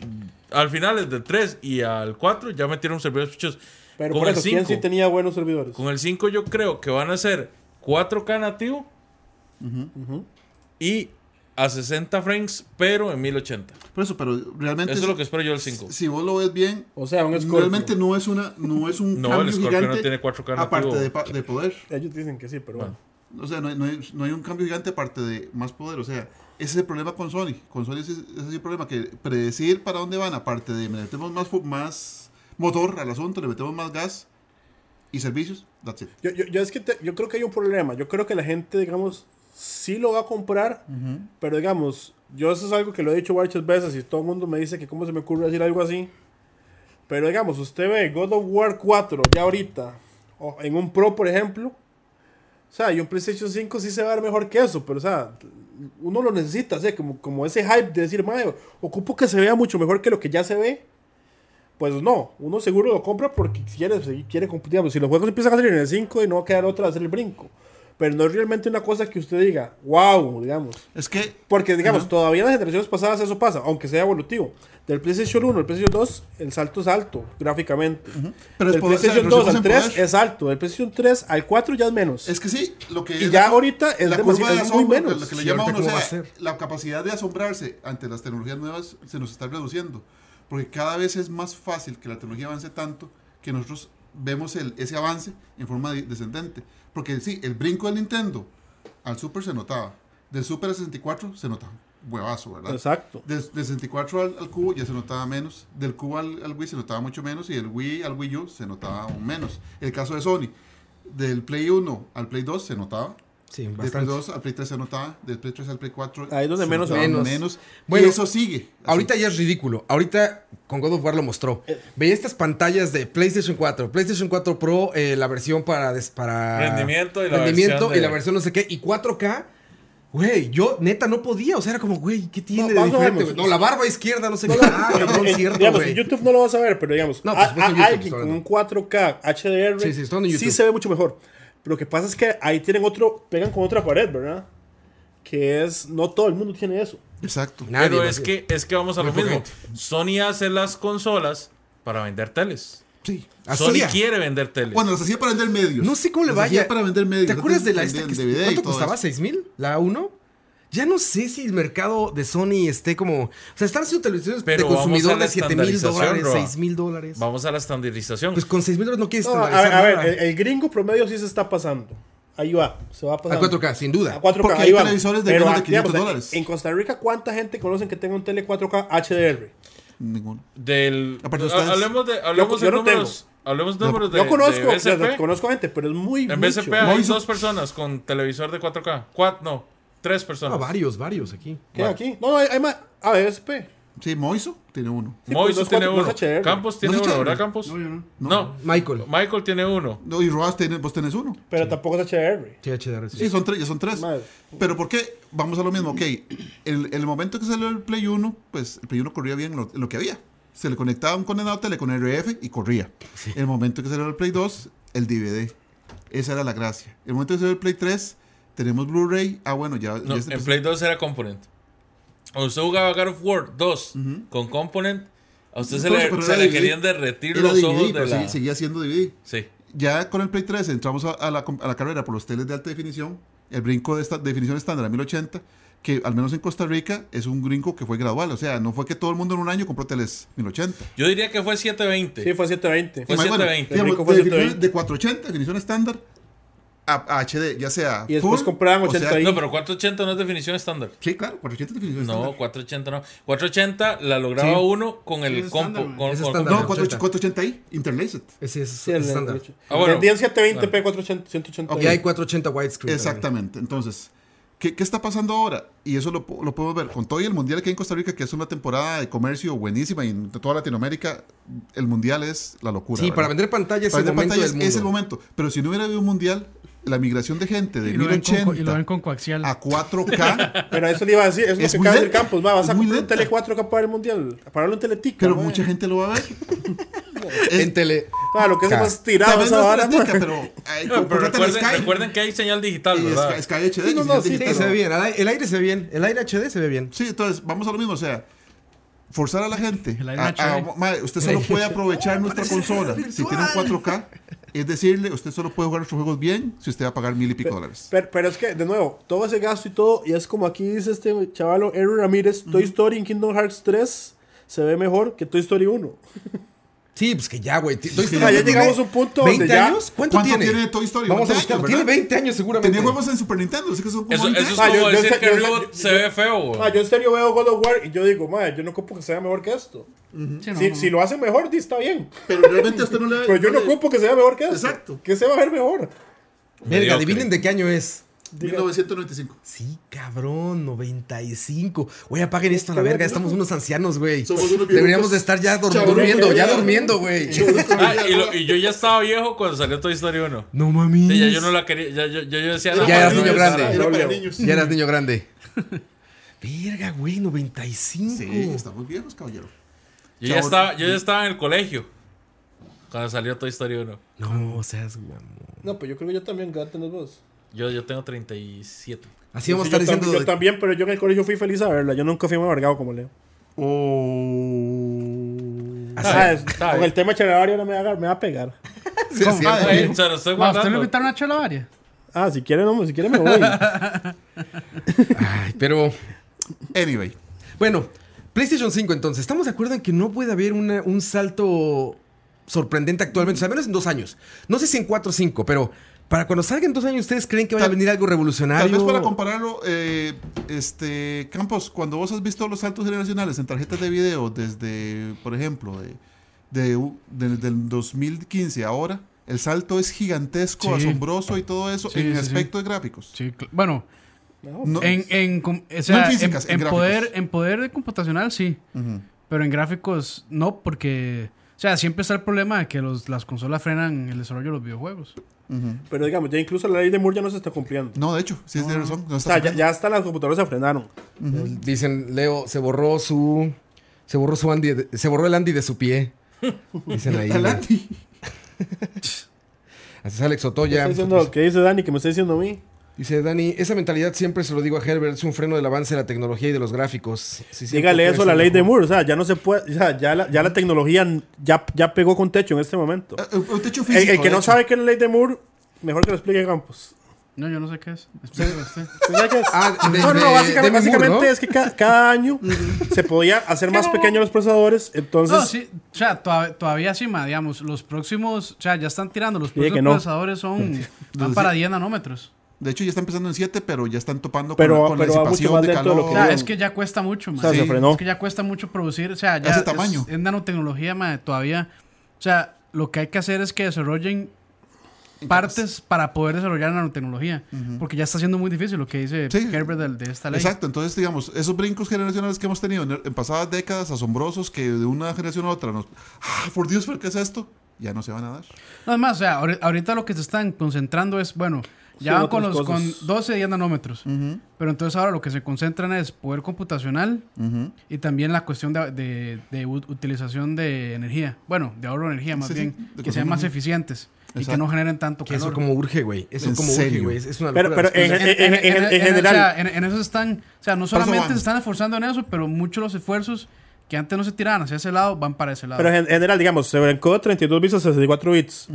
S4: Al final, desde el 3 y al 4 ya metieron servidores hechos
S5: Pero
S4: Con
S5: por
S4: el
S5: eso, ¿quién
S4: 5.
S5: sí tenía buenos servidores?
S4: Con el 5 yo creo que van a ser 4K nativo y a 60 frames, pero en 1080.
S3: Por eso, pero realmente.
S4: Eso es
S3: si-
S4: lo que espero yo del 5.
S3: Si vos lo ves bien,
S5: O sea, un Scorpio.
S3: realmente no es, una, no es un
S4: No, el
S3: cambio
S4: Scorpio no
S3: gigante.
S4: tiene 4K
S3: aparte
S4: nativo.
S3: de, pa- de poder.
S5: Ellos dicen que sí, pero bueno.
S3: O sea, no hay, no hay- no hay un cambio gigante aparte de más poder. O sea, ese es el problema con Sony. Con Sony ese, es- ese es el problema, que predecir para dónde van, aparte de le metemos más, fu- más motor al asunto, le metemos más gas y servicios, that's it.
S5: Yo, yo- yo es que te- yo creo que hay un problema. Yo creo que la gente, digamos, sí lo va a comprar, pero digamos, yo eso es algo que lo he dicho muchas veces y todo el mundo me dice que cómo se me ocurre decir algo así. Pero digamos, usted ve God of War 4 ya ahorita, o en un Pro, por ejemplo. O sea, y un PlayStation 5 sí se va a ver mejor que eso, pero o sea, uno lo necesita, o sea, como, como ese hype de decir, madre, ocupo que se vea mucho mejor que lo que ya se ve. Pues no, uno seguro lo compra porque quiere, seguir- quiere competir. Digamos, si los juegos empiezan a salir en el 5 y no va a quedar otra de hacer el brinco. Pero no es realmente una cosa que usted diga, wow, digamos.
S3: Es que,
S5: Porque, digamos,
S3: Ajá.
S5: todavía en las generaciones pasadas eso pasa, aunque sea evolutivo. Del PlayStation 1 al PlayStation 2, el salto es alto, gráficamente.
S3: Pero es
S5: del
S3: poder-
S5: PlayStation
S3: o sea,
S5: 2 al
S3: reducen
S5: 3
S3: poder.
S5: es alto. Del PlayStation 3 al 4 ya es menos.
S3: es que sí, lo que
S5: y
S3: es
S5: ya
S3: la-
S5: ahorita es,
S3: la
S5: demasi-
S3: curva de
S5: es muy
S3: asombro,
S5: menos.
S3: lo que le
S1: Sí,
S3: llama a
S1: ahorita
S3: uno, o
S1: cómo va
S3: sea,
S1: a ser.
S3: la capacidad de asombrarse ante las tecnologías nuevas se nos está reduciendo, porque cada vez es más fácil que la tecnología avance tanto que nosotros vemos el, ese avance en forma de- descendente, porque sí, el brinco del Nintendo al Super se notaba, del Super al 64 se notaba, huevazo, ¿verdad?
S5: Exacto.
S3: Del, del 64 al, al cubo ya se notaba menos. Del cubo al, al Wii se notaba mucho menos. Y del Wii al Wii U se notaba aún menos. El caso de Sony. Del Play 1 al Play 2 se notaba.
S1: Sí,
S3: Del Play
S1: bastante.
S3: 2 al Play 3 se notaba. Del Play 3 al Play 4
S5: Ahí donde
S3: se
S5: menos
S3: notaba
S1: menos.
S3: menos.
S1: Bueno,
S3: y eso sigue. así.
S1: Ahorita ya es ridículo. Ahorita con God of War lo mostró.
S4: Eh.
S1: Veía estas pantallas de PlayStation 4, PlayStation 4 Pro, eh, la versión para, des- para
S4: Rendimiento y la
S1: rendimiento
S4: versión
S1: y la
S4: de-
S1: versión no sé qué y 4K. Güey, yo neta no podía, o sea, era como, güey, ¿qué tiene
S5: No,
S1: de
S5: vamos,
S1: diferente?
S5: vamos.
S1: güey? No, la barba izquierda, no sé qué. Ah, cabrón,
S5: En-
S1: cierto,
S5: Eh, digamos,
S1: güey.
S5: en YouTube no lo vas a ver, pero digamos,
S1: No, por
S5: a-
S1: supuesto,
S5: a-
S1: en YouTube,
S5: alguien
S1: estoy
S5: con un
S1: hablando.
S5: 4K HDR
S1: Sí, sí, estoy hablando en YouTube.
S5: se ve mucho mejor. Lo que pasa es que ahí tienen otro, pegan con otra pared, ¿verdad? Que es, no todo el mundo tiene eso.
S3: Exacto.
S1: Nadie
S4: pero
S1: lo
S4: es
S1: hacía.
S4: que, es que vamos a
S1: Muy
S4: lo
S1: poca
S4: mismo. Sony hace las consolas para vender teles.
S3: Sí.
S1: Así
S4: Sony
S1: ya.
S4: quiere vender teles.
S3: Bueno, las hacía para vender medios.
S1: No sé cómo le
S3: Las hacía
S1: vaya.
S3: para vender medios.
S1: ¿Te acuerdas de la
S3: Antes
S1: esta que
S3: vendían DVD y
S1: cuánto
S3: todo
S1: costaba?
S3: eso.
S1: ¿6 mil? ¿La 1? Ya no sé si el mercado de Sony esté como. O sea, están haciendo televisiones
S4: Pero
S1: de
S4: vamos a
S1: consumidor
S4: la
S1: de 7 mil dólares,
S4: estandarización, Roa.
S1: 6 mil dólares.
S4: Vamos a la estandarización.
S1: Pues con 6 mil dólares no quieres
S5: No, a ver,
S1: estandarizar
S5: a ver, eh,
S1: nada.
S5: el, el gringo promedio sí se está pasando. Ahí va, se va
S1: A
S5: pasando.
S1: 4K, sin duda.
S5: eh, A 4K,
S3: Porque
S5: ahí
S3: hay
S5: va.
S3: televisores de menos de 500 dólares.
S5: En Costa Rica, ¿cuánta gente conocen que tenga un tele 4K HDR?
S3: Ninguno.
S4: del,
S3: Aparte de
S4: ha-
S3: ustedes.
S4: hablemos de, hablemos
S5: Yo- yo
S4: de
S5: no
S4: números. Hablemos de números de,
S5: Yo conozco,
S4: de
S5: o sea,
S4: BCP.
S5: conozco gente, pero es muy
S4: En
S5: nicho.
S4: BCP hay
S3: Moiso.
S4: dos personas con televisor de 4K. Cuatro, no, tres
S1: Ah,
S4: personas.
S1: varios, varios aquí.
S5: ¿Qué aquí? No, no, hay, hay más. Ah, BSP.
S3: Sí, Moiso tiene uno.
S5: Sí,
S4: Moiso
S5: pues, no es
S4: tiene
S5: cuatro- no
S4: uno.
S5: es HDR.
S4: Campos tiene
S3: No es
S4: uno,
S3: HDR.
S4: ¿verdad, Campos?
S2: No, yo no.
S4: No.
S1: Michael.
S4: Michael tiene uno.
S3: No, y Roas, tenés- vos tenés uno.
S5: Pero tampoco es HDR.
S1: Sí, HDR, sí.
S3: Sí, son tres, ya son tres.
S5: Madre.
S3: Pero ¿por qué? Vamos a lo mismo, ok. El, el momento que salió el Play 1, pues el Play 1 corría bien lo, lo que había. Se le conectaba un condenado tele con RF y corría. El momento que salió el Play 2, el DVD. Esa era la gracia. El momento que salió el Play 3, tenemos Blu-ray. Ah, bueno, ya...
S4: No,
S3: ya se
S4: en
S3: empezó-
S4: Play 2 era Component. O usted jugaba God of War 2 con Component. A usted se
S3: Por
S4: le,
S3: eso, pero
S4: se
S3: era
S4: le
S3: DVD.
S4: querían derretir
S3: Era
S4: los
S3: DVD,
S4: ojos de
S3: pero
S4: la.
S3: segui- seguía siendo DVD.
S4: Sí.
S3: Ya con el Play 3 entramos a, a la, com- a la carrera por los teles de alta definición, el brinco de esta definición estándar a 1080, que al menos en Costa Rica es un brinco que fue gradual, o sea, no fue que todo el mundo en un año compró teles 1080.
S4: Yo diría que fue 720.
S5: Sí, fue 720.
S4: Fue
S3: Ima-
S4: 720.
S3: digamos,
S5: El brinco fue
S3: de definición-
S5: 720.
S3: De 480, definición estándar, a, a HD, ya sea
S5: Y después compraban
S3: o sea,
S5: 80 y-
S4: No, pero 480 no es definición estándar.
S3: sí, claro, 480 definición
S4: No,
S3: estándar.
S4: 480 no. 480 la lograba
S1: Sí.
S4: uno con el
S2: es
S4: compo.
S2: estándar,
S4: con-
S1: es
S4: con-
S1: estándar.
S3: No, 480 480i, interlaced.
S1: Ese es
S5: Sí, el- el-
S1: estándar.
S5: el-
S4: Ah, bueno.
S5: vendían 720p, 480, 180.
S1: Y hay 480 widescreen.
S3: Exactamente. Entonces, ¿qué, qué está pasando ahora? Y eso lo, po- lo podemos ver con todo y el Mundial que hay en Costa Rica, que es una temporada de comercio buenísima y en toda Latinoamérica, el Mundial es la locura.
S1: Sí,
S3: ¿verdad?
S1: para vender pantallas
S3: Para
S1: es el
S3: vender
S1: momento
S3: pantallas
S1: del mundo.
S3: es el momento. Pero si no hubiera habido un Mundial, la migración de gente de Ah,
S2: Y lo, ven con, co- y lo ven
S3: 1080
S2: con coaxial.
S3: a 4K,
S5: Pero eso le iba a decir, eso es,
S3: Es
S5: lo que
S3: muy
S5: acaba de decir
S3: lenta,
S5: Campos, ma, vas
S3: es
S5: a
S3: muy
S5: comprar un
S3: lenta.
S5: tele 4K para el mundial, a pararlo en Teletica.
S3: pero
S5: ma.
S3: mucha gente lo va a ver.
S1: En tele.
S5: Ma, lo que es
S1: Ca-
S5: más tirado
S3: Tal vez
S5: esa
S3: no es
S5: vara, pues. ma.
S3: Teletica, pero, ay,
S4: No, pero
S3: contratan
S4: recuerden,
S3: Sky
S4: recuerden que hay señal digital,
S3: y
S4: ¿verdad?
S3: Sky, Sky HD.
S5: Sí, no,
S3: y
S5: no,
S3: señal
S5: sí,
S1: Sí,
S3: digital.
S5: pero-
S1: se ve bien. Al ai- El aire se ve bien. El aire HD se ve bien.
S3: Sí, entonces vamos a lo mismo, o sea, forzar a la gente
S2: El
S3: a-
S2: Iron
S3: a-
S2: Tray.
S3: mae, usted solo puede aprovechar nuestra consola si tiene un 4K es decirle usted solo puede jugar nuestros juegos bien si usted va a pagar mil y pico dólares
S5: Pero, pero es que, de nuevo, todo ese gasto y todo, y es como aquí dice este chavalo, Eru Ramírez, Toy Story en Kingdom Hearts 3 se ve mejor que Toy Story 1.
S1: Sí, pues que ya, güey. T- Toy
S5: que
S1: Story
S5: ya
S1: tiene
S5: llegamos a un punto donde
S1: ¿20
S5: ya-
S1: años? ¿Cuánto,
S3: ¿Cuánto
S1: tiene?
S3: tiene Toy Story?
S1: Vamos a
S3: 20
S1: buscar.
S3: años,
S1: tiene
S3: ¿verdad?
S1: 20 años seguramente.
S3: tenía juegos en Super Nintendo así que son como
S4: Eso,
S3: 20
S4: eso es
S5: Ah,
S4: como
S5: yo- yo
S4: decir
S5: sé-
S4: que
S5: yo sé-
S4: Reboot
S5: yo-
S4: se ve feo, güey.
S5: Ah, yo en serio veo God of War y yo digo, madre, yo no ocupo que sea mejor que esto.
S2: Sí, no,
S5: si,
S2: no,
S5: si lo hacen mejor, di, está bien.
S3: pero realmente a usted no le
S5: Pero yo no
S3: le-
S5: ocupo que sea mejor que esto.
S3: Exacto.
S5: Que se va a ver mejor.
S1: Verga,
S4: Mediocre.
S1: adivinen de qué año es.
S3: 1995
S1: Sí, cabrón, 95. Güey, apaguen esto a la verga. Estamos unos ancianos, güey.
S3: Somos unos viejucos.
S1: Deberíamos de estar ya dur-
S3: Chavos,
S1: durmiendo,
S5: ya-
S1: ya durmiendo, güey.
S4: Ah, y, lo- y yo ya estaba viejo cuando salió Toy Story 1.
S1: No mami.
S4: Sí, ya yo no la quería. Ya, yo, yo- yo decía. no,
S1: Ya eras
S4: no,
S1: niño
S4: no,
S1: grande.
S3: era para
S5: Doble.
S3: niños
S1: Ya eras niño grande. Verga, güey, 95.
S3: sí estamos viejos caballero
S4: Yo ya, estaba, yo ya estaba en el colegio cuando salió Toy Story 1.
S1: No, o sea, es mamón.
S5: No, pues yo creo que yo también, que tenés vos.
S4: Yo, yo tengo 37.
S1: Así vamos
S5: Sí,
S1: a
S5: yo,
S1: estar
S5: tam-
S1: diciendo.
S5: yo también, pero yo en el colegio fui feliz a verla. Yo nunca fui muy amargado como Leo.
S3: oh
S5: Ah,
S4: bien,
S5: es-
S4: está
S5: con
S4: bien.
S5: el tema charabario no me va a, agar- me va a pegar.
S1: Sí, es cierto.
S4: Ay, se
S2: Ma,
S4: lo estoy
S2: ¿Usted lo
S4: guardando.
S2: invitaron a Chela Varia?
S5: Ah, si quiere, no, si quiere me voy.
S1: Ay, pero
S3: anyway
S1: Bueno, PlayStation 5 entonces, ¿estamos de acuerdo en que no puede haber una- un salto sorprendente actualmente? O sea, al menos en dos años. No sé si en cuatro o cinco, pero para cuando salga en dos años, ¿ustedes creen que vaya a
S3: Tal-
S1: venir algo revolucionario?
S3: Tal vez para compararlo, eh, este Campos, cuando vos has visto los saltos generacionales en tarjetas de video desde, por ejemplo, de, de u- de- del 2015 a ahora, el salto es gigantesco,
S2: Sí.
S3: asombroso y todo eso
S2: Sí,
S3: en
S2: sí, sí.
S3: aspectos gráficos.
S2: Sí, cl- bueno,
S3: No-
S2: en, en, com- o sea,
S3: en físicas,
S2: en-
S3: en
S2: en poder,
S3: gráficos.
S2: en poder de computacional sí,
S3: Ujú.
S2: pero en gráficos no, porque, o sea, siempre está el problema de que los, las consolas frenan el desarrollo de los videojuegos.
S5: pero digamos, ya incluso la ley de Moore ya no se está cumpliendo.
S3: No, de hecho, sí
S2: Ah.
S3: es de razón. no
S5: O
S3: está
S5: sea, ya,
S3: sufriendo.
S5: ya hasta las computadoras se frenaron.
S1: Dicen, Leo, se borró su... Se borró su Andy, de- se borró el Andy de su pie. Dicen ahí. güey.
S3: Adelante.
S1: Así es Alex
S5: ¿Qué
S1: Otoya.
S5: está diciendo? ¿Qué dice Dani? ¿Qué me está diciendo a mí?
S1: Dice Dani, esa mentalidad siempre se lo digo a Herbert, es un freno del avance de la tecnología y de los gráficos. Sí, sí,
S5: Dígale
S1: puede
S5: eso a
S1: ser
S5: la ley de
S1: mejor.
S5: Moore. O sea, ya no se puede. O sea, ya la, ya la tecnología n- ya, ya pegó con techo en este momento.
S3: Eh, eh, un techo
S5: El, el
S3: físico,
S5: que
S3: de
S5: no
S3: hecho.
S5: sabe qué es la ley de Moore, mejor que lo explique Campos.
S2: No, yo no sé qué es. Explíquelo usted.
S5: ¿Sí sabe qué es?
S1: Ah, de-
S5: no, no,
S1: de-
S5: básicamente,
S1: de Moore,
S5: básicamente
S1: ¿no?
S5: es que ca- cada año se podía hacer más pequeños los procesadores. Entonces,
S2: No,
S3: Ah,
S2: sí, o sea, toa- todavía sí, ma, digamos, los próximos, o sea, ya están tirando, los
S5: Dije que
S2: próximos
S5: no.
S2: procesadores son, van para 10 nanómetros.
S3: De hecho, ya está empezando en 7, pero ya están topando
S5: Pero-
S3: con, con
S5: pero
S3: la
S5: va mucho
S3: disipación
S5: más
S3: de
S5: lento de lo
S3: calor.
S5: que-
S2: O sea,
S5: Claro.
S2: es que ya cuesta mucho, ma.
S5: o sea,
S3: Sí.
S5: se frenó.
S2: Es que ya cuesta mucho producir, o sea, ya
S3: Ese
S2: es-
S3: tamaño.
S2: es nanotecnología, ma, todavía, o sea, lo que hay que hacer es que desarrollen partes para poder desarrollar nanotecnología, porque ya está siendo muy difícil lo que dice
S3: Sí.
S2: Herbert del- de, esta ley.
S3: Exacto, entonces digamos, esos brincos generacionales que hemos tenido en, en pasadas décadas, asombrosos, que de una generación a otra nos... Ah, por Dios, ¿qué es esto? Ya no se van a dar.
S2: No, es más, o sea, ahori- ahorita lo que se están concentrando es, bueno,
S5: Sí,
S2: ya van con,
S5: otras
S2: los, con
S5: cosas.
S2: 12 10 nanómetros,
S3: Ujú,
S2: pero entonces ahora lo que se concentran es poder computacional
S3: ujú.
S2: y también la cuestión de, de- de u- utilización de energía, bueno, de ahorro de energía más
S3: Sí, sí,
S2: bien,
S3: de
S2: que sean
S3: consumo
S2: más
S3: de energía.
S2: eficientes y que
S3: Exacto.
S2: no generen tanto
S1: Que
S2: calor.
S1: eso como urge, güey. Eso
S3: ¿En
S1: como urge,
S3: serio?
S1: güey. Es es una
S5: Pero-
S1: locura.
S5: pero en-
S2: en, en- en- en- en-
S5: general.
S2: o sea, en- en eso se están, o sea, no solamente
S3: van.
S2: se están esforzando en eso, pero muchos los esfuerzos que antes no se tiraban hacia ese lado van para ese lado.
S5: Pero en general, digamos, se brincó de 32 bits a 64 bits.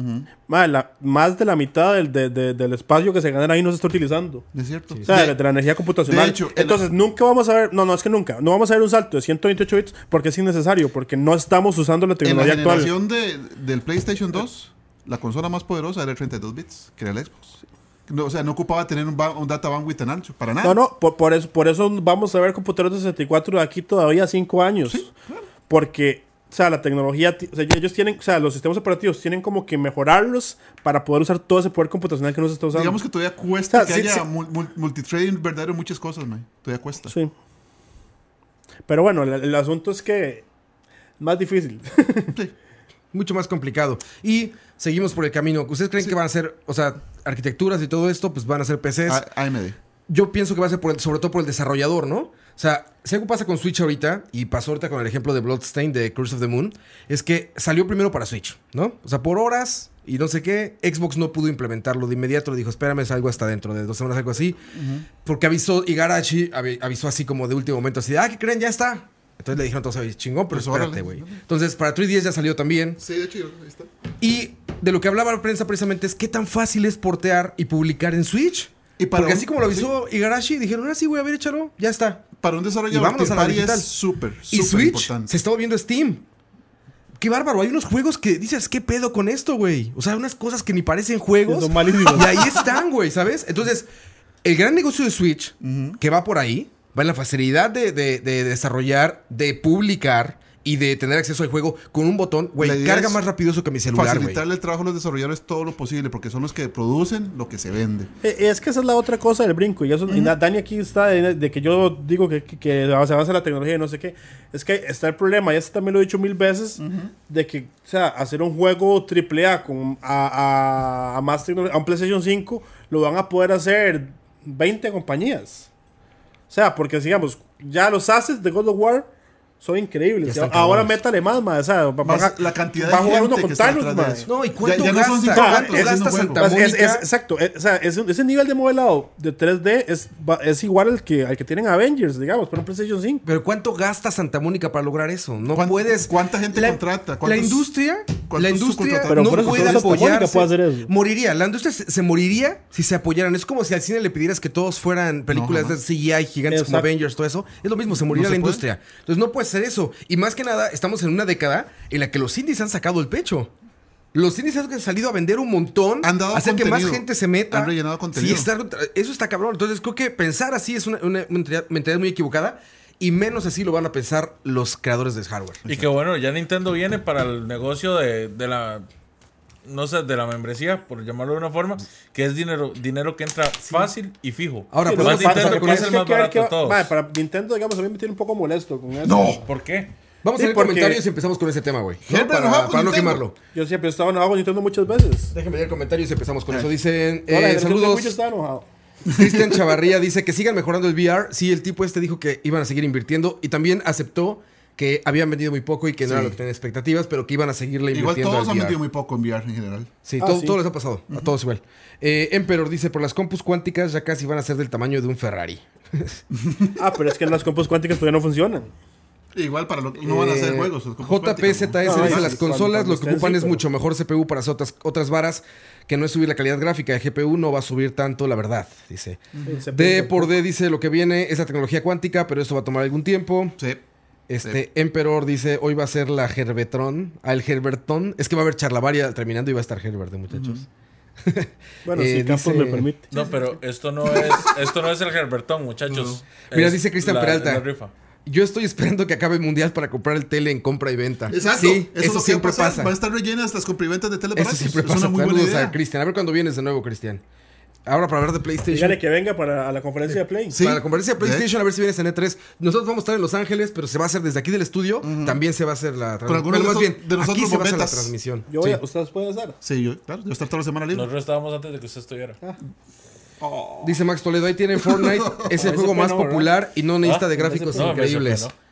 S5: Madre, la- más de la mitad del, de- de- del espacio que se genera ahí no se está utilizando.
S3: ¿Es cierto?
S5: O sea, de, de la energía computacional.
S3: de hecho, el-
S5: Entonces, nunca vamos a ver. No, no, es que nunca. No vamos a ver un salto de 128 bits porque es innecesario. Porque no estamos usando la
S3: en la
S5: tecnología actual.
S3: generación de, del PlayStation 2, la consola más poderosa era el 32 bits, que era el Xbox. No, o sea, no ocupaba tener un, ba- un data bandwidth tan ancho, para nada.
S5: No, no, por, por eso, por eso vamos a ver computadoras de 64 de aquí todavía 5 años. Porque, o sea, la tecnología, ti- o sea, ellos tienen, o sea, los sistemas operativos tienen como que mejorarlos para poder usar todo ese poder computacional que no se está usando.
S3: Digamos que todavía cuesta
S5: O sea,
S3: que
S5: sí,
S3: haya
S5: sí.
S3: mul- mul- multitrading verdadero en muchas cosas, man. Todavía cuesta.
S5: Sí. Pero bueno, el, el asunto es que más difícil.
S1: Mucho más complicado. Y seguimos por el camino. ¿Ustedes creen que van a ser, o sea, arquitecturas y todo esto, pues van a ser PCs?
S3: A- AMD.
S1: Yo pienso que va a ser por el- sobre todo por el desarrollador, ¿no? O sea, si algo pasa con Switch ahorita, y pasó ahorita con el ejemplo de Bloodstained de Curse of the Moon, es que salió primero para Switch, ¿no? O sea, por horas y no sé qué, Xbox no pudo implementarlo de inmediato, le dijo, espérame, salgo hasta dentro de dos semanas, algo así. Porque avisó, Igarashi avi- avisó así como de último momento, así de, ah, ¿qué creen? Ya está. Entonces le dijeron, entonces, chingón, pero
S3: Pues,
S1: espérate,
S3: órale.
S1: güey. Entonces, para 3DS ya salió también.
S3: Sí, de hecho, ahí está.
S1: Y de lo que hablaba la prensa precisamente es qué tan fácil es portear y publicar en Switch.
S3: Y para
S1: Porque
S3: un-
S1: así como lo avisó Igarashi, dijeron, ah, sí, güey, a ver, échalo, ya está.
S3: Para un
S1: Y
S3: desarrollador,
S1: vámonos
S3: Team
S1: a la
S3: Party
S1: digital.
S3: es súper,
S1: Y
S3: súper
S1: Switch se
S3: importante.
S1: está volviendo Steam. Qué bárbaro, hay unos juegos que dices, ¿qué pedo con esto, güey? O sea, unas cosas que ni parecen juegos.
S5: Son malísimos.
S1: Y ahí están, güey, ¿sabes? Entonces, el gran negocio de Switch, que va por ahí, va en la facilidad de, de- de desarrollar, de publicar y de tener acceso al juego con un botón,
S3: La
S1: güey,
S3: idea
S1: carga
S3: es
S1: más rapidioso que mi celular, güey.
S3: Facilitarle el trabajo a los desarrolladores todo lo posible, porque son los que producen lo que se vende.
S5: Eh, Es que esa es la otra cosa del brinco. Y, eso, y na- Dani aquí está de, de que yo digo que, que- que se avanza la tecnología y no sé qué. Es que está el problema, y esto también lo he dicho mil veces, de que, o sea, hacer un juego AAA con, a, a- a más tecnología, a un PlayStation 5, lo van a poder hacer 20 compañías. O sea, porque digamos, ya los assets de God of War son increíbles.
S1: Ya están
S5: ahora
S1: cabrones.
S5: métale más, ma, o sea, va-
S3: Más
S5: va a-
S3: la cantidad
S5: va a
S3: de
S5: jugar
S3: gente
S5: uno
S3: que
S5: con
S3: está
S5: Thanos,
S3: detrás de
S5: ma.
S3: eso.
S1: No, ¿y
S3: Ya-
S1: cuánto
S3: ya no son
S1: gasta?
S3: cinco
S1: Ah,
S3: gatos, es
S1: gasta
S3: un juego.
S1: Santa
S5: Pues es-
S1: Mónica.
S5: es- exacto, es- o sea, es un- ese nivel de modelado de 3D es, va- es igual al que, al que tienen Avengers, digamos, para un PlayStation 5.
S1: Pero ¿cuánto gasta Santa Mónica para lograr eso? No
S3: ¿Cuán-
S1: puedes.
S3: cuánta gente contrata?
S1: La
S3: ¿Cuántos-
S1: industria, la
S3: cuántos
S1: industria
S3: subcontratados? Pero
S1: no
S5: por eso
S1: puede
S5: solo Santa Mónica
S1: apoyarse.
S5: puede hacer eso.
S1: Moriría. La industria se, se moriría si se apoyaran. Es como si al cine le pidieras que todos fueran películas de
S3: jamás.
S1: CGI gigantes como
S5: Exacto.
S1: Avengers, todo eso. Es lo mismo, se moriría
S3: se
S1: la
S3: puede.
S1: industria. Entonces no puede ser eso. Y más que nada, estamos en una década en la que los indies han sacado el pecho. Los indies han salido a vender un montón,
S3: Han dado
S1: hacer que más
S3: contenido.
S1: gente se meta.
S3: Han rellenado contenido.
S1: Sí, está- eso está cabrón. Entonces creo que pensar así es una, una mentalidad mentalidad muy equivocada y menos así lo van a pensar los creadores de hardware.
S4: Y que bueno, ya Nintendo viene para el negocio de, de la. No sé, de la membresía, por llamarlo de una forma, que es dinero dinero que entra fácil y fijo.
S1: Ahora,
S5: Sí,
S1: pero
S5: no,
S1: vamos
S4: más
S1: a
S5: para-
S1: pasar
S4: Nintendo,
S1: con
S4: que es
S1: eso.
S4: el más
S5: que ver
S4: barato
S5: qué
S4: de
S5: va-
S4: todos.
S5: ma, para Nintendo, digamos, a mí me tiene un poco molesto con eso.
S3: ¡No!
S4: ¿Por qué?
S1: Vamos a
S5: Sí,
S1: ver
S5: porque-
S1: comentarios y empezamos con ese tema, güey. ¿no?
S3: Siempre
S1: Para,
S3: enojado con
S1: para no
S3: Nintendo.
S1: quemarlo.
S5: Yo siempre he estado enojado con Nintendo muchas veces.
S1: Déjenme leer comentarios y empezamos con eso. Dicen,
S5: Ahora,
S1: eh,
S5: la generación de Wii
S1: saludos.
S5: está enojado.
S1: Cristian Chavarría dice que sigan mejorando el VR. Sí, el tipo este dijo que iban a seguir invirtiendo y también aceptó que habían vendido muy poco y que no era lo que tenían expectativas, pero que iban a seguirle
S3: Igual
S1: invirtiendo
S3: todos
S1: al
S3: han
S1: VR.
S3: vendido muy poco en VR en general.
S1: Sí,
S5: Ah,
S1: todo,
S5: sí.
S1: todo les ha pasado. A todos igual. Eh, Emperor dice, por las compus cuánticas ya casi van a ser del tamaño de un Ferrari.
S5: Ah, pero es que en las compus cuánticas todavía no funcionan.
S3: Igual para lo no van a hacer
S1: Eh,
S3: juegos. los compras
S1: JPZS
S3: cuánticos, Ah,
S5: No,
S1: dice,
S5: sí,
S1: las
S5: sí,
S1: consolas
S5: cuando-
S1: lo que
S5: cuando
S1: ocupan
S5: estén,
S1: es
S5: sí,
S1: mucho mejor CPU para hacer otras, otras varas que no es subir la calidad gráfica. El GPU no va a subir tanto, la verdad, dice.
S5: Se
S1: D
S5: piensa-
S1: por D dice lo que viene es la tecnología cuántica, pero esto va a tomar algún tiempo.
S3: ¿no? Sí.
S1: Este, Emperor dice, hoy va a ser la Herbetron, al Herbertón. Es que va a haber charlavaria terminando y va a estar Herbert, de muchachos.
S5: Bueno,
S1: eh,
S5: si Campos
S1: dice-
S5: me permite.
S4: No, pero esto no es, esto no es el Herbertón, muchachos.
S1: Mira,
S4: Es
S1: dice Cristian
S4: la-
S1: Peralta.
S4: la rifa.
S1: Yo estoy esperando que acabe el mundial para comprar el tele en compra y venta.
S3: Exacto.
S1: Sí,
S3: es
S1: eso,
S3: lo que
S1: siempre
S3: va a pasar.
S1: pasa.
S3: Van a estar rellenas las compriventas de
S1: Eso
S3: telebaratos.
S1: siempre
S3: Es
S1: pasa.
S3: una muy buena
S1: Saludos
S3: idea.
S1: a Cristian. A ver cuándo vienes de nuevo, Cristian. Ahora para hablar de PlayStation.
S5: Dígale que venga para a la conferencia de Play.
S3: Sí.
S1: Para la conferencia de
S3: De hecho.
S1: PlayStation, a ver si vienes en E3. Nosotros vamos a estar en Los Ángeles, pero se va a hacer desde aquí del estudio. También se va a hacer la transmisión.
S3: algunos
S1: Bueno,
S3: de
S1: más
S3: esos-
S1: bien,
S3: de nosotros
S1: aquí se va a hacer la
S3: momentas.
S1: transmisión.
S5: Yo voy a-
S3: Sí.
S5: ustedes pueden hacer.
S3: Sí, yo, claro, yo voy a estar toda la semana libre.
S4: Nosotros estábamos antes de que usted estuviera.
S1: Ah, Dice Max Toledo, ahí tienen Fortnite. es el
S5: Parece
S1: juego más
S5: pena, ¿verdad?
S1: popular y no necesita de
S5: Ah, parece
S1: gráficos
S4: pena. No, me
S1: increíbles.
S4: sorprendió.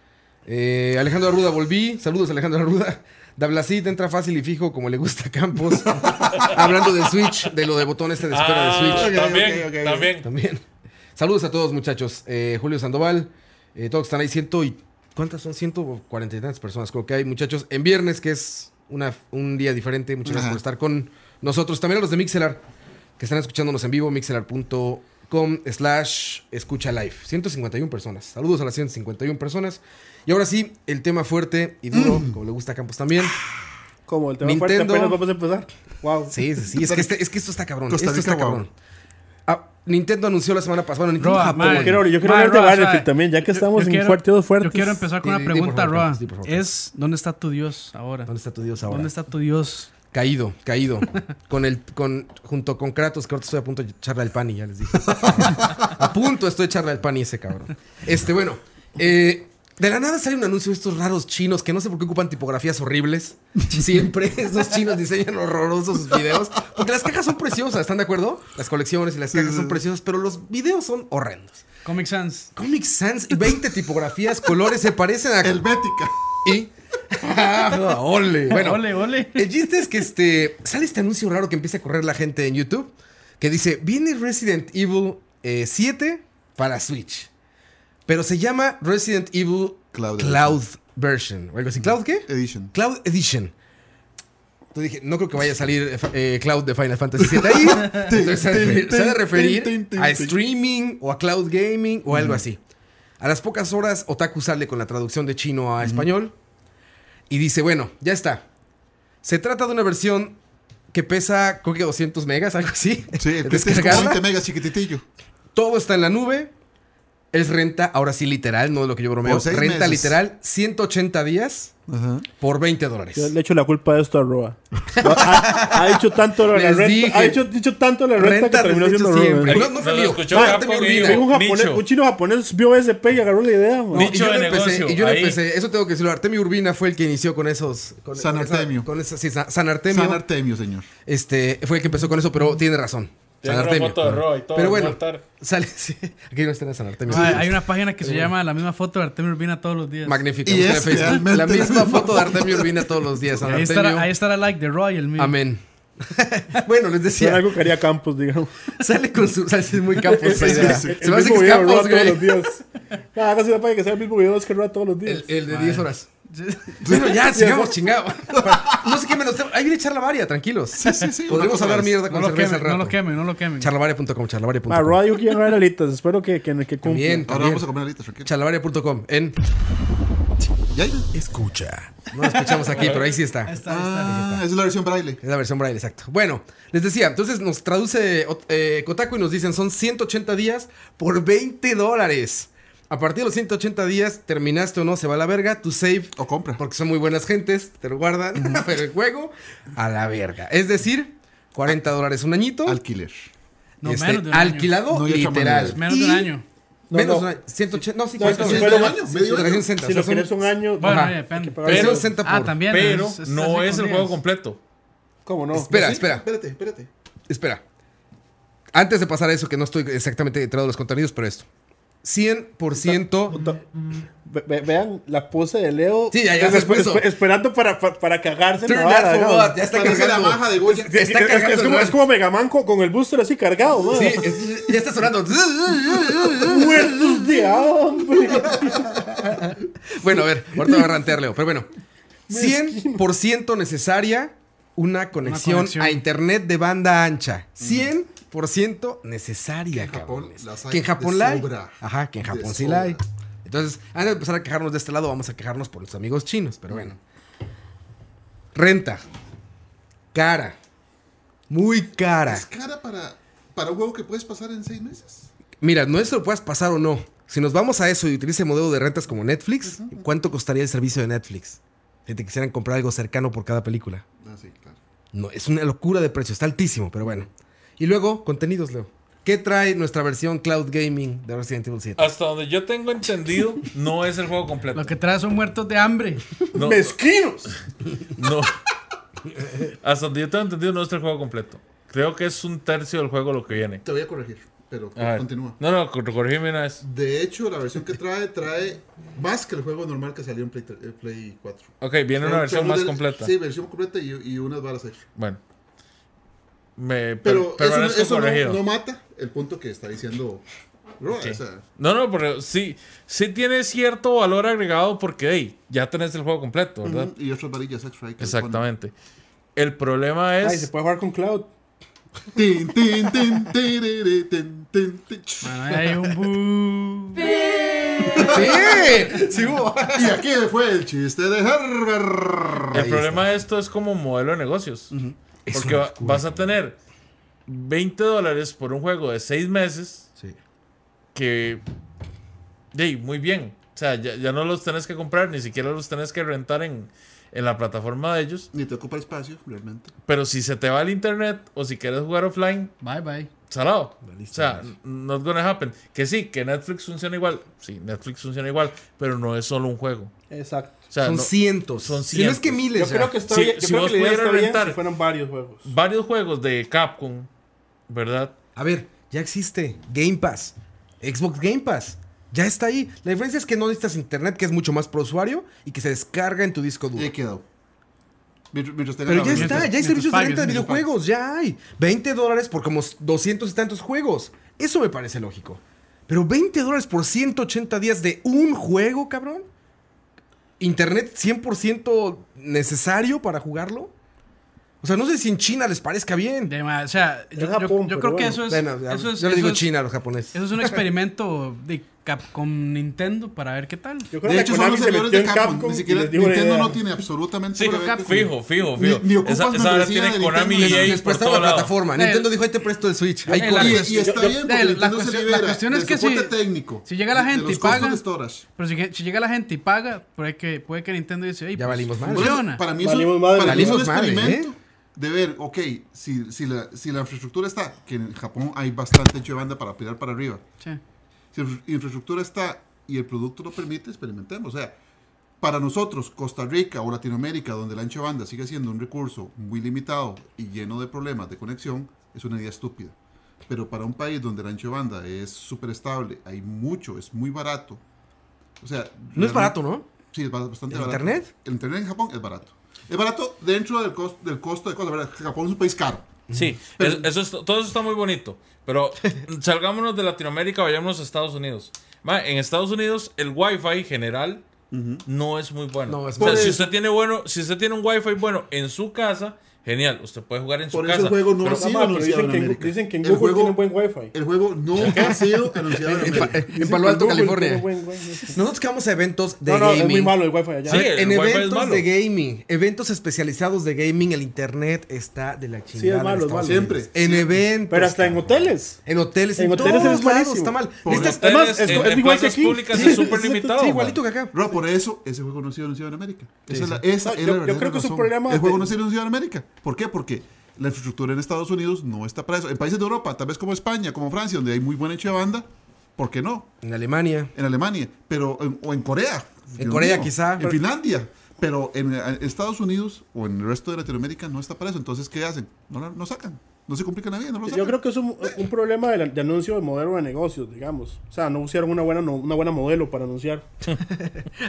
S1: Eh, Alejandro Arruda, volví. Saludos, Alejandro Arruda. Dablacid entra fácil y fijo como le gusta a Campos. Hablando del Switch, de lo de botón este de espera de
S4: Ah,
S1: Switch.
S4: También,
S3: Ok, ok, ok.
S4: también.
S1: También. Saludos a todos, muchachos. Eh, Julio Sandoval, eh, todos que están ahí, ciento y. ¿Cuántas son? 140 y tantas personas, creo que hay, muchachos. En viernes, que es una, un día diferente. Muchas gracias
S3: Ajá.
S1: por estar con nosotros. También a los de Mixelar, que están escuchándonos en vivo, mixelar.com slash escucha live. 151 personas. Saludos a las 151 personas. Y ahora sí, el tema fuerte y duro,
S3: Mm.
S1: como le gusta a Campos también.
S5: Como el tema
S1: Nintendo-
S5: fuerte apenas vamos a empezar. Wow.
S1: Sí, sí, sí. Es que, este- es que esto está cabrón.
S3: Costa
S1: esto está
S3: Rica,
S1: cabrón. Ah, Nintendo anunció la semana pasada. Bueno, Nintendo
S2: Roa,
S1: Japón.
S2: madre.
S5: Quiero- yo quiero
S2: Madre,
S5: hablar de
S2: Roa,
S5: Battlefield
S2: sabe,
S5: también, ya que
S2: yo-
S5: estamos
S2: yo
S5: en
S2: quiero-
S5: fuertes fuertes.
S2: Yo quiero empezar
S1: Di-
S2: con una
S1: di, por
S2: pregunta,
S1: favor,
S2: Roa.
S1: Carlos, di, por favor.
S2: Es, ¿dónde está tu Dios ahora?
S1: ¿Dónde está tu dios ahora?
S2: ¿Dónde está tu Dios?
S1: Caído, caído. con el, con, junto con Kratos, que ahorita estoy a punto de echarle al pani, ya les dije. a punto estoy de echarle al pani ese cabrón. Este, bueno. eh, de la nada sale un anuncio de estos raros chinos que no sé por qué ocupan tipografías horribles. Siempre esos chinos diseñan horrorosos sus videos. Porque las cajas son preciosas, ¿están de acuerdo? Las colecciones y las cajas son preciosas, pero los videos son horrendos.
S2: Comic Sans.
S1: Comic Sans, 20 tipograféticas, colores se parecen a...
S3: Helvética.
S1: Y... Ah, ¡Ole! Bueno,
S2: ole, ole.
S1: el chiste es que este sale este anuncio raro que empieza a correr la gente en YouTube que dice, viene Resident Evil eh, 7 para Switch. Pero se llama Resident Evil
S3: Cloud.
S1: Cloud Version. O algo así. ¿Cloud qué?
S3: Edition.
S1: Cloud Edition. Entonces dije, no creo que vaya a salir eh, Cloud de Final Fantasy VII ahí. Entonces se ha de referir- se ha de referir a streaming o a cloud gaming o algo así. A las pocas horas, Otaku sale con la traducción de chino a español y dice, bueno, ya está. Se trata de una versión que pesa, creo que 200 megas, algo así.
S3: Sí, el PlayStation con
S1: Descargarla.
S3: 20 megas chiquititillo.
S1: Todo está en la nube. Es renta, ahora sí literal, no es lo que yo bromeo.
S3: Por seis
S1: Renta
S3: meses.
S1: literal, 180 días
S3: Ajá.
S1: por 20 dólares.
S5: Yo le echo la culpa de esto a Roa. Ha, ha dicho tanto la
S1: Les
S5: renta,
S1: dije.
S5: ha dicho, dicho tanto la renta,
S1: Renta
S5: que terminó
S1: desde
S5: siendo
S1: siempre.
S5: Roa.
S1: No, no
S5: güey.
S1: fue
S4: Nos
S1: mío.
S4: escuchó
S1: Ah,
S4: Japo,
S1: te me
S4: amigo.
S1: olvida.
S5: Un, japonés-
S4: Nicho.
S5: un chino japonés vio SP y agarró la idea. man.
S1: Y yo
S4: Nicho
S1: lo
S4: de
S1: empecé,
S4: negocio,
S1: y yo lo
S4: ahí.
S1: empecé. Eso tengo que decirlo. Artemio Urbina fue el que inició con esos. Con,
S3: San
S1: con esa-
S3: Artemio.
S1: con esa- sí, Sa- San Artemio.
S3: San Artemio, señor.
S1: este, fue el que empezó con eso, pero tiene razón.
S4: Tiene
S1: San
S4: una
S1: Artemio.
S4: foto de Roa y todo,
S1: pero bueno,
S4: va a estar.
S1: sale. sí, aquí no está en San Artemio.
S2: Ah, hay una página que se llama la misma foto de Artemio Urbina todos los días.
S1: Magnífica.
S3: Y
S1: búsquela
S3: es
S1: en Facebook.
S3: realmente
S1: La
S3: la
S1: misma
S3: misma
S1: foto de Artemio Urbina todos los días. San
S2: Ahí
S1: Artemio.
S2: estará, ahí estará like de Roy, el mío.
S1: Amén. bueno, les
S5: Era
S1: decía,
S5: algo que haría Campos, digamos.
S1: sale con su. Sale es muy capo esa idea.
S5: El- el
S1: Se me hace que
S5: mismo
S1: es
S5: video de
S1: capos,
S5: Roa todos los
S1: güey.
S5: días. Ah, hágase una página que sea el mismo video de Oscar Roa todos los días.
S1: El, el de 10 horas. Bueno, ya, sigamos chingado. No sé qué menos. Hay que echar la varia, tranquilos.
S3: sí, sí,
S1: Podríamos
S3: una
S1: hablar
S3: cosa
S1: mierda
S2: No
S1: con
S2: lo
S1: cerveza al
S2: quemen, no
S1: rato.
S2: lo quemen, no lo quemen.
S1: charlavaria.com, charlavaria.com.
S5: Ah, Roa dijo que iba a grabar alitas. Espero que, que, que cumpla.
S1: También,
S3: Ahora
S1: también.
S3: vamos a comer alitas, tranquilo.
S1: Charlavaria.com. En.
S3: ¿Ya? ya.
S6: Escucha.
S1: No la escuchamos aquí, pero ahí sí está.
S2: Ahí
S1: Es
S2: está, ahí está.
S3: Ah, esa es la versión braille.
S1: la versión Braille, exacto. Bueno, les decía, entonces nos traduce eh, Kotaku y nos dicen son 180 días por 20 dólares. A partir de los 180 días, terminaste o no, se va a la verga, tu save,
S3: O compra.
S1: porque son muy buenas gentes, te lo guardan, pero el juego, a la verga. Es decir, 40 dólares un añito,
S3: Alquiler.
S2: No,
S1: este,
S2: menos de un año.
S1: alquilado
S3: No hay otra
S1: literal.
S3: manera.
S2: Menos de un
S1: Y-
S2: año.
S5: No,
S1: menos
S5: no.
S1: de un año. 180, no, sí,
S5: No, es que
S1: 40
S5: si
S1: dólares.
S5: fuera un
S3: año, medio año.
S1: 360,
S5: Si
S1: o sea,
S5: lo
S1: son-
S5: quieres un año.
S2: Bueno,
S1: Ajá.
S2: ya depende.
S5: Pero-
S1: Pero,
S4: Pero-
S1: 60 por-
S2: Ah, también.
S4: Pero
S2: es-
S4: no es el
S2: escondidas.
S4: juego completo.
S5: ¿Cómo no?
S1: Espera, espera,
S3: Espérate, espérate.
S1: espera. Antes de pasar a eso, que no estoy exactamente entrado en los contenidos, pero esto. 100%.
S5: Puta. Ve- ve- vean la pose de Leo.
S1: Sí, ya, ya
S5: Espe-
S1: se puso.
S5: espe- esperando para, para, para cagarse.
S1: Turn
S5: la
S1: that
S5: vara,
S1: for
S5: digamos.
S1: what? Ya está
S3: Parece la
S1: cargando.
S3: maja de Goya.
S1: Ya está
S5: Es- es,
S1: cargando
S5: es como,
S1: el
S5: es como Megaman con, con el booster así cargado, man.
S1: Sí, es- ya está sonando.
S5: Muertos de hambre.
S1: Bueno, a ver, ahorita va a rantear, Leo. Pero bueno, 100% necesaria una conexión,
S2: conexión.
S1: a internet de banda ancha. 100% necesaria,
S3: Que en Japón
S1: cabrones.
S3: las hay
S1: Que en Japón
S3: de
S1: la hay.
S3: sobra.
S1: Ajá, que en
S3: De
S1: Japón sí la hay.
S3: sobra.
S1: Entonces, antes de empezar a quejarnos de este lado, vamos a quejarnos por los amigos chinos, pero bueno. Renta. Cara. Muy cara.
S3: Es cara para, para un huevo que puedes pasar en seis meses.
S1: Mira, no es que lo puedas pasar o no. Si nos vamos a eso y utilice modelo de rentas como Netflix, ¿cuánto costaría el servicio de Netflix? Si te quisieran comprar algo cercano por cada película.
S3: Ah, sí, claro.
S1: No, es una locura de precio, está altísimo, pero bueno. Y luego, contenidos, Leo. ¿Qué trae nuestra versión Cloud Gaming de Resident Evil 7?
S4: Hasta donde yo tengo entendido, no es el juego completo.
S2: Lo que trae son muertos de hambre.
S4: No,
S5: Mezquinos.
S4: no. Hasta donde yo tengo entendido, no es el juego completo. Creo que es un tercio del juego lo que viene.
S3: Te voy a corregir, pero
S4: A ver.
S3: continúa.
S4: No, no, cor- corrígeme una vez.
S3: De hecho, la versión que trae, trae más que el juego normal que salió en Play, tre- eh, Play 4.
S4: Ok, viene una
S3: Trae-
S4: versión
S3: trae
S4: más
S3: del-
S4: completa.
S3: Sí, versión completa y, y unas balas extra.
S4: Bueno. Me
S3: Pero,
S4: per- permanezco
S3: eso, no- eso
S4: corregido.
S3: no, no mata el punto que está diciendo Roa. o sea,
S4: No, no, pero sí, sí tiene cierto valor agregado porque hey, ya tenés el juego completo, ¿verdad?
S3: y otras varillas extra. ahí que le
S4: Exactamente. El problema
S5: Ay, se
S4: es.
S5: puede jugar con Cloud.
S3: ponen. Tin, tin, tin, tiriri, tin, tin, tin.
S2: Bueno, ahí hay un bu.
S1: ¡Sí! ¡Sí hubo!
S3: Y aquí fue el chiste de Herbert.
S4: el problema de esto es como modelo de negocios. Porque va- vas a tener 20 dólares por un juego de 6 meses
S3: Sí.
S4: que. hey, muy bien. O sea, ya, ya no los tenés que comprar, ni siquiera los tenés que rentar en, en la plataforma de ellos.
S3: Ni te ocupa espacio, realmente.
S4: Pero si se te va el internet o si quieres jugar offline,
S2: Bye, bye.
S4: salado. O sea, not gonna happen. Que sí, que Netflix funciona igual. Sí, Netflix funciona igual, pero no es solo un juego.
S5: Exacto.
S4: O sea,
S1: son
S4: no-
S1: cientos.
S4: son
S1: Si no es que
S4: cientos.
S1: miles.
S5: Yo
S1: ya.
S5: creo que está
S4: Si-
S5: bien. Yo
S4: si
S5: creo
S4: vos
S5: que la idea
S4: pudieras
S5: está bien
S4: rentar-
S5: si fueran varios juegos.
S4: varios juegos de Capcom, ¿verdad?
S1: A ver, ya existe Game Pass, Xbox Game Pass. Ya está ahí. La diferencia es que no necesitas internet, que es mucho más pro usuario y que se descarga en tu disco duro.
S3: Y ahí quedó. Mientras- mientras tenga
S1: Pero
S3: la
S1: ya
S3: versión.
S1: está, ya hay
S2: mientras
S1: servicios de
S2: pagues,
S1: renta de
S2: mientras
S1: videojuegos, ya hay. 20 dólares por como 200 y tantos juegos. Eso me parece lógico. Pero 20 dólares por 180 días de un juego, cabrón. internet 100% necesario para jugarlo. O sea, no sé si en China les parezca bien.
S2: De ma- o sea, yo, yo-
S5: Japón,
S2: yo creo
S5: pero
S2: que
S5: bueno.
S2: eso es.
S1: Bueno, ya-
S2: eso es-
S1: yo le digo
S2: eso es-
S1: China a los japoneses.
S2: Eso es un experimento de Capcom Nintendo para ver qué tal.
S5: Yo creo
S3: De
S5: que
S3: hecho, son los
S5: Konami se
S3: señores
S5: metió
S3: de
S5: en
S3: Capcom.
S5: Capcom.
S3: Ni
S5: y
S3: siquiera
S5: les "Eh, dio una
S3: Nintendo
S5: idea.
S3: no tiene absolutamente
S4: Sí,
S3: nada que ver con-
S4: fijo, fijo,
S3: Ni-
S4: fijo.
S3: ni ocupas
S4: esa esa ahora
S3: membresía
S4: tiene
S3: de
S4: Konami y
S3: Nintendo.
S4: EA
S1: les
S4: por
S1: prestaban
S4: todo
S1: la
S4: lado. Eh,
S1: plataforma.
S2: No,
S1: Nintendo
S2: el-
S1: dijo, ahí te presto el Switch. Ahí
S2: No, el-
S1: corre.
S2: la-
S3: Y, y está
S2: Yo- yo- la-
S3: bien, porque
S2: la
S3: Nintendo se
S2: cuestión-
S3: libera
S2: la cuestión es
S3: del
S2: que
S3: soporte
S2: si-
S3: técnico,
S2: si llega la
S3: de- de
S2: gente y
S3: los costos
S2: paga-
S3: de storage.
S2: Pero si, que- si llega la gente y paga, puede que, puede que Nintendo dice, "Ey,
S1: Ya
S2: pues,
S1: valimos madre".
S2: funciona.
S3: Para mí es un,
S5: Valimos madre.
S3: para mí es un
S1: Valimos madre,
S3: experimento de ver, ok, si, si, la, si la infraestructura está, que en Japón hay bastante ancho de banda para pirar para arriba,
S2: Sí.
S3: si la infra- infraestructura está y el producto lo permite, experimentemos. O sea, para nosotros, Costa Rica o Latinoamérica, donde el ancho de banda sigue siendo un recurso muy limitado y lleno de problemas de conexión, es una idea estúpida. Pero para un país donde el ancho de banda es súper estable, hay mucho, es muy barato. O sea,
S1: No es
S3: realmente-
S1: barato, ¿no?
S3: Sí, es ba- bastante
S1: ¿El
S3: barato.
S1: internet?
S3: El internet en Japón es barato. Es barato dentro del, cos- del costo de cosas. ¿verdad? Japón es un país caro.
S4: Sí, es- eso es- todo eso está muy bonito. Pero salgámonos de Latinoamérica, vayámonos a Estados Unidos. Ma, en Estados Unidos, el Wi-Fi general no es muy bueno.
S1: No, es
S4: O sea,
S1: malo.
S4: si usted tiene bueno, si usted tiene un Wi-Fi bueno en su casa, genial, usted puede jugar en su
S3: Por eso
S4: casa.
S3: el juego no
S4: pero-
S3: ha sido
S5: Mamá, pero
S3: anunciado
S5: dicen,
S3: en
S5: que en,
S3: América.
S5: dicen que en
S3: El
S5: Google
S3: juego-
S5: tienen buen wifi.
S3: El juego no ha sido anunciado en
S1: En, pa-
S3: América.
S1: en Palo Alto, California.
S5: No,
S1: Nosotros que vamos a eventos de
S5: no,
S1: gaming.
S5: es muy malo el wifi allá.
S4: Sí, el
S1: en
S4: wifi es
S1: eventos
S4: malo.
S1: de gaming, eventos especializados de gaming, el internet está de la chingada. en
S5: malo, es
S1: Estados
S5: malo.
S1: Unidos.
S3: Siempre.
S1: En eventos.
S5: Pero hasta en
S1: cabrón.
S5: hoteles.
S1: En hoteles, en,
S5: En hoteles
S1: todos
S5: es
S1: lados
S5: malísimo.
S1: está mal.
S3: Por
S1: Necesitas-
S4: hoteles,
S5: además, es-
S4: en,
S5: es
S4: en
S5: igual que
S4: plazas
S5: aquí.
S4: públicas
S5: Sí,
S4: es súper
S5: exacto,
S4: limitado.
S1: sí,
S4: ma.
S1: igualito que acá.
S3: Ro, por eso ese juego no ha sido anunciado en América. Esa es la, esa
S5: No,
S3: es la
S5: yo- yo
S3: verdadera
S5: creo que es un
S3: razón.
S5: problema
S3: El juego
S5: de-
S3: no ha sido anunciado en América. ¿Por qué? Porque la infraestructura en Estados Unidos no está para eso. En países de Europa, tal vez como España, como Francia, donde hay muy buena hecha de banda, ¿por qué no?
S1: En Alemania.
S3: en Alemania, pero en- o en Corea.
S1: En
S3: Dios
S1: Corea, quizá.
S3: En
S1: Pero-
S3: Finlandia. Pero en eh, Estados Unidos o en el resto de Latinoamérica no está para eso. Entonces, ¿qué hacen? No, la- no sacan. No se complican la vida, no lo sacan.
S5: Yo creo que es un, un problema de, la- de anuncio de modelo de negocios, digamos. O sea, no usaron una buena, no- una buena modelo para anunciar.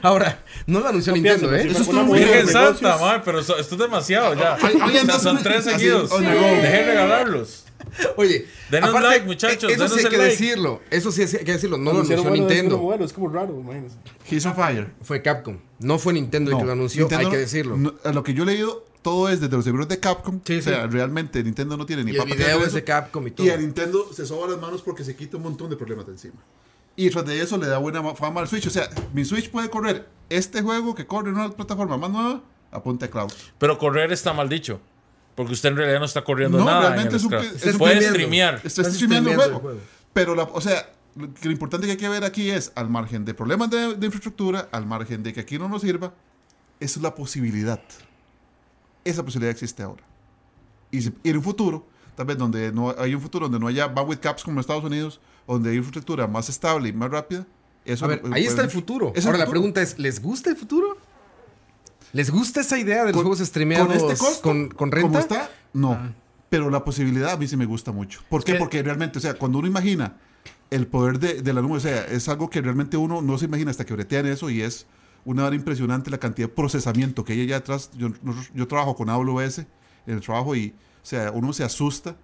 S1: Ahora, no lo anunció
S5: No
S1: Nintendo,
S5: piensen,
S1: ¿eh?
S3: Eso
S5: así,
S3: estuvo
S5: una
S3: muy
S5: modelo de
S4: Virgen Santa,
S5: negocios.
S4: ma, pero so- esto es demasiado ya.
S3: Ay, ay,
S4: O sea,
S3: andas-
S4: son tres
S3: así,
S4: seguidos.
S3: on the go.
S4: Dejen regalarlos.
S1: ¿eh? Oye,
S4: Denos like,
S1: Eso
S4: muchachos,
S1: sí
S4: denos
S1: hay
S4: el
S1: que
S4: like.
S1: decirlo. Eso sí hay que decirlo. No lo
S5: Anunciaron
S1: anunció
S5: bueno, es
S1: Nintendo.
S5: una modelo, es como raro, imagínense.
S3: He's on fire.
S1: Fue Capcom. No fue Nintendo el
S3: No,
S1: que lo anunció.
S3: Nintendo
S1: hay que
S3: no-
S1: decirlo.
S3: no- a lo que yo he leído, todo es desde los seguros de Capcom.
S1: Sí,
S3: o sea,
S1: sí.
S3: realmente Nintendo no tiene ni
S1: Y el
S3: papa que
S1: video
S3: hacer
S1: es de
S3: eso.
S1: Capcom y
S3: Y
S1: todo.
S3: a Nintendo se soba las manos porque se quita un montón de problemas de encima. Y tras de eso le da buena ma- fama al Switch. O sea, mi Switch puede correr este juego que corre en una plataforma más nueva. Apunte a Cloud.
S4: Pero correr está mal dicho. Porque usted en realidad no está corriendo
S3: No,
S4: nada.
S3: realmente
S4: en el
S3: es un
S4: Scratch.
S3: pe- es un
S4: Puede
S1: premiado.
S4: streamear.
S3: Está
S1: Estás
S3: streameando el juego.
S1: streameando el juego.
S3: Pero, la, o sea, lo que- lo importante que hay que ver aquí es, al margen de problemas de, de infraestructura, al margen de que aquí no nos sirva, es la posibilidad. Esa posibilidad existe ahora. Y, si- y en un futuro, tal vez donde no hay un futuro donde no haya bandwidth caps como en Estados Unidos, donde hay infraestructura más estable y más rápida, eso
S1: A ver,
S3: no-
S1: ahí
S3: puede-
S1: está el futuro.
S3: Pues, Es el
S1: Ahora la
S3: futuro.
S1: pregunta es, ¿les gusta el futuro? ¿Les gusta esa idea de los
S3: Con-
S1: juegos streameados
S3: con este costo,
S1: con, con
S3: ¿Cómo
S1: renta? Ah.
S3: está? No. Pero la posibilidad a mí sí me gusta mucho. ¿Por qué?
S2: que-
S3: Porque realmente, o sea, cuando uno imagina el poder de, de la nube, o sea, es algo que realmente uno no se imagina hasta que bretean eso y es una hora impresionante la cantidad de procesamiento que hay allá atrás. Yo, nosotros- yo trabajo con AWS en el trabajo y, o sea, uno se asusta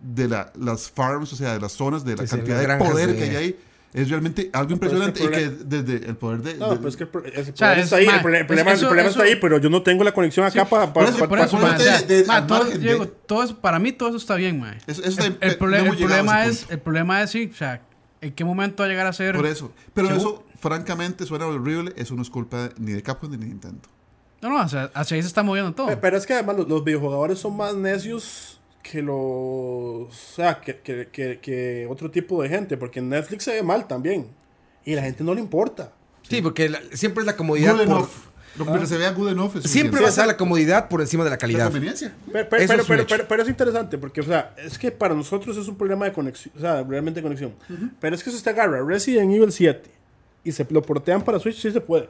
S3: de la- las farms, o sea, de las zonas, de la
S1: Sí, sí,
S3: cantidad
S1: las
S3: de
S1: granjas
S3: poder
S1: de-
S3: que hay ahí. Es realmente algo
S5: pero es
S3: impresionante
S5: que el
S3: y que desde el poder de...
S5: No,
S3: de-
S5: pero es que el, pro- ese
S2: sea,
S5: problema
S2: es-
S5: está ahí,
S2: ma,
S5: el, pro- el
S2: es-
S5: problema, el
S2: eso-
S5: problema está
S2: eso-
S5: ahí, pero yo no tengo la conexión acá para...
S3: Por eso-
S2: Por eso,
S3: Por
S2: ma,
S3: eso
S2: o sea,
S3: te- de-
S2: ma,
S3: al
S2: todo-
S3: margen de-
S2: Diego, todo eso- para mí todo eso está bien, mae.
S3: Eso- eso está
S2: el,
S3: bien,
S2: el
S3: pe-
S2: prole-
S3: no
S2: el
S3: hemos llegado a
S2: problema
S3: ese
S2: es, el problema es, sí, o sea, ¿en qué momento va a llegar a ser?
S3: Por eso. Pero eso, francamente, suena horrible. Eso no es culpa ni de Capcom ni de Nintendo.
S2: No, no, o sea, hacia ahí se está moviendo todo.
S5: Pe- Pero es que además los, los videojugadores son más necios que los... O sea, que, que- que- que otro tipo de gente, porque en Netflix se ve mal también. Y la gente no le importa.
S1: Sí, porque la- siempre es la comodidad
S3: Good
S1: por-
S3: enough. Lo que se vea good enough es
S1: Siempre
S3: suficiente.
S1: va a ser la comodidad por encima de la
S3: la
S1: calidad.
S3: conveniencia.
S5: Pero, pero,
S1: Eso
S5: pero,
S1: es un
S5: pero-
S1: hecho.
S5: pero- pero es interesante porque, o sea, es que para nosotros es un problema de conexión, o sea, realmente de conexión. Pero es que si usted agarra Resident Evil 7 y se lo portean para Switch, sí se puede.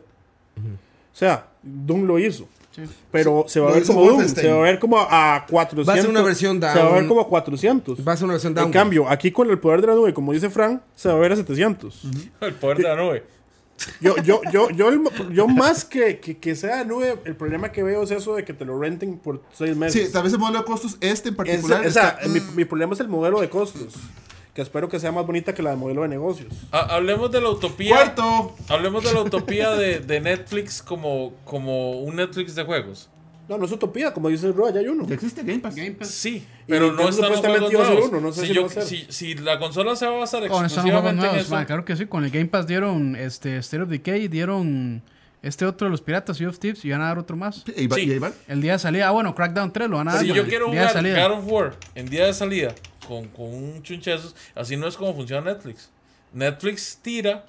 S5: O sea, Doom lo hizo. Pero se va a
S3: Lo
S5: ver
S3: hizo
S5: como Doom,
S3: Wolfenstein.
S5: se va a ver como a 400.
S1: Va a ser una versión
S5: Se va a ver
S1: down.
S5: como a 400.
S1: Va a ser una versión
S5: En
S1: down.
S5: cambio, aquí con el poder de la nube, como dice Frank, se va a ver a 700.
S4: El poder de la nube.
S5: Yo, yo, yo, yo, el- yo más que, que, que sea nube, el problema que veo es eso de que te lo renten por 6 meses.
S3: Sí, tal vez el modelo de costos, este en
S5: Es-
S3: particular.
S5: o sea,
S3: está-
S5: mi, mi problema es el modelo de costos. que espero que sea más bonita que la de modelo de negocios.
S4: Ha- hablemos de la utopía.
S3: ¡Cuarto!
S4: Hablemos de la utopía de, de Netflix como, como un Netflix de juegos.
S5: No, no es utopía, como dice Roa, ya hay uno.
S3: ¿Ya existe Game Pass?
S2: Game Pass.
S4: Sí, pero no
S5: Nintendo
S4: están los
S5: supuestamente
S4: juegos
S5: iba a
S4: nuevos.
S5: ser uno, no sé
S4: si,
S5: si
S4: yo-
S5: lo va a hacer.
S4: si- si la consola se va a basar
S2: Con estos son juegos
S4: exclusivamente en
S2: nuevos,
S4: eso.
S2: ma, claro que sí. Con el Game Pass dieron este State of Decay, dieron este otro de los piratas, Sea of Tips, y van a dar otro más.
S3: Sí, ahí va-
S4: Sí.
S3: y ahí va.
S2: El día de salida, ah, bueno, Crackdown 3 lo van a dar.
S4: Si
S2: ma,
S4: yo quiero
S2: el día de
S4: jugar
S2: salida.
S4: God of War en día de salida con, con un chunchazos, así no es como funciona Netflix. Netflix tira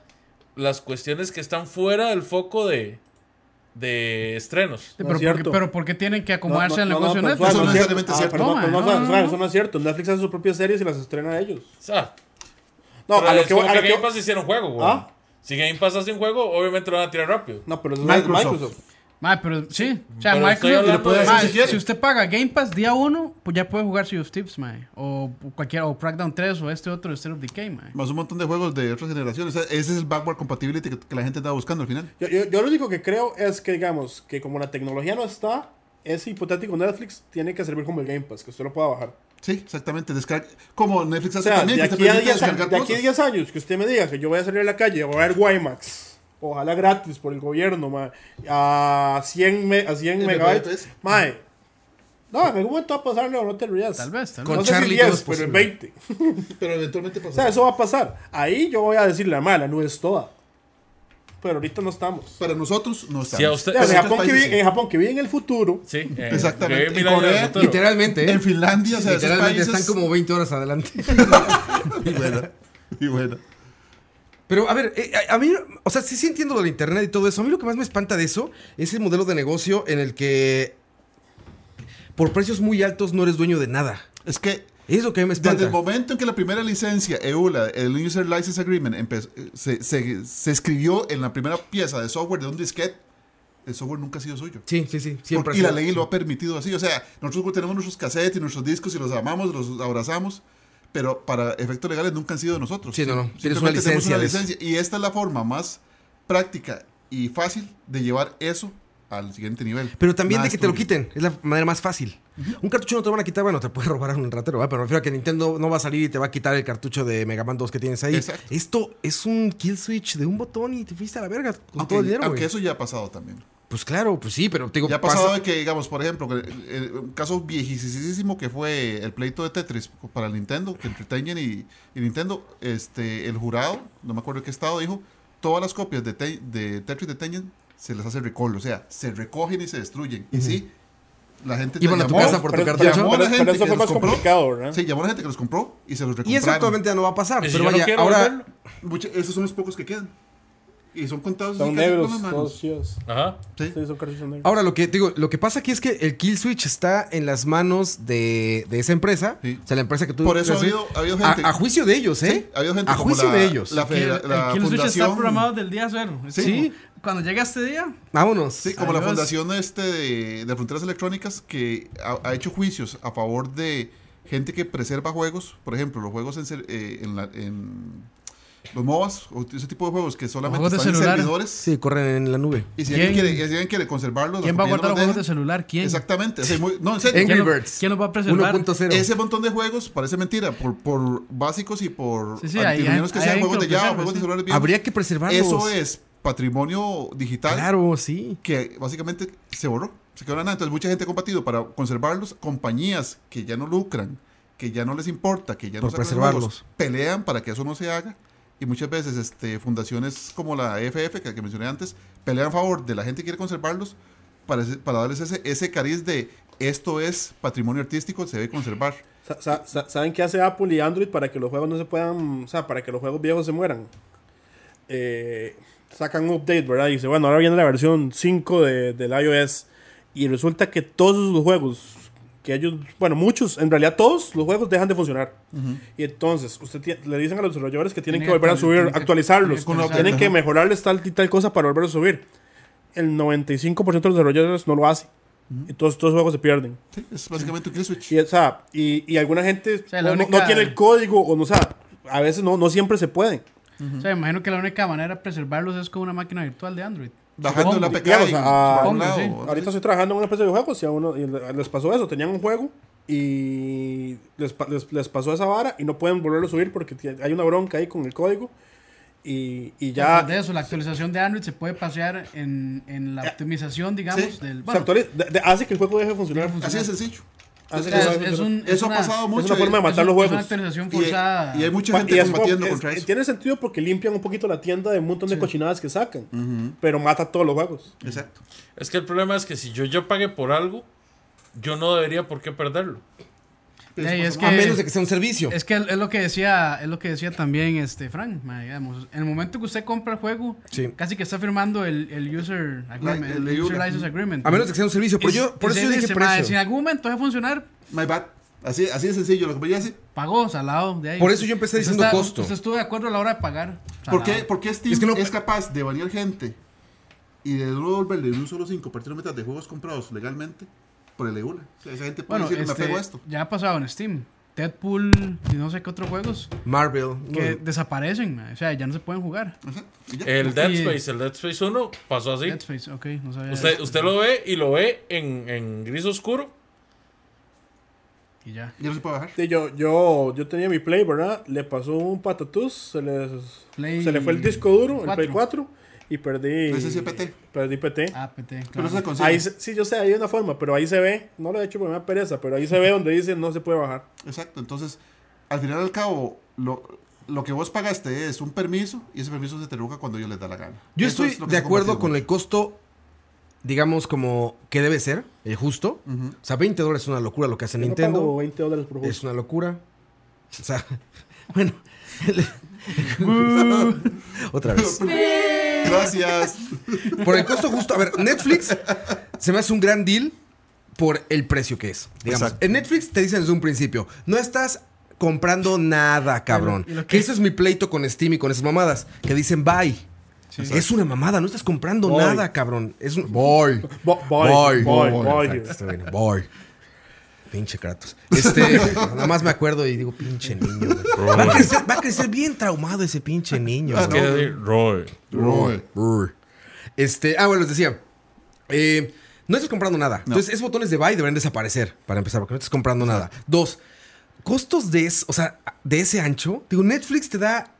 S4: las cuestiones que están fuera del foco de, de estrenos.
S2: Sí,
S5: No
S2: pero,
S5: es
S2: porque,
S5: cierto.
S2: pero ¿por qué tienen que acomodarse al
S5: No, no, no,
S2: negocio
S5: no,
S2: Netflix?
S5: pero
S3: no
S5: es
S3: es
S5: cierto.
S3: necesariamente
S5: Ah,
S3: cierto.
S5: pero no,
S2: No,
S5: pero no,
S2: no, no,
S5: Fran,
S2: no.
S5: eso no es cierto. Netflix hace sus propias series y las estrena a ellos.
S4: O sea,
S5: No,
S4: pero
S5: a lo
S4: es
S5: que,
S4: como
S5: voy- a lo
S4: que
S5: que-
S4: Game Pass hiciera un juego, güey.
S5: ¿Ah?
S4: Si Game Pass hace un juego, obviamente lo van a tirar rápido.
S5: No, pero eso
S3: Microsoft.
S5: es Microsoft.
S2: Ma, pero sí. O sea,
S4: Pero estoy
S2: Microsoft.
S4: hablando
S3: de-
S2: ma,
S3: si quiere.
S2: si usted paga Game Pass día 1, pues ya puede jugar Sea of Tips, ma. O cualquiera, o Crackdown 3, o este otro, State of Decay, ma.
S3: Más un montón de juegos de otras generaciones. O sea, ese es el backward compatibility que, que la gente estaba buscando al final.
S5: Yo, yo, yo lo único que creo es que, digamos, que como la tecnología no está, ese hipotético Netflix tiene que servir como el Game Pass, que usted lo pueda bajar.
S3: Sí, exactamente. Descarga. Como Netflix
S5: O
S3: hace
S5: sea,
S3: también,
S5: de
S3: que te
S5: aquí, a
S3: permite
S5: 10,
S3: descargar
S5: de aquí a
S3: cosas.
S5: 10 años que usted me diga que yo voy a salir a la calle y voy a ver Wimax, ojalá gratis por el gobierno, ma, a 100, me- a 100
S3: El
S5: megabytes,
S3: megabytes.
S5: mae. No, en algún momento va a pasar, no, no te rías.
S2: Tal vez, tal
S5: No
S1: Con
S5: sé si
S1: Charlie
S5: 10,
S1: todo es
S5: pero en
S1: posible.
S5: 20.
S3: Pero eventualmente
S5: O
S3: pasó.
S5: sea, eso va a pasar. Ahí yo voy a decirle a la nube es toda. Pero ahorita no estamos.
S3: Para nosotros no está.
S4: Si a usted-
S5: Ya, en,
S4: Pero
S5: Japón que
S3: países,
S5: vive, en Japón que vive en el futuro,
S4: Sí, eh,
S3: Exactamente.
S4: llegué
S3: En
S4: mil años al
S3: Corea,
S4: futuro.
S1: Literalmente, ¿eh?
S3: En Finlandia, o sea, esos
S1: Literalmente
S3: países...
S1: están como 20 horas adelante.
S3: Y bueno, y bueno.
S1: Pero a ver, eh, a, a mí, o sea, sí, sí entiendo lo de internet y todo eso. A mí lo que más me espanta de eso es el modelo de negocio en el que por precios muy altos no eres dueño de nada.
S3: Es que
S1: Es lo que a mí me
S3: desde
S1: espanta.
S3: el momento en que la primera licencia, E EULA, el User License Agreement, empezó, eh, se, se- se escribió en la primera pieza de software de un disquete, el software nunca ha sido suyo.
S1: Sí, sí, sí. Siempre ha
S3: Porque- y la
S1: sido.
S3: ley lo ha permitido así. O sea, nosotros tenemos nuestros cassettes y nuestros discos y los amamos, los abrazamos, pero para efectos legales nunca han sido de nosotros.
S1: Sí, no, no.
S3: Simplemente
S1: Tienes una
S3: tenemos
S1: licencia
S3: una
S1: de eso.
S3: licencia. Y esta es la forma más práctica y fácil de llevar eso al siguiente nivel.
S1: Pero también
S3: Nada
S1: de que
S3: es
S1: te lo
S3: tuyo.
S1: quiten, es la manera más fácil. Un cartucho no te lo van a quitar, bueno, te puede robar un ratero, ¿verdad? pero me refiero a que Nintendo no va a salir y te va a quitar el cartucho de Mega Man 2 que tienes ahí.
S3: Exacto.
S1: Esto es un kill switch de un botón y te fuiste a la verga con
S3: Aunque,
S1: todo el dinero,
S3: aunque
S1: güey.
S3: eso ya ha pasado también.
S1: Pues claro, pues sí, pero te digo,
S3: Ya ha pasado
S1: pasa-
S3: de que, digamos, por ejemplo, que el- el- un caso viejísimo que fue el pleito de Tetris para el Nintendo, que entre Tengen y, y Nintendo, este, el jurado, no me acuerdo qué estado, dijo, todas las copias de, Te- de Tetris de Tengen se les hace recall, o sea, se recogen y se destruyen. Y sí, la gente...
S1: Iban a tu
S3: llamó-
S1: casa por tu
S5: pero-
S1: cartucho.
S3: llamó a
S5: pero-
S3: la
S5: pero
S3: gente
S5: eso
S3: que
S5: fue
S3: los
S5: más
S3: compró.
S5: complicado, ¿verdad?
S3: Sí, llamó a la gente que los compró y se los
S1: Y eso
S3: recompraron.
S1: actualmente ya no va a pasar,
S4: Y si
S1: pero
S4: yo no
S1: vaya,
S4: quiero
S1: ahora
S4: volverlo.
S3: Mucha- esos son los pocos que quedan. Y son contados
S5: son
S3: casi con
S5: negros,
S3: las manos.
S5: todos chidos.
S4: Ajá.
S3: Sí.
S5: Sí, son cartuchos negros.
S1: Ahora, lo que digo, lo que pasa aquí es que el kill switch está en las manos de, de esa empresa.
S3: Sí.
S1: O sea, la empresa que tú...
S3: Por eso ha
S1: sí.
S3: habido- ha habido
S1: A-
S3: gente-
S1: A, juicio de ellos, ¿eh?
S3: Sí, ha habido gente
S1: a
S3: como
S1: juicio
S3: la-
S1: de ellos.
S3: la-
S2: Que el-
S3: federa- la
S2: el Kill Switch está
S3: fundación-
S2: programado del día cero. Es
S1: Sí.
S2: como, Cuando llega este día,
S1: Vámonos.
S3: Sí, como la
S2: Adiós.
S3: fundación este de, de Fronteras Electrónicas que ha, ha hecho juicios a favor de gente que preserva juegos, por ejemplo, los juegos en, ser- eh, en, la- en los MOBAs o ese tipo de juegos que solamente
S2: Juegos de
S3: están en
S2: celular.
S3: servidores.
S1: Sí, corren en la nube.
S3: Y si
S2: ¿Quién-
S3: alguien, quiere, y si alguien quiere conservarlos,
S2: ¿quién
S3: la
S2: va a guardar
S3: compañía no
S2: los
S3: deja.
S2: juegos de celular? ¿Quién?
S3: Exactamente, sí, muy- no, en serio.
S1: Angry
S2: lo-
S1: Birds.
S2: quién lo va a preservar?
S1: 1.0.
S3: Ese montón de juegos parece mentira por, por básicos y por
S2: Sí, sí, hay-
S3: antinomianos que
S2: hay-
S3: sean
S2: hay
S3: juegos de
S2: que lo
S3: Java,
S2: preserve,
S3: juegos de
S2: sí.
S3: celulares viejos.
S1: Habría que preservarlos.
S3: Eso es patrimonio digital
S1: Claro, sí.
S3: que básicamente se borró, se quedó en la nada. Entonces mucha gente ha combatido para conservarlos, compañías que ya no lucran, que ya no les importa, que ya
S1: Por
S3: no sacan
S1: preservarlos.
S3: juegos, pelean para que eso no se haga. Y muchas veces este, fundaciones como la EFF, que, que mencioné antes, pelean a favor de la gente que quiere conservarlos para, ese- para darles ese, ese cariz de esto es patrimonio artístico, se debe conservar.
S5: Sa- sa- sa- ¿Saben qué hace Apple y Android para que los juegos no se puedan, o sea, para que los juegos viejos se mueran? Eh, sacan un update, ¿verdad? Y dice, bueno, ahora viene la versión 5 de, del iOS. Y resulta que todos los juegos, que ellos, bueno, muchos, en realidad todos los juegos dejan de funcionar. Y entonces, usted tie- le dicen a los desarrolladores que tienen
S2: Tienen
S5: que volver a
S2: actuali-
S5: subir,
S2: tienen que- tienen
S5: actualizarlos.
S2: que
S5: Tienen que
S3: actualizar.
S5: mejorarles tal y tal cosa para volver a subir. El 95% de los desarrolladores no lo hace. Y todos, todos los juegos se pierden.
S3: Sí, es básicamente un kill switch.
S5: Y, o sea, y, y alguna gente
S2: sea, la
S5: no, no-
S2: única-
S5: no tiene el código, o no, o sea, a veces no, no siempre se puede.
S2: o sea, me imagino que la única manera de preservarlos es con una máquina virtual de Android.
S3: Bajando la
S2: Supongo.
S3: PK
S5: digamos,
S3: y-
S5: a-
S3: por un
S2: pongo,
S3: lado,
S2: sí.
S3: o algo
S5: Ahorita
S3: así.
S5: estoy trabajando en una empresa de juegos y a uno y le- les pasó eso. Tenían un juego y les, pa- les- les pasó esa vara y no pueden volverlo a subir porque tie- hay una bronca ahí con el código. Y, y ya.
S2: Además de eso, la actualización de Android se puede pasear en, en la optimización, digamos,
S3: Sí.
S2: del.
S5: se actualiza- de- de- hace que el juego deje de funcionar.
S2: Deje de
S3: Así de sencillo.
S5: Hace
S2: o
S5: que
S2: sea,
S5: el juego
S2: es-
S5: deje de
S2: es
S5: funcionar.
S2: un-
S3: Eso ha
S2: una-
S3: pasado
S2: es
S3: mucho.
S5: una forma de
S3: y-
S5: matar
S2: es un-
S5: los
S2: es una
S5: juegos.
S2: actualización
S3: y, eh,
S2: forzada.
S3: y hay mucha
S5: Pa-
S3: gente
S5: y es como-
S3: combatiendo
S5: es-
S3: contra
S5: es-
S3: eso.
S5: Tiene sentido porque limpian un poquito la tienda de un montón de cochinadas que sacan. Pero mata todos los juegos.
S3: Exacto.
S4: Es que el problema es que si yo, yo pagué por algo, yo no debería por qué perderlo.
S2: De ahí es
S1: A
S2: que-
S1: menos de que sea un servicio.
S2: Es que es lo que decía, es lo que decía también este Frank, ma, digamos, en el momento que usted compra el juego,
S1: Sí.
S2: casi que está firmando el, el user agreement,
S3: La-
S2: el,
S3: el
S2: user
S3: user-
S2: license agreement.
S1: A menos de que sea un servicio. Pero
S2: Y-
S1: yo, por
S2: y
S1: eso
S2: se
S1: yo dije
S2: dice, ma, Si en
S1: precio.
S2: algún momento va a funcionar,
S3: My bad. Así, así de sencillo. La compañía dice,
S2: pagó, salado, de ahí.
S1: Por eso yo empecé
S2: Usted
S1: diciendo
S2: está-
S1: costo.
S2: Usted estuvo de acuerdo a la hora de pagar.
S3: ¿por
S2: salado.
S3: qué, por qué Steam
S1: Es
S3: es,
S1: que no-
S3: capaz de banear gente y de luego volverle en un solo 5 partir metas de juegos comprados legalmente por el EULA? O sea, esa gente puede
S2: Bueno,
S3: decir, me
S2: este,
S3: apego a esto.
S2: ya ha pasado en Steam. Deadpool y no sé qué otros juegos
S1: Marvel.
S2: que
S1: no.
S2: desaparecen, ma, o sea, ya no se pueden jugar.
S3: Exacto. Y ya.
S4: El Dead
S2: Y-
S4: Space, el Dead Space 1 pasó así.
S2: Dead Space, ok, no sabía.
S4: Usted,
S2: eso.
S4: usted lo ve y lo ve en, en gris oscuro.
S2: Y ya.
S3: Ya no se puede bajar.
S5: Sí, yo, yo, yo tenía mi Play, ¿verdad? Le pasó un patatús, se, les-
S2: Play
S5: se le fue el disco duro, el Play
S2: 4.
S5: 4, y perdí.
S3: Ese es PT.
S5: Perdí PT.
S2: APT, Ah, claro.
S3: Pero eso se consigue.
S5: ahí se- sí, yo sé, ahí hay una forma, pero ahí se ve, no lo he hecho porque me da pereza, pero ahí se ve donde dice no se puede bajar.
S3: Exacto. Entonces, al final y al cabo, lo, lo que vos pagaste es un permiso y ese permiso se te revoca cuando yo les da la gana.
S1: Yo
S3: Eso
S1: estoy
S3: es lo que
S1: de
S3: se ha
S1: acuerdo
S3: combatido
S1: con
S3: mucho.
S1: el costo, digamos, como que debe ser, el justo. O sea, 20 dólares es una locura lo que hace
S5: Yo no
S1: Nintendo.
S5: pago 20 dólares por juego.
S1: Es una locura. O sea, bueno. Otra vez.
S3: Gracias.
S1: Por el costo justo. A ver, Netflix se me hace un gran deal por el precio que es. Digamos.
S3: Exacto.
S1: En Netflix te dicen desde un principio, no estás comprando nada, cabrón.
S2: ¿Y lo
S1: Que
S2: qué?
S1: ese es mi pleito con Steam y con esas mamadas, que dicen bye. Es una mamada, no estás comprando
S5: Voy.
S1: nada, cabrón. Es un... Voy.
S5: Bo-
S1: Voy.
S5: voy, voy, voy.
S1: Exacto, está bien. Voy. Pinche Kratos. Este, nada más me acuerdo y digo, pinche niño. güey. Va a crecer, va a crecer bien traumado ese pinche niño.
S3: Ah,
S1: güey.
S4: Que decir, Roy.
S3: Roy.
S1: Roy. Este, ah, bueno, les decía. eh, no estás comprando nada. Entonces, esos botones de buy deberían desaparecer para empezar, porque no estás comprando nada. Dos, costos de, es- o sea, de ese ancho. Digo, Netflix te da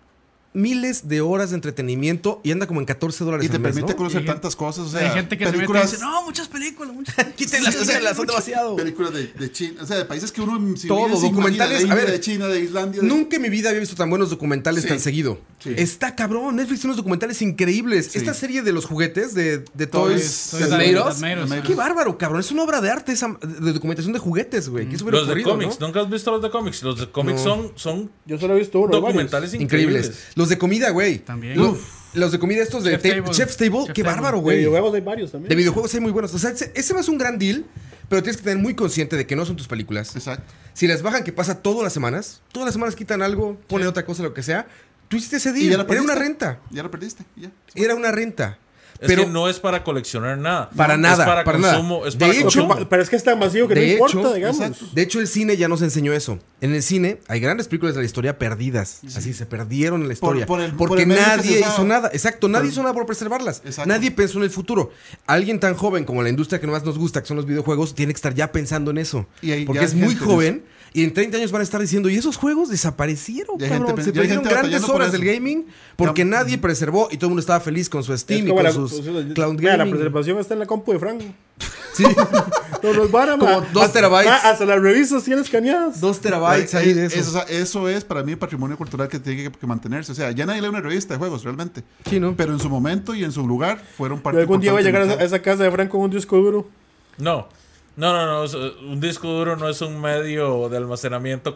S1: miles de horas de entretenimiento y anda como en 14 dólares
S3: Y te
S1: al mes,
S3: permite
S1: ¿no?
S3: conocer
S2: Y gen-
S3: tantas cosas. O sea,
S2: Hay gente que
S3: películas,
S2: se mete y dice, no, muchas películas, muchas
S1: Quítenlas,
S3: Sí, o sea,
S1: quítenlas, son
S3: mucho-
S1: demasiado.
S3: Películas de, de China, o sea, de países que uno si
S1: Todo,
S3: viene, se imagina,
S1: documentales,
S3: de
S1: a
S3: India,
S1: ver,
S3: de China, de Islandia. de-
S1: Nunca en mi vida había visto tan buenos documentales
S3: Sí.
S1: tan seguido.
S3: Sí.
S1: Está cabrón. Netflix tiene unos documentales increíbles. Esta serie de los juguetes de, de Toys,
S3: Toys,
S1: That
S3: Toys
S1: Made
S2: That
S1: Us,
S2: Made Us,
S1: Qué
S2: ajá.
S1: bárbaro, cabrón. Es una obra de arte esa de documentación de juguetes, güey. ¿Qué se hubiera
S4: Los de
S1: ocurrido,
S4: cómics,
S1: no?
S4: ¿nunca has visto los de cómics? Los de cómics son, son
S5: Yo solo he visto uno.
S4: documentales
S1: Increíbles.
S4: increíbles.
S1: Los de comida, güey.
S2: También.
S1: Lo- Los de comida estos de
S2: Chef
S1: ta-
S2: Table.
S1: Chef's Table.
S2: Chef
S1: qué
S2: Table.
S1: bárbaro,
S5: varios. De
S1: güey.
S5: videojuegos hay varios también.
S1: De videojuegos hay muy buenos. O sea, ese, ese va a ser un gran deal, pero tienes que tener muy consciente de que no son tus películas.
S3: Exacto.
S1: Si las bajan, que pasa todas las semanas, todas las semanas quitan algo, ponen otra cosa, lo que sea. Tú hiciste ese
S3: Y
S1: deal.
S3: ya la
S1: Era una
S3: perdiste.
S1: renta.
S3: Ya lo perdiste, ya.
S1: Era una renta.
S4: Es
S1: pero
S4: que no es para coleccionar nada.
S1: Para
S4: Es
S1: nada,
S4: para
S1: para nada.
S4: consumo, es
S1: De
S4: para
S1: hecho,
S5: Lo que
S4: consumo.
S5: pa- pero es que es tan masivo que no
S1: De
S5: importa,
S1: hecho,
S5: digamos.
S3: exacto.
S1: De hecho, el cine ya nos enseñó eso. En el cine hay grandes películas de la historia perdidas. Así se perdieron en la historia.
S3: por el- por
S1: porque
S3: el medio que
S1: nadie
S3: se usaba.
S1: hizo nada. Exacto, nadie hizo nada por preservarlas.
S3: Exacto.
S1: Nadie pensó en el futuro. Alguien tan joven como la industria que más nos gusta, que son los videojuegos, tiene que estar ya pensando en eso.
S3: Y hay-
S1: porque
S3: ya
S1: es
S3: hay
S1: muy
S3: gente
S1: joven y en 30 años van a estar diciendo, y esos juegos desaparecieron,
S3: Ya hay
S1: cabrón.
S3: gente
S1: se
S3: pen- ya hay
S1: perdieron
S3: gente
S1: grandes
S3: batallando por
S1: horas del
S3: eso.
S1: gaming porque
S3: Ya-
S1: nadie preservó y todo el mundo estaba feliz con su
S5: Es
S1: Steam y
S5: como
S1: con
S5: la-
S1: sus
S5: o sea,
S1: Cloud
S5: mira, La
S1: Gaming.
S5: preservación está en la compu de Frank.
S1: Sí.
S5: No los van a
S1: Como
S5: ma-
S1: dos
S5: hasta-
S1: terabytes.
S5: ma- Hasta las revistas tienen escaneadas.
S1: Dos terabytes
S3: Vale,
S1: ahí
S3: es-
S1: de eso.
S3: es- o sea, eso es para mí patrimonio cultural que tiene que, que mantenerse. O sea, ya nadie lee una revista de juegos realmente.
S1: Sí, ¿no?
S3: Pero en su momento y en su lugar fueron parte
S5: Yo algún día voy a llegar a esa, a
S3: importante
S5: esa casa de Frank con un disco duro.
S4: No. No, no, no, es- eh, un disco duro no es un medio de almacenamiento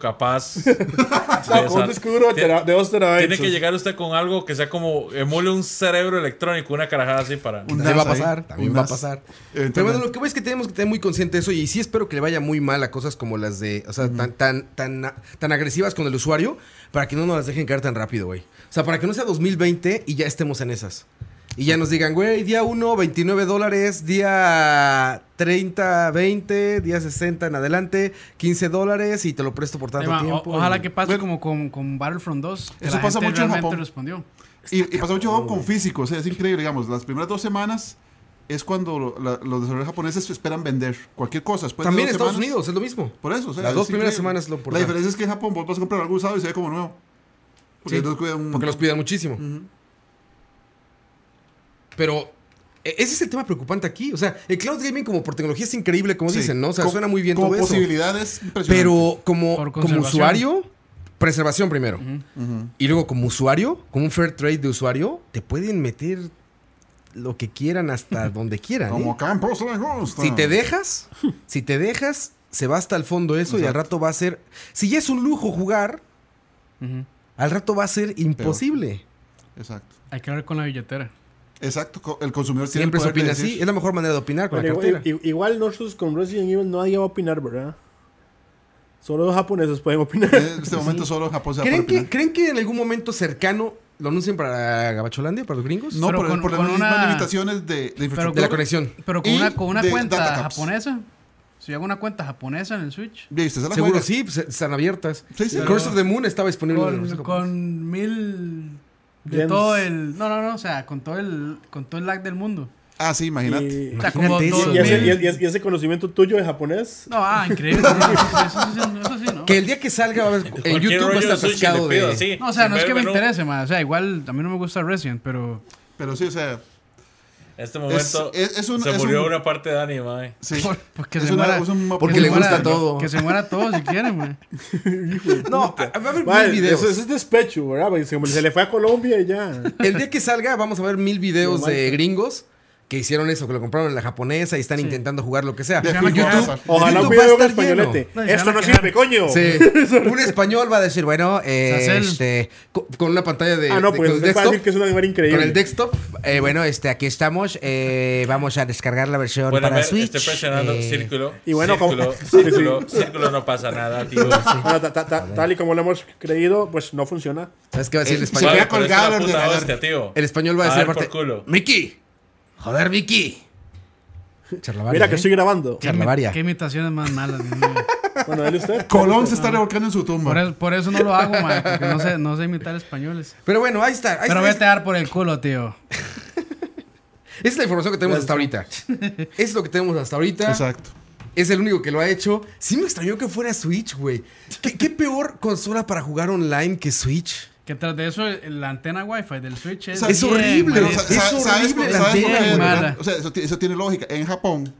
S4: capaz. de
S5: No, con
S4: esa-
S5: Ah, un disco duro de,
S4: Tiene-
S5: tera- de dos terabytes.
S4: Tiene que llegar usted con algo que sea como emule un cerebro electrónico, una carajada así para.
S3: Un
S1: También va a
S3: NAS ahí,
S1: pasar,
S3: un
S1: también va a
S3: NAS.
S1: pasar.
S3: Eventualmente.
S1: Pero bueno, lo que voy es que tenemos que tener muy consciente eso y sí espero que le vaya muy mal a cosas como las de, o sea, tan, tan, tan, tan agresivas con el usuario para que no nos las dejen caer tan rápido, güey. O sea, para que no sea 2020 y ya estemos en esas. Y ya nos digan, güey, día 1, 29 dólares, día 30, 20, día 60 en adelante, 15 dólares y te lo presto por tanto
S2: Tema, o-
S1: tiempo.
S2: ojalá
S1: Y-
S2: que pase
S3: Bueno.
S2: como con, con Battlefront 2. que
S3: Eso
S2: la
S3: pasa
S2: gente
S3: mucho en
S2: realmente
S3: Japón.
S2: respondió.
S3: Y, y pasó mucho con físicos, o sea, es increíble, digamos. Las primeras dos semanas es cuando lo- la- los desarrolladores japoneses esperan vender cualquier cosa. Después de
S1: También en
S3: dos
S1: Estados
S3: semanas-
S1: Unidos es lo mismo.
S3: Por eso, o sea,
S1: Las
S3: es
S1: dos primeras
S3: increíble.
S1: semanas es lo
S3: La
S1: importante.
S3: diferencia es que en Japón vos vas a comprar algo usado y se ve como nuevo. Porque
S1: Sí.
S3: los cuidan un
S1: Porque los
S3: montón.
S1: cuidan muchísimo. Pero e- ese es el tema preocupante aquí. O sea, el cloud gaming como por tecnología es increíble, como
S3: Sí.
S1: dicen, ¿no? O sea,
S3: Co-
S1: suena muy bien
S3: como
S1: todo eso.
S3: posibilidades impresionantes.
S1: Pero como,
S2: Por
S1: como
S2: conservación.
S1: usuario, preservación primero.
S3: Ujú.
S1: Y luego como usuario, como un fair trade de usuario, te pueden meter lo que quieran hasta donde quieran. ¿eh?
S3: Como Campos le gusta.
S1: Si te dejas, si te dejas, se va hasta el fondo eso y al rato va a ser... Si ya es un lujo jugar,
S2: Ujú.
S1: al rato va a ser imposible.
S3: Exacto.
S2: Hay que hablar con la billetera.
S3: Exacto. co- El consumidor tiene
S1: Siempre
S3: el
S1: se
S3: poder de
S1: opina así.
S3: decir-
S1: Es la mejor manera de opinar con la
S5: Bueno,
S1: cartera.
S5: igual, i- igual nosotros con Resident Evil nadie va a opinar, ¿verdad? Solo los japoneses pueden opinar.
S1: Eh,
S3: En este momento solo Japón se va a
S1: ¿Creen
S3: poder
S1: que,
S3: opinar.
S1: ¿Creen que en algún momento cercano lo anuncien para Gabacholandia, para los gringos?
S3: No,
S2: Pero
S3: pero el
S2: con-
S3: problema
S2: con
S3: es las
S2: una-
S3: limitaciones de, de
S1: De
S3: infraestructura.
S1: la conexión.
S2: Pero con
S3: Y
S2: una, con una
S3: de
S2: cuenta
S3: datacaps.
S2: japonesa. Si yo hago una cuenta japonesa en el Switch.
S3: Bien, usted se la
S1: Seguro
S3: juega.
S1: sí, pues, están abiertas.
S3: Sí, sí.
S1: Curse of the Moon estaba disponible. en
S2: Con,
S1: los-
S2: con mil. De
S5: Yens.
S2: todo el. No, no, no. O sea, con todo el, con todo el lag del mundo.
S3: Ah, sí, imagínate.
S5: Y,
S2: O sea,
S1: Imagínate
S2: como
S1: eso,
S2: dos
S5: y ese,
S2: mil-
S5: y el- y ese- y ese conocimiento tuyo de japonés.
S2: No, ah, increíble. no, no, Eso, sí, eso, sí, no.
S1: Que el día que salga va a haber- en
S4: Cualquier
S1: YouTube va a
S4: rollo de
S1: estar
S4: sushi le
S1: pescado
S4: pido
S1: de...
S4: así,
S2: No, o sea,
S4: sin
S2: no es
S4: ver
S2: que me
S4: menú.
S2: interese, más. O sea, igual a mí no me gusta Resident, pero.
S3: Pero sí, o sea,
S4: En este momento
S3: es- es un-
S4: se
S3: es
S4: murió
S3: un-
S4: una parte de anime, mae.
S3: sí.
S2: Por- pues que
S3: Es
S2: se
S3: una-
S2: muera.
S3: es un mapa
S1: Porque
S2: que
S1: le
S2: se
S1: gusta
S2: muera-
S1: todo.
S2: Que se muera todo si quieren, man.
S1: No, a- va a haber
S5: Vale,
S1: mil videos.
S5: eso, eso es despecho, ¿verdad? Porque se, se le fue a Colombia y ya.
S1: El día que salga vamos a ver mil videos
S5: Sí,
S1: de
S5: Minecraft.
S1: gringos que hicieron eso, que lo compraron en la japonesa y están intentando jugar lo que sea.
S3: Ya,
S1: En
S2: me
S1: YouTube-
S3: quedas.
S5: Ojalá
S1: en
S5: un
S1: YouTube va a
S5: video con
S1: estar lleno.
S5: españolete.
S2: No, y se
S5: Esto
S2: van a
S5: no
S2: quedar-
S5: sirve, coño.
S1: Sí. Un español va a decir, bueno, eh,
S2: Sacel.
S1: este, co- con una pantalla de,
S5: Ah, no,
S1: de-
S5: pues
S1: con
S5: es fácil que es una animal increíble.
S1: Con el desktop, eh, bueno, este, aquí estamos. eh, vamos a descargar la versión
S4: Bueno,
S1: para
S4: ver,
S1: Switch.
S4: estoy presionando
S1: eh,
S4: círculo.
S5: Y bueno, como-
S4: círculo,
S5: Sí, sí.
S4: círculo, círculo, no pasa nada, tío.
S5: Bueno, ta- ta- ta- tal y como lo hemos creído, pues no funciona.
S1: ¿Sabes qué va a decir el
S3: Se
S1: español?
S3: queda
S4: Vale, pero es
S3: colgado
S4: una
S3: el
S4: puta
S3: ordenador.
S4: hostia, tío.
S1: El español va a
S4: A
S1: decir
S4: dar por
S1: aparte,
S4: culo.
S1: Mickey. Joder, Mickey. Charlavaria.
S5: Mira que
S1: ¿eh?
S5: estoy grabando.
S2: Qué,
S1: Charlavaria.
S2: imi- qué imitaciones más malas, Dios mío.
S5: Bueno, dale usted.
S3: Colón se está revolcando en su
S2: por,
S3: tumba.
S2: eso, por eso no lo hago, man. Porque no sé, no sé imitar españoles.
S1: Pero bueno, ahí está. ahí
S2: Pero
S1: está.
S2: vete a dar por el culo, tío.
S1: Esa es la información que tenemos hasta ahorita. Es lo que tenemos hasta ahorita.
S3: Exacto.
S1: Es el único que lo ha hecho. Sí me extrañó que fuera Switch, güey. ¿Qué, qué peor consola para jugar online que Switch?
S2: Que tras de eso, el- la antena Wi-Fi del Switch es.
S1: Es
S2: bien
S1: horrible,
S2: mala.
S1: o sea,
S3: sa- sa-
S1: es
S3: ¿sabes
S1: horrible
S3: por-
S1: la
S3: sabes por
S2: antena,
S3: qué,
S2: mala.
S3: verdad? O sea, eso, ti- eso tiene lógica. En Japón,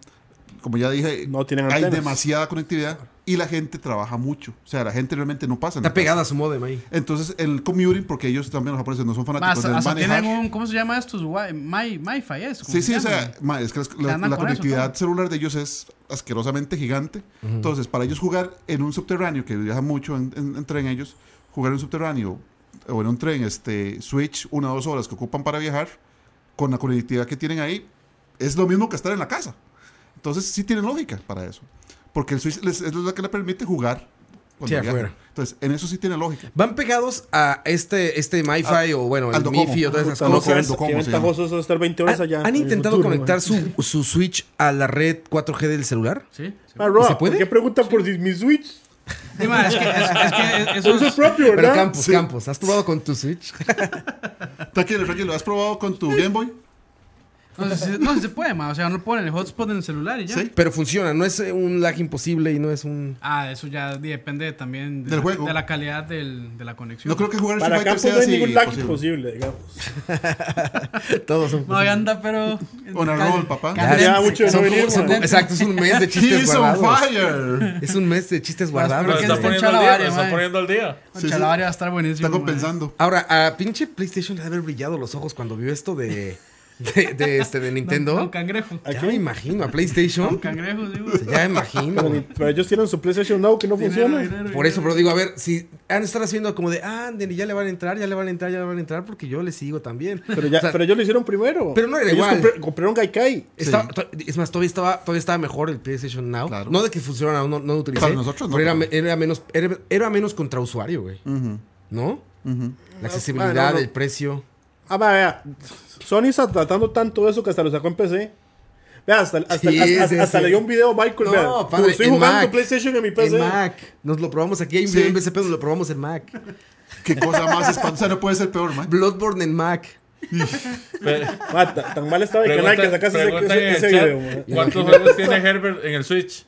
S3: como ya dije,
S5: No tienen
S3: hay
S5: antenas.
S3: demasiada conectividad y la gente trabaja mucho. O sea, la gente realmente no pasa. en
S1: Está
S3: la casa.
S1: pegada a su modem ahí.
S3: Entonces, el commuting, porque ellos también, los japoneses, no son
S2: Más,
S3: fanáticos del
S2: hasta tienen
S3: manejar.
S2: un. ¿Cómo se llama estos? Wi- Mi, MiFi es. ¿cómo
S3: Sí, sí, o
S2: llama?
S3: sea, ma, es que las- la,
S2: andan
S3: la
S2: con eso,
S3: conectividad
S2: todo.
S3: celular de ellos es asquerosamente gigante. Entonces, para ellos jugar en un subterráneo, que viajan mucho en, en- en tren ellos, jugar en un subterráneo o en un tren, este, Switch, una o dos horas que ocupan para viajar, con la conectividad que tienen ahí, es lo mismo que estar en la casa. Entonces, sí tienen lógica para eso. Porque el Switch les- es lo que le permite jugar. cuando
S1: Sí,
S3: viajan.
S1: afuera.
S3: Entonces, en eso sí tiene lógica.
S1: Van pegados a este, este MiFi
S3: Ah,
S1: o bueno,
S3: al
S1: el
S3: Docomo.
S1: MiFi o todas esas
S5: Puta, no,
S1: cosas.
S5: qué
S3: Conocer
S5: venta- qué
S3: cómo se llama.
S5: ventajoso eso de estar 20 horas allá.
S1: ¿Han, han
S5: en el
S1: intentado
S5: futuro,
S1: conectar
S5: man.
S1: su, su Switch a la red 4G del celular?
S2: Sí. sí.
S5: Ah, Roa,
S1: ¿Se puede?
S5: ¿por qué preguntan por si mi Switch?
S2: Sí, ma, es que, es, es que eso
S5: Es el
S2: es.
S5: propio,
S1: Pero
S5: ¿verdad?
S1: Campos, Campos, ¿has probado con tu Switch?
S3: Tranquilo, tranquilo. ¿Has probado con tu Game Boy?
S2: No, sí, sí- no, sí se puede, ma. O sea, uno pone el hotspot en el celular y ya.
S3: Sí.
S1: Pero funciona, no es eh, un lag imposible y no es un...
S2: Ah, eso ya depende también de,
S3: Del
S2: la,
S3: juego.
S2: de la calidad del, de la conexión.
S3: No creo que jugar
S5: Para
S3: Street Fighter
S5: Campos no hay ningún lag
S3: posible.
S5: imposible, digamos.
S1: Todos son...
S2: No, ahí anda, pero.
S3: On a roll, papá.
S1: Ya,
S5: Ya,
S1: son-
S5: mucho de no
S1: son-
S5: venir,
S1: son-
S5: man.
S1: Exacto, es un mes de chistes
S3: He's on
S1: guardados.
S3: fire.
S1: Es un mes de chistes
S4: Lo
S1: guardados. Este,
S2: porque
S4: está
S2: es de
S4: poniendo al día,
S2: Chalabaria,
S4: lo está
S2: mae.
S4: poniendo al día.
S3: Sí, sí.
S2: Chalabaria va a estar buenísimo.
S3: Está compensando.
S1: Ahora, a pinche PlayStation le ha de haber brillado los ojos cuando vio esto de, de, de, este, de
S2: mae. Don-
S1: Nintendo.
S2: Don Cangrejo.
S1: Ya me imagino, a PlayStation.
S2: Don Cangrejo, sí,
S1: O sea, Ya me
S5: Pero,
S1: imagino.
S5: ni- pero ellos tienen su PlayStation Now que no funciona.
S1: Por eso, pero digo, a ver, si han estar haciendo como de, ah, ándale, ya le van a entrar, ya le van a entrar, ya le van a entrar, porque yo le sigo también.
S5: Pero, ya,
S1: O sea,
S5: pero ellos lo hicieron primero.
S1: Pero no era
S5: ellos
S1: igual.
S5: compre- compraron Gaikai.
S1: estaba- to- es más, todavía estaba, todavía estaba mejor el PlayStation Now.
S3: Claro.
S1: No de que funcionara, no, no lo utilicé.
S3: Para nosotros no,
S1: Pero era,
S3: pero-
S1: me- era menos, era, era menos contra usuario, güey. ¿No? La accesibilidad,
S5: Bueno, no.
S1: el precio.
S5: Ah, va, vea. Sony está tratando tanto eso que hasta lo sacó en PC. Vea, hasta, hasta,
S1: Sí,
S5: hasta-
S1: sí,
S5: hasta
S1: sí.
S5: le dio un video Michael. vea.
S1: padre,
S5: Pues estoy
S1: en
S5: jugando
S1: Mac.
S5: PlayStation en mi PC.
S1: En Mac. Nos lo probamos aquí. Hay un
S3: Sí.
S1: video en BCP donde lo probamos en Mac.
S3: Qué cosa más espantosa. No puede ser peor, man.
S1: Bloodborne en Mac.
S4: Pero-
S5: Ma, ta- tan mal estaba el canal que sacaste ese,
S4: preguntan en
S5: ese,
S4: el
S5: ese
S4: chat,
S5: video, ma.
S4: ¿Cuántos juegos tiene Herbert en el Switch?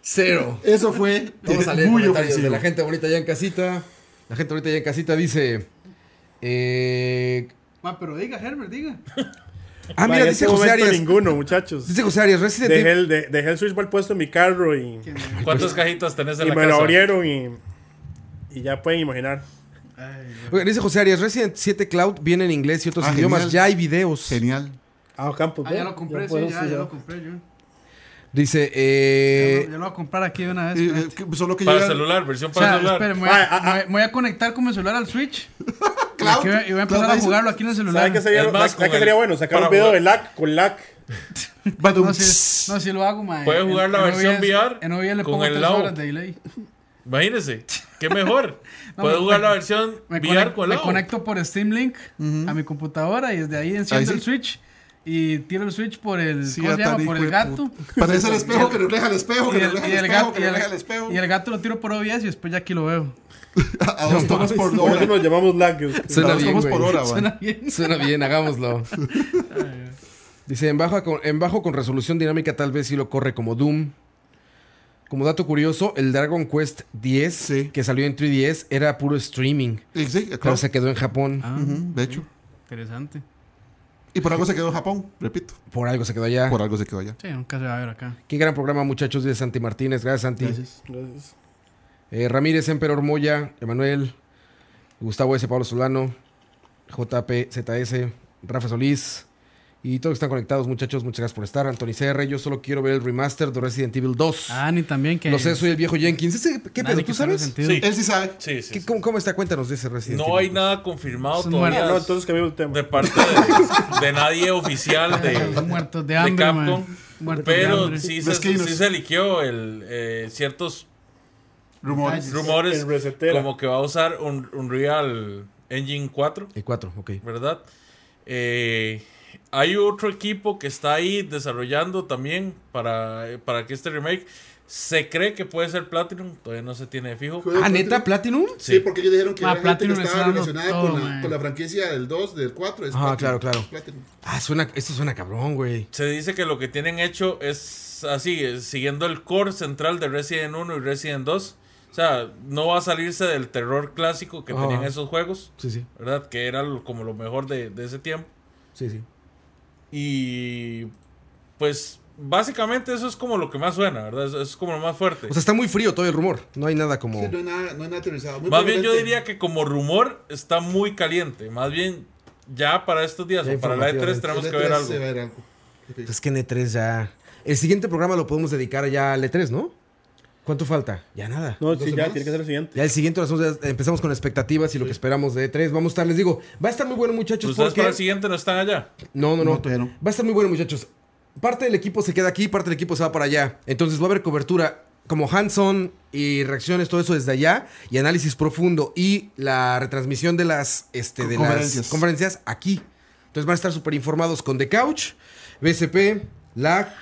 S1: Cero.
S3: Eso fue
S1: Vamos a leer
S3: muy
S1: comentarios de
S3: ofensivo.
S1: la gente bonita ya en casita. La gente bonita ya en casita dice. eh,
S2: Ma, pero diga, Herbert, diga.
S1: ah,
S5: Ma,
S1: mira,
S5: en
S1: dice
S5: este
S1: José
S5: momento
S1: Arias.
S5: ninguno, muchachos.
S1: Dice José Arias, Resident
S5: Dejé
S1: Evil.
S5: el, de- dejé el Switch mal puesto en mi carro y,
S4: ¿Cuántas cajitas tenés en
S5: Pues, y
S4: la
S5: me lo
S4: casa?
S5: abrieron y, y ya pueden imaginar.
S1: Oiga, Dice José Arias, Resident 7 Cloud viene en inglés y otros
S3: Ah,
S1: idiomas.
S3: genial.
S1: Ya hay videos.
S3: Genial.
S5: Ah, Campos.
S2: Ah, ya lo compré, sí, ya, ya lo compré yo.
S1: Dice, eh,
S2: ya, lo, ya lo voy a comprar aquí de una vez.
S3: Eh,
S2: espérate.
S3: eh, que- solo que
S4: Para
S3: llega-
S4: celular, versión
S2: o
S4: para
S2: sea,
S4: celular.
S2: espere, me voy,
S5: Ah,
S2: a,
S5: ah, ah.
S2: me- me voy a conectar con mi celular al Switch.
S3: Cloud-
S2: y, voy a, y voy a
S3: Cloud
S2: empezar a
S3: Bison.
S2: jugarlo aquí en el celular.
S5: ¿Sabes qué sería,
S4: Es más,
S5: ¿sabe
S4: con
S5: qué sería
S4: el-
S5: bueno? Sacar
S4: para
S5: un video
S4: jugar.
S5: de LAC con LAC.
S3: Badum.
S2: No, si, no, si lo hago, mae.
S4: Puedes
S2: En-
S4: jugar la
S2: en
S4: versión
S2: OBS
S4: VR
S2: En OBS le
S4: con
S2: pongo
S4: el
S2: tres
S4: lado.
S2: horas de delay.
S4: Imagínense, qué mejor.
S2: No,
S4: Puedes
S2: me-
S4: jugar la
S2: me-
S4: versión
S2: Me,
S4: VR
S2: conec-
S4: con
S2: me
S4: la
S2: conecto por Steam Link a mi computadora y desde ahí enciendo
S3: sí.
S2: el Switch y tiro el Switch por el,
S3: Sí,
S2: ¿cómo se llama?
S3: Atari,
S2: Por
S3: hijo
S2: el
S3: de
S2: gato.
S3: puta. Parece el espejo que refleja el
S2: Y
S3: espejo, que
S2: el,
S3: refleja
S2: y
S3: el
S2: el
S3: espejo,
S2: gato,
S3: que
S2: y,
S3: refleja el espejo.
S2: el, y el gato lo tiro por OBS y después ya aquí lo veo.
S3: A a dos tomos por
S5: Por eso
S3: hora.
S5: nos llamamos LAC.
S1: Suena
S3: A dos
S1: bien,
S3: tomos por
S1: güey.
S3: hora, va.
S2: Suena bien.
S1: Suena bien, hagámoslo. Dice, en bajo, con, en bajo con resolución dinámica tal vez sí lo corre como Doom. Como dato curioso, el Dragon Quest 10
S3: Sí.
S1: que salió en 3DS era puro streaming,
S3: Sí, sí, claro.
S1: pero se quedó en Japón.
S2: Ah,
S3: Ujú, De hecho.
S2: Interesante.
S3: Y por algo se quedó en Japón, repito.
S1: Por algo se quedó allá.
S3: Por algo se quedó allá.
S2: Sí, nunca se va a ver acá.
S1: Qué gran programa, muchachos, de Santi Martínez. Gracias, Santi. Eh, Ramírez, Emperor Moya, Emanuel, Gustavo S. Pablo Solano, JPZS, Rafa Solís y todos que están conectados, muchachos. Muchas gracias por estar. Anthony CR, yo solo quiero ver el remaster de Resident Evil 2.
S2: Ah, ni también que.
S1: Lo sé, soy el viejo Jenkins. Ese- ¿Qué
S2: nadie
S1: pedo?
S2: que
S1: ¿Tú
S2: sabe
S1: sabes?
S2: sentido.
S4: Sí.
S3: Él sí sabe.
S4: Sí, sí,
S1: ¿Qué-
S4: sí.
S1: cómo, cómo está? Cuéntanos de ese Resident Evil.
S4: No hay nada confirmado
S2: Son
S4: todavía.
S5: No, entonces cambiamos de
S4: de
S5: tema.
S4: parte de, de nadie oficial
S2: Ah,
S4: de,
S2: Muertos de hambre, mae.
S4: Capcom,
S2: Muertos de
S4: pero
S2: hambre.
S4: sí se,
S3: Mezquinos.
S4: sí se liqueó el, eh, ciertos
S3: Rumores.
S2: Detalles.
S4: rumores
S5: En recetera.
S4: como que va a usar un Unreal Engine 4,
S1: El 4, Eh, ok.
S4: ¿verdad? Eh, hay otro equipo que está ahí desarrollando también para, para que este remake se cree que puede ser Platinum, todavía no se tiene de fijo.
S1: Ah, neta, Platinum.
S6: Sí, porque ellos dijeron que
S2: Ah,
S6: era gente que
S2: Platinum
S6: estaba
S2: está dando
S6: relacionada
S2: todo,
S6: con,
S2: man.
S6: la, con la franquicia del 2, del 4. Es
S1: Ah,
S6: Platinum.
S1: claro, claro.
S6: Platinum.
S1: Ah, suena, esto suena cabrón, güey.
S4: Se dice que lo que tienen hecho es así, es siguiendo el core central de Resident 1 y Resident 2. O sea, no va a salirse del terror clásico que
S1: Ah.
S4: tenían esos juegos,
S1: Sí, sí,
S4: ¿verdad? Que era lo- como lo mejor de, de ese tiempo.
S1: sí, sí.
S4: Y pues básicamente eso es como lo que más suena, ¿verdad? Eso, eso es como lo más fuerte.
S1: O sea, está muy frío todo el rumor. No hay nada como.
S6: Sí, no hay nada, no hay nada aterrizado. Muy
S4: más bien yo
S6: probablemente-
S4: diría que como rumor está muy caliente. Más bien ya para estos días
S1: Ya
S4: o para la E3
S1: informativamente.
S4: tenemos
S3: E
S6: el
S4: que ver
S6: E3
S4: algo.
S6: se va a ver algo. Ok.
S3: Pues
S1: Es que en E3 ya. El siguiente programa lo podemos dedicar ya al E3, ¿no? ¿Cuánto falta? Ya nada.
S5: No, sí, ya
S6: semanas?
S5: tiene que ser el siguiente.
S1: Ya el siguiente lo hacemos, ya empezamos con expectativas y lo que esperamos de E3. Vamos a estar, les digo, va a estar muy bueno, muchachos.
S4: Ustedes
S1: porque-
S4: Pues para el siguiente no están allá.
S1: No, no, no.
S3: No, todavía no.
S1: Va a estar muy bueno, muchachos. Parte del equipo se queda aquí, parte del equipo se va para allá. Entonces va a haber cobertura como hands-on y reacciones, todo eso desde allá. Y análisis profundo y la retransmisión de las, este, de las
S3: Conferencias.
S1: conferencias aquí. Entonces van a estar súper informados con The Couch, BSP, LAG,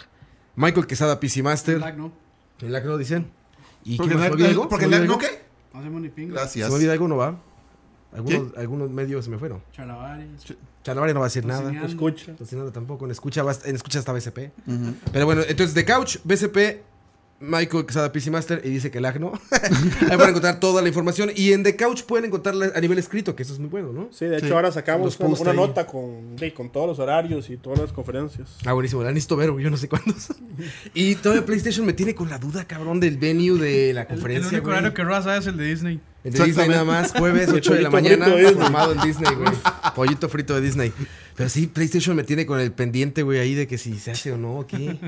S1: Michael Quesada, PC Master.
S2: Lag, no.
S1: El LAG no dicen. ¿Y
S3: Porque
S1: quién más? ¿Se
S3: la-
S1: me olvida algo?
S3: porque
S1: ¿Se me
S3: la-
S1: olvida
S3: ¿no
S1: algo?
S3: qué?
S2: No hacemos ni pingo.
S3: Gracias.
S1: ¿Se me olvida algo? ¿No va? Algunos, algunos medios se me fueron.
S2: Chalabares.
S1: Chalabaria no va a decir nada.
S2: Tocinando.
S5: Escucha.
S1: Entonces nada tampoco, en escucha, bast- en escucha hasta BCP. Pero bueno, entonces The Couch, BCP, Michael Quesada PC Master y dice que el AGNO. Ahí van a encontrar toda la información. Y en The Couch pueden encontrarla a nivel escrito, que eso es muy bueno, ¿no?
S5: Sí, de hecho
S3: Sí.
S5: ahora
S1: Los
S5: sacamos una,
S1: posts
S5: una
S1: ahí.
S5: nota con, de- con todos los horarios y todas las conferencias.
S1: Ah, buenísimo, la necesito ver, güey, yo no sé cuántos. y todavía PlayStation me tiene con la duda, cabrón, del venue de la
S2: El,
S1: conferencia.
S2: el único
S1: güey.
S2: horario que Roa sabe es el de Disney.
S1: El de Disney
S3: Exactamente.
S1: nada más, jueves 8 de la
S5: Pollito
S1: mañana,
S5: frito de Disney.
S1: formado en Disney, güey. Pollito frito de Disney. Pero sí, PlayStation me tiene con el pendiente, güey, ahí de que si se hace o no, o qué.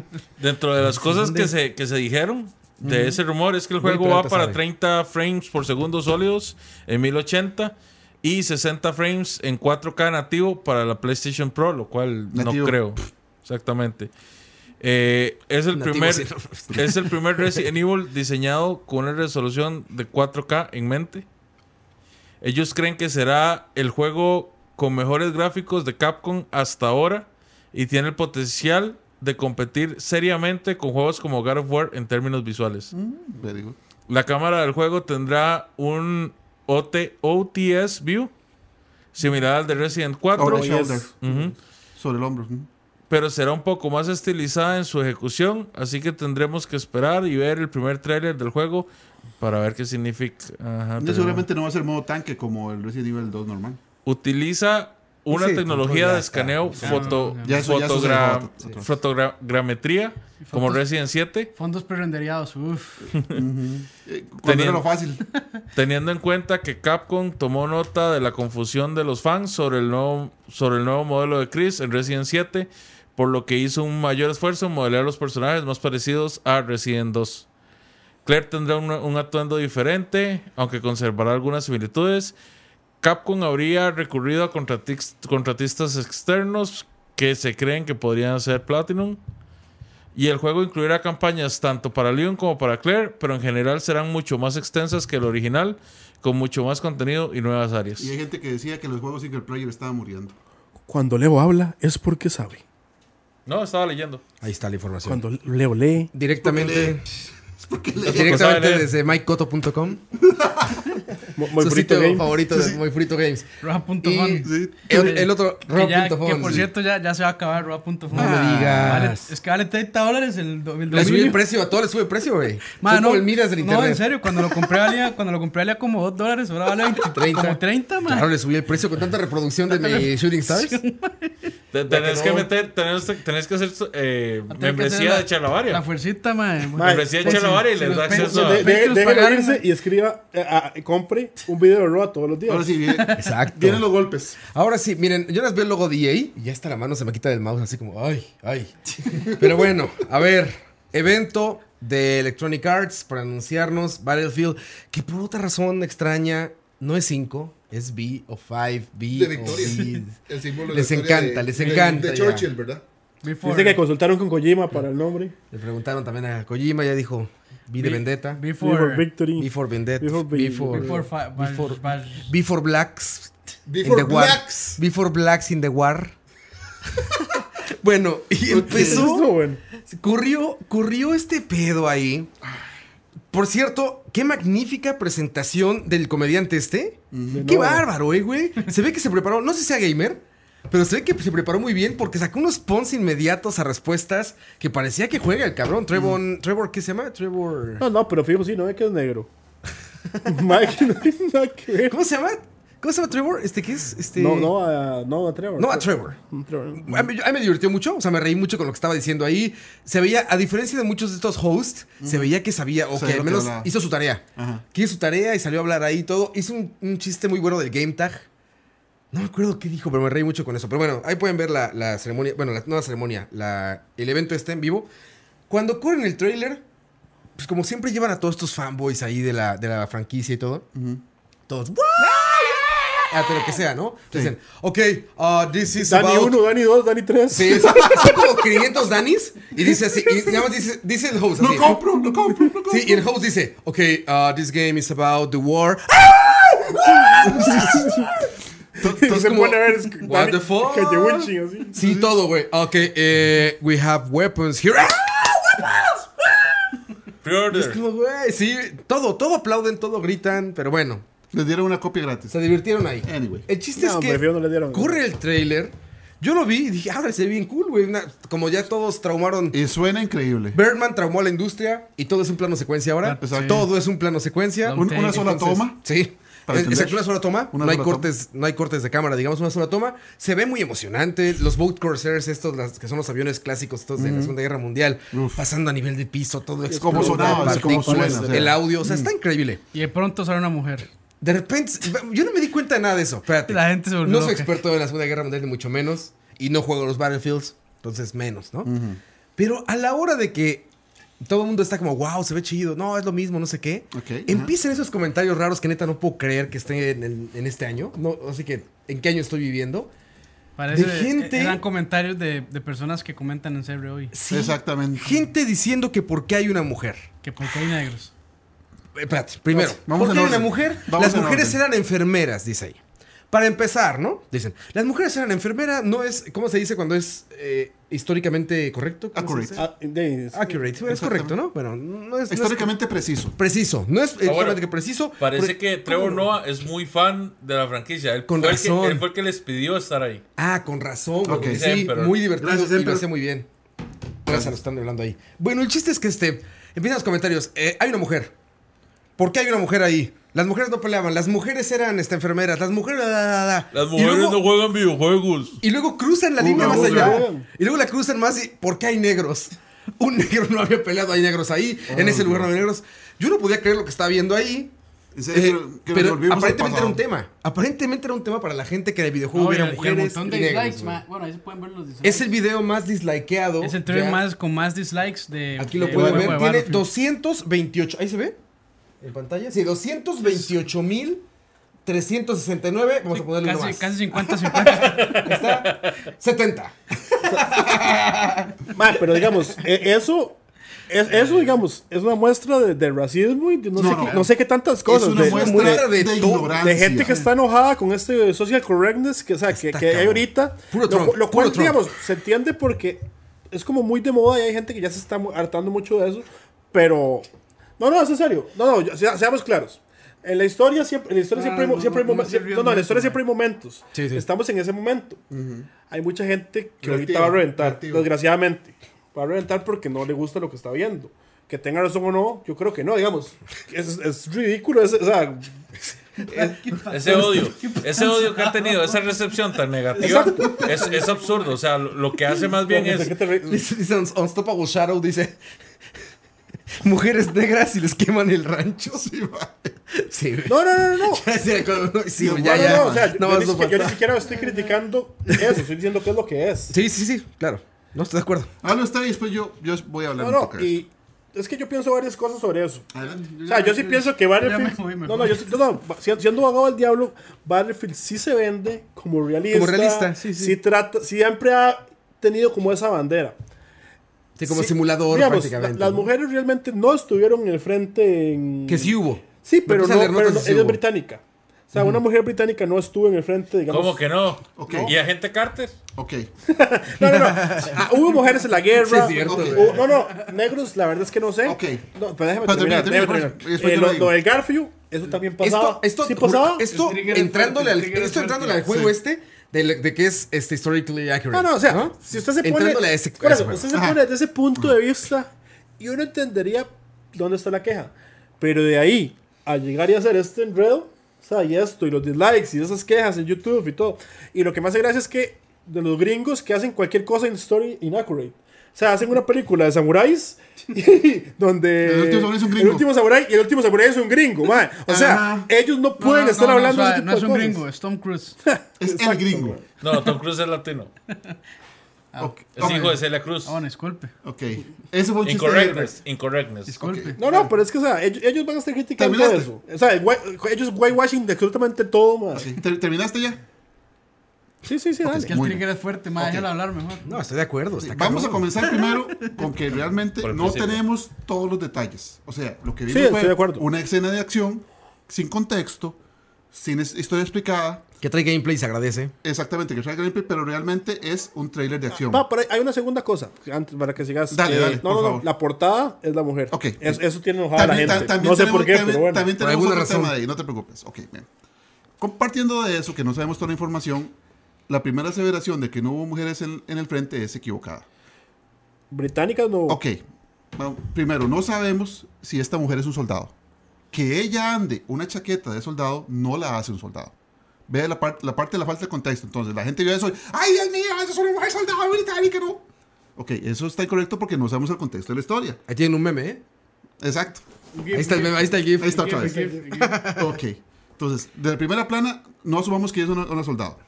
S4: Dentro de las cosas
S1: ¿Dónde?
S4: que se, que se dijeron de ese rumor es que el
S1: Güey,
S4: juego
S1: pero
S4: va
S1: ahorita
S4: para
S1: sabe.
S4: 30 frames por segundo sólidos en 1080 y 60 frames en 4K nativo para la PlayStation Pro, lo cual
S3: Nativo.
S4: no creo. Exactamente. Eh, es, el
S1: Nativo,
S4: primer,
S1: sí,
S4: es el primer Resident Evil diseñado con una resolución de 4K en mente. Ellos creen que será el juego con mejores gráficos de Capcom hasta ahora y tiene el potencial de competir seriamente con juegos como God of War en términos visuales.
S3: Very good.
S4: La cámara del juego tendrá un OT OTS View, similar al de Resident 4,
S3: Over
S5: Yes.
S3: the shoulder.
S4: Ujú.
S3: Sobre el hombro. ujú.
S4: pero será un poco más estilizada en su ejecución, así que tendremos que esperar y ver el primer tráiler del juego para ver qué significa. Ajá,
S3: Ya
S4: pero-
S3: Seguramente no va a ser modo tanque como el Resident Evil 2 normal.
S4: Utiliza una
S1: Sí,
S4: tecnología
S1: control
S4: de
S1: ya está,
S4: escaneo
S1: ya,
S4: foto,
S3: ya eso- ya eso se
S4: fotogra-
S3: dejó otro- otro.
S4: fotogrametría como
S2: fotos-
S4: Resident 7,
S2: Fondos pre-rendereados, uff.
S3: Eh, cuando
S4: Tenían-
S3: era lo fácil.
S4: teniendo en cuenta que Capcom tomó nota de la confusión de los fans sobre el nuevo, sobre el nuevo modelo de Chris en Resident 7, por lo que hizo un mayor esfuerzo en modelar los personajes más parecidos a Resident 2. Claire tendrá un, un atuendo diferente, aunque conservará algunas similitudes. Capcom habría recurrido a contratis- contratistas externos que se creen que podrían ser Platinum. Y el juego incluirá campañas tanto para Leon como para Claire, pero en general serán mucho más extensas que el original, con mucho más contenido y nuevas áreas.
S3: Y hay gente que decía que los juegos single player estaban muriendo.
S5: Cuando Leo habla es porque sabe.
S4: No, estaba leyendo.
S1: Ahí está la información.
S5: Cuando Leo lee,
S1: Directamente,
S3: Es porque le-
S1: Pues directamente
S4: Porque sabe
S1: desde mikecoto.com,
S5: mo- muy
S1: su
S5: bonito
S1: sitio
S5: game.
S1: favorito de Muy Frito Games.
S2: Roja.fun.
S1: Y el, el otro,
S2: Que, ya- que
S1: rob.fun.
S2: por cierto ya, ya se va a acabar Roa.fun.
S1: No me digas.
S2: Ah, Vale- es que vale 30 dólares el, do-
S1: Le
S2: el
S1: subí el
S2: dominio.
S1: precio, a todo le sube el precio, güey.
S2: Ma,
S1: Son
S2: no,
S1: como el miras del
S2: no,
S1: internet.
S2: en serio, cuando lo compré valía, cuando lo compré valía como 2 dólares, ahora vale 20,
S1: 30.
S2: como 30, man.
S1: Claro, le subí el precio con tanta reproducción de mi Shooting Stars.
S4: Te- tenés
S1: no.
S4: que meter, tenés, tenés que hacer eh,
S2: Va a tener que hacer
S4: membresía
S2: la-
S4: de
S2: La
S4: Charlavaria.
S2: fuercita, man.
S5: Ma,
S4: Membresía de Charlavaria y
S2: si
S4: les
S2: los
S4: da
S2: ven-
S4: acceso
S5: De,
S2: si
S4: a...
S5: de,
S2: Patreons
S5: déjelo
S2: pagaran-
S5: irse y escriba, eh, ah, compre un video de Roa todos los días.
S3: Ahora sí, viene-
S1: Exacto.
S3: vienen los golpes.
S1: Ahora sí, miren, yo las veo el logo de EA y ya está la mano, se me quita del mouse, así como, ay, ay. Pero bueno, a ver, evento de Electronic Arts para anunciarnos Battlefield, que por otra razón extraña no es 5, es B o 5, B.
S6: De
S1: o
S6: victoria.
S1: B.
S6: El símbolo de
S1: Les
S6: la victoria
S1: encanta,
S6: de-
S1: les
S6: de-
S1: encanta
S6: De
S1: ya.
S6: Churchill, ¿verdad?
S2: Before,
S5: Dice que consultaron con Kojima para el nombre.
S1: Le preguntaron también a Kojima, ya dijo, B de Vendetta,
S5: Before
S2: before,
S5: Victory.
S1: B for Vendetta,
S5: Before B-
S1: B for,
S2: before, fa- val-
S1: before-
S2: val-
S1: B for Blacks,
S6: Before
S1: in the war.
S6: Blacks.
S1: B for Blacks in the War. bueno, y
S5: Eso
S1: empezó...
S5: estuvo bueno.
S1: Corrió, corrió este pedo ahí. Por cierto, qué magnífica presentación del comediante este. Qué
S5: nuevo.
S1: bárbaro, eh, güey. Se ve que se preparó, no sé si sea gamer, pero se ve que se preparó muy bien porque sacó unos pons inmediatos a respuestas que parecía que juega el cabrón. Trevor, Trevor ¿qué se llama? Trevor.
S5: Mm. No, no, pero fijo, sí, no ve que es negro. Mike, no hay nada que ver.
S1: ¿Cómo se llama? ¿Cómo se llama Trevor? Este, ¿qué es? Este...
S5: No, no a, no a Trevor.
S1: No a Trevor.
S5: Trevor.
S1: A mí, a mí me divirtió mucho, o sea, me reí mucho con lo que estaba diciendo ahí. Se veía, a diferencia de muchos de estos hosts, se veía que sabía, o que
S3: Sabía lo
S1: al
S3: que
S1: menos
S3: hablaba.
S1: hizo su tarea.
S3: Ajá.
S1: Que hizo su tarea y salió a hablar ahí y todo. Hizo un, un chiste muy bueno del Game Tag. No me acuerdo qué dijo, pero me reí mucho con eso. Pero bueno, ahí pueden ver la, la ceremonia, bueno, la, no la ceremonia, la- el evento está en vivo. Cuando ocurre en el trailer, pues como siempre llevan a todos estos fanboys ahí de la, de la franquicia y todo. Todos, ¡guau! Hasta lo que sea, ¿no? Dicen, ok, uh, this is
S5: Dani
S1: about-
S5: 1, Dani 2, Dani 3.
S1: Sí, es- son como 500 danis y dice así, y nada más dice, dice el host
S3: Lo
S1: así.
S3: compro, lo compro, lo compro.
S1: Sí, y el host dice, ok, uh, this game is about the war.
S5: Entonces se
S1: como,
S5: pone a ver. es-
S1: what
S5: Dani-
S1: the fuck?
S5: Calle Winching, así.
S1: Sí, todo, güey. Ok, eh, we have weapons here. Ah, Es
S4: Pre-order.
S1: como, güey, sí, todo, todo aplauden, todo gritan, pero bueno,
S3: Les dieron una copia gratis.
S1: se divirtieron ahí.
S3: Anyway.
S1: El chiste
S5: No,
S1: es que
S5: prefiero no le dieron.
S1: corre el trailer, yo lo vi y dije, ahora se ve bien cool, güey. una- Como ya todos traumaron
S3: Y suena increíble.
S1: Birdman traumó a la industria y todo es un plano secuencia ahora.
S3: Exacto.
S1: Sí. Todo es un plano secuencia.
S2: Claro.
S3: Un- pues, una
S2: Ok,
S3: sola
S1: Entonces,
S3: toma.
S1: Sí.
S3: Para
S1: Es- Exacto,
S3: entender.
S1: una sola toma.
S3: Una
S1: no, hay
S3: sola toma.
S1: cortes, no hay cortes de cámara, digamos, una sola toma. Se ve muy emocionante. Los boat coursers, estos las- que son los aviones clásicos estos de la Segunda Guerra Mundial, pasando a nivel de piso, todo
S3: como
S1: explota,
S3: sonaba, es como
S1: partículas,
S3: suena, o sea. Mm.
S1: El audio, o sea, está increíble.
S2: y de pronto sale una mujer.
S1: De repente, yo no me di cuenta de nada de eso. Espérate.
S2: La gente se volvió
S1: No soy
S2: loca.
S1: experto en la Segunda Guerra Mundial, ni mucho menos. Y no juego los Battlefields, entonces menos, ¿no? Pero a la hora de que todo el mundo está como, wow, se ve chido, no, es lo mismo, no sé qué.
S3: Ok, ajá.
S1: Empiezan esos comentarios raros que neta no puedo creer que estén en, el- en este año. No, así que, ¿en qué año estoy viviendo?
S2: Parece
S1: De gente-
S2: eran comentarios de, de personas que comentan en serio hoy,
S1: Sí,
S3: Exactamente.
S1: Gente diciendo que por qué hay una mujer.
S2: que porque hay negros.
S1: Espérate, primero.
S3: Vamos
S1: ¿Por
S3: en
S1: qué hay una
S3: orden.
S1: mujer?
S3: Vamos
S1: Las
S3: en
S1: mujeres
S3: orden.
S1: eran enfermeras, dice ahí. Para empezar, ¿no? Dicen, las mujeres eran enfermeras, no es, ¿cómo se dice cuando es eh, históricamente correcto? ¿Cómo se
S3: Accurate.
S1: dice?
S5: Ah, de-
S1: Accurate, bueno, es correcto, ¿no? Bueno, no es... no es
S3: Históricamente preciso.
S1: preciso, no es históricamente
S4: Ah, bueno,
S1: preciso.
S4: Parece
S1: pero-
S4: que Trevor Noah es muy fan de la franquicia. Él,
S1: Con
S4: fue El
S1: razón.
S4: que, él fue el que les pidió estar ahí.
S1: Ah, con razón, güey.
S3: Ok.
S1: Sí,
S4: Emperor.
S1: muy divertido
S6: Gracias,
S1: y lo
S6: Emperor.
S1: hace muy bien. Gracias, lo están hablando ahí. Bueno, el chiste es que este. Empiezan los comentarios. Eh, hay una mujer. ¿Por qué hay una mujer ahí? Las mujeres no peleaban, las mujeres eran este, enfermeras, las mujeres. da, da, da, da.
S4: Las
S1: Y
S4: mujeres
S1: luego-
S4: no juegan videojuegos.
S1: Y luego cruzan la línea más
S5: uga.
S1: allá. Y luego la cruzan más y ¿por qué hay negros? Un negro no había peleado, hay negros ahí. en ese lugar no había negros. Yo no podía creer lo que estaba viendo ahí.
S3: En
S1: Eh,
S3: serio, que- que
S1: pero
S3: volvimos al
S1: aparentemente era
S3: pasado.
S1: un tema. Aparentemente era un tema para la gente que en el videojuego
S2: No, y-
S1: hubiera
S2: y el
S1: mujeres.
S2: montón de
S1: y negros,
S2: dislikes,
S1: güey.
S2: ma- Bueno, ahí se pueden ver los dislikes.
S1: Es el video más dislikeado.
S2: Es el trailer
S1: ya.
S2: más con más dislikes de.
S1: Aquí lo
S2: de
S1: pueden
S2: juego de
S1: ver. Tiene
S2: Battlefield.
S1: 228. ¿Ahí se ve? ¿En pantalla? Sí, 228.369. Vamos a ponerle uno
S2: Casi,
S1: más.
S2: casi 50, 50.
S1: Está 70.
S5: Ma, pero digamos, e- eso, es, eso, digamos, es una muestra de, de racismo y de no,
S3: No,
S5: sé
S3: no.
S5: qué, no sé qué tantas
S3: es
S5: cosas.
S3: una
S5: de-
S3: muestra de,
S1: de todo, de
S3: ignorancia.
S5: de gente que está enojada con este social correctness que, o sea, que,
S1: Está
S5: que hay
S1: cabrón.
S5: ahorita.
S1: Puro
S5: lo,
S1: Trump,
S5: cu- lo cual,
S1: puro Trump.
S5: digamos, se entiende porque es como muy de moda y hay gente que ya se está mu- hartando mucho de eso. Pero, no, no, es en serio. No, no, ya- sea- seamos claros. En la historia siempre, en la historia
S2: Ah,
S5: siempre hay, mo-
S2: no,
S5: siempre hay
S2: no,
S5: momen-
S2: no se rían
S5: no, no, en
S2: de
S5: la
S2: eso,
S5: historia
S2: man.
S5: siempre hay momentos.
S1: Sí, sí.
S5: Estamos en ese momento. Hay mucha gente que
S6: Reactiva,
S5: ahorita va a reventar,
S6: reactiva.
S5: desgraciadamente. Va a reventar porque no le gusta lo que está viendo. Que tenga razón o no, yo creo que no, digamos. Es, es ridículo, es- o sea,
S1: Eh,
S4: Ese odio, ese odio que ha tenido, esa recepción tan negativa, es, es absurdo. O sea, lo, lo que hace más bien
S5: ¿de
S4: es
S5: qué te re-
S1: Dice dice Un- Unstoppable Shadow, dice... Mujeres negras y les queman el rancho. Sí, güey.
S5: No, no, no, no.
S1: Ya decía cuando- Sí,
S5: No,
S1: güey, ya,
S5: no,
S1: ya.
S5: no, o sea,
S1: No
S5: yo,
S1: más
S5: ni
S1: no
S5: siquiera, yo ni
S1: falta.
S5: siquiera estoy criticando eso, estoy diciendo qué es lo que es.
S1: Sí, sí, sí, claro. No estoy de acuerdo.
S3: Habla usted y después yo, yo voy a hablar.
S5: No,
S3: un
S5: no,
S3: poco de
S5: y es que yo pienso varias cosas sobre eso.
S6: Adelante.
S5: O sea, yo sí pienso que Battlefield.
S2: me voy, me
S5: no, no,
S2: voy.
S5: yo sí- no, no, si- siendo abogado del diablo, Battlefield sí se vende como realista.
S1: Como realista, sí, sí.
S5: trata, siempre ha tenido como esa bandera.
S1: Sí, como
S5: Sí,
S1: simulador
S5: digamos,
S1: prácticamente.
S5: la- las
S1: ¿no?
S5: mujeres realmente no estuvieron en el frente en.
S1: Que sí hubo.
S5: Sí,
S1: Me
S5: pero
S1: puse
S5: no,
S1: a leer
S5: pero
S1: notas
S5: no,
S1: y sí
S5: ella es
S1: hubo.
S5: británica. O sea, una mujer británica no estuvo en el frente, digamos.
S4: como que no.
S3: Ok.
S4: ¿Y agente Carter?
S3: Ok.
S5: No, no, no. Ah, hubo mujeres en la guerra.
S1: Sí, es cierto,
S5: Hubo-
S1: güey.
S5: no, no, negros, la verdad es que no sé.
S3: Ok.
S5: No, pero déjame
S3: Pero termina,
S5: terminar.
S3: termina,
S5: déjame
S3: por-
S5: terminar.
S3: después
S5: Eh,
S3: yo
S5: lo,
S3: lo digo.
S5: lo del Garfield, eso también pasaba.
S1: Esto, esto,
S5: sí pasaba.
S1: esto
S2: El trigger es
S1: entrándole
S2: fuerte,
S1: al,
S2: el trigger es
S1: esto entrándole al
S2: fuerte.
S1: juego
S3: Sí.
S1: este de, de que es este, historically accurate.
S5: no, no, o sea, si usted se pone.
S1: Entrándole a ese,
S5: Por
S1: a ese
S5: eso,
S1: juego.
S5: usted se pone desde ese punto de vista y uno entendería dónde está la queja. Pero de ahí a llegar y hacer este enredo, o sea, y esto, y los dislikes, y esas quejas en YouTube y todo. Y lo que más hace gracia es que de los gringos que hacen cualquier cosa en Story Inaccurate. O sea, hacen una película de samuráis donde
S3: El último samurái es un gringo.
S5: el último samurái y el último samurái es un gringo, mae. O sea,
S3: Ajá.
S5: ellos no pueden
S2: No, no,
S5: estar
S2: no,
S5: hablando
S2: no,
S5: de
S2: suave,
S5: ese tipo
S2: No es
S5: de
S2: un
S5: cosas.
S2: gringo, es Tom Cruise.
S3: Es el
S5: Exacto,
S3: gringo.
S5: güey.
S4: No, Tom Cruise es latino.
S3: Ok.
S4: Es hijo de Celia Cruz.
S2: Ah, bueno, disculpe.
S3: Ok. Ese fue un chiste. de Herbert.
S4: Incorrectness, incorrectness.
S2: Disculpe.
S5: No, no, pero es que, o sea, ellos, ellos van a estar criticando
S3: ¿Terminaste?
S5: eso. O sea, el guay- ellos whitewashing de absolutamente todo, más.
S3: Ok, ¿ter- ¿Terminaste ya?
S5: Sí, sí, sí, dale.
S2: Es que el
S3: Muy
S2: trigger es fuerte, ma, déjalo hablar mejor.
S1: No, estoy de acuerdo.
S5: Pues
S1: está
S3: Vamos a
S1: cabrón.
S3: comenzar primero con que realmente
S4: Por el
S3: no
S4: principio.
S3: tenemos todos los detalles. O sea, lo que
S5: Sí,
S3: vimos
S5: estoy de
S3: fue
S5: acuerdo.
S3: una escena de acción sin contexto, sin es- historia explicada,
S1: Que trae gameplay, se agradece.
S3: exactamente que traiga gameplay, pero realmente es un tráiler de acción.
S5: Va, pero hay- hay una segunda cosa, antes, para que sigas. eh,
S3: Dale, dale,
S5: no,
S3: por
S5: no, no,
S3: favor.
S5: la portada es la mujer.
S3: Ok.
S5: Es- eso tiene enojada a la gente.
S3: ta- también
S5: no sé
S3: tenemos-
S5: por qué,
S3: también-
S5: pero bueno.
S3: También
S1: Por
S3: tenemos
S1: alguna
S3: otro
S1: razón.
S3: tema de ahí, no te preocupes. Ok, bien. Compartiendo de eso, que no sabemos toda la información, la primera aseveración de que no hubo mujeres en, en el frente es equivocada.
S5: Británicas no.
S3: Ok, vamos, primero, no sabemos si esta mujer es un soldado. Que ella ande una chaqueta de soldado no la hace un soldado. Ve la, parte la parte de la falta de contexto. Entonces, la gente vio eso y, ¡ay, Dios mío, eso es una mujer soldado británica! No. Ok, eso está incorrecto porque no sabemos el contexto de la historia.
S1: Ahí tienen un meme, ¿eh?
S3: Exacto.
S1: Ahí está el meme, ahí está el GIF.
S3: Ahí está otra vez. Ok. Entonces, de la primera plana, no asumamos que ella es una, una soldado.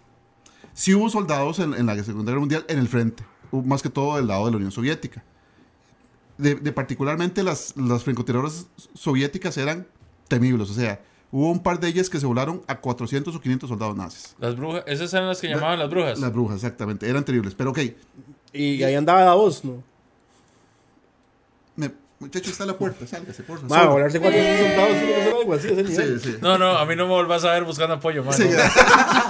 S3: Sí hubo soldados en, en la Segunda Guerra Mundial en el frente, u- más que todo del lado de la Unión Soviética. De, de particularmente las, las francotiradoras soviéticas eran temibles, o sea, hubo un par de ellas que se volaron a 400 o 500 soldados nazis.
S4: Las brujas, esas eran las que llamaban las brujas.
S3: Las brujas, exactamente, eran terribles. Pero ok,
S5: Y ahí andaba la voz, ¿no?
S3: me-
S6: Muchacho, está a la puerta, sálgase, por favor.
S5: Mae, volarse cuatro mil soldados tiene que ser algo así, ese
S6: Sí,
S5: nivel.
S6: sí.
S4: No, no, a mí no me volvás a ver buscando apoyo, mano.
S6: Sí, ya.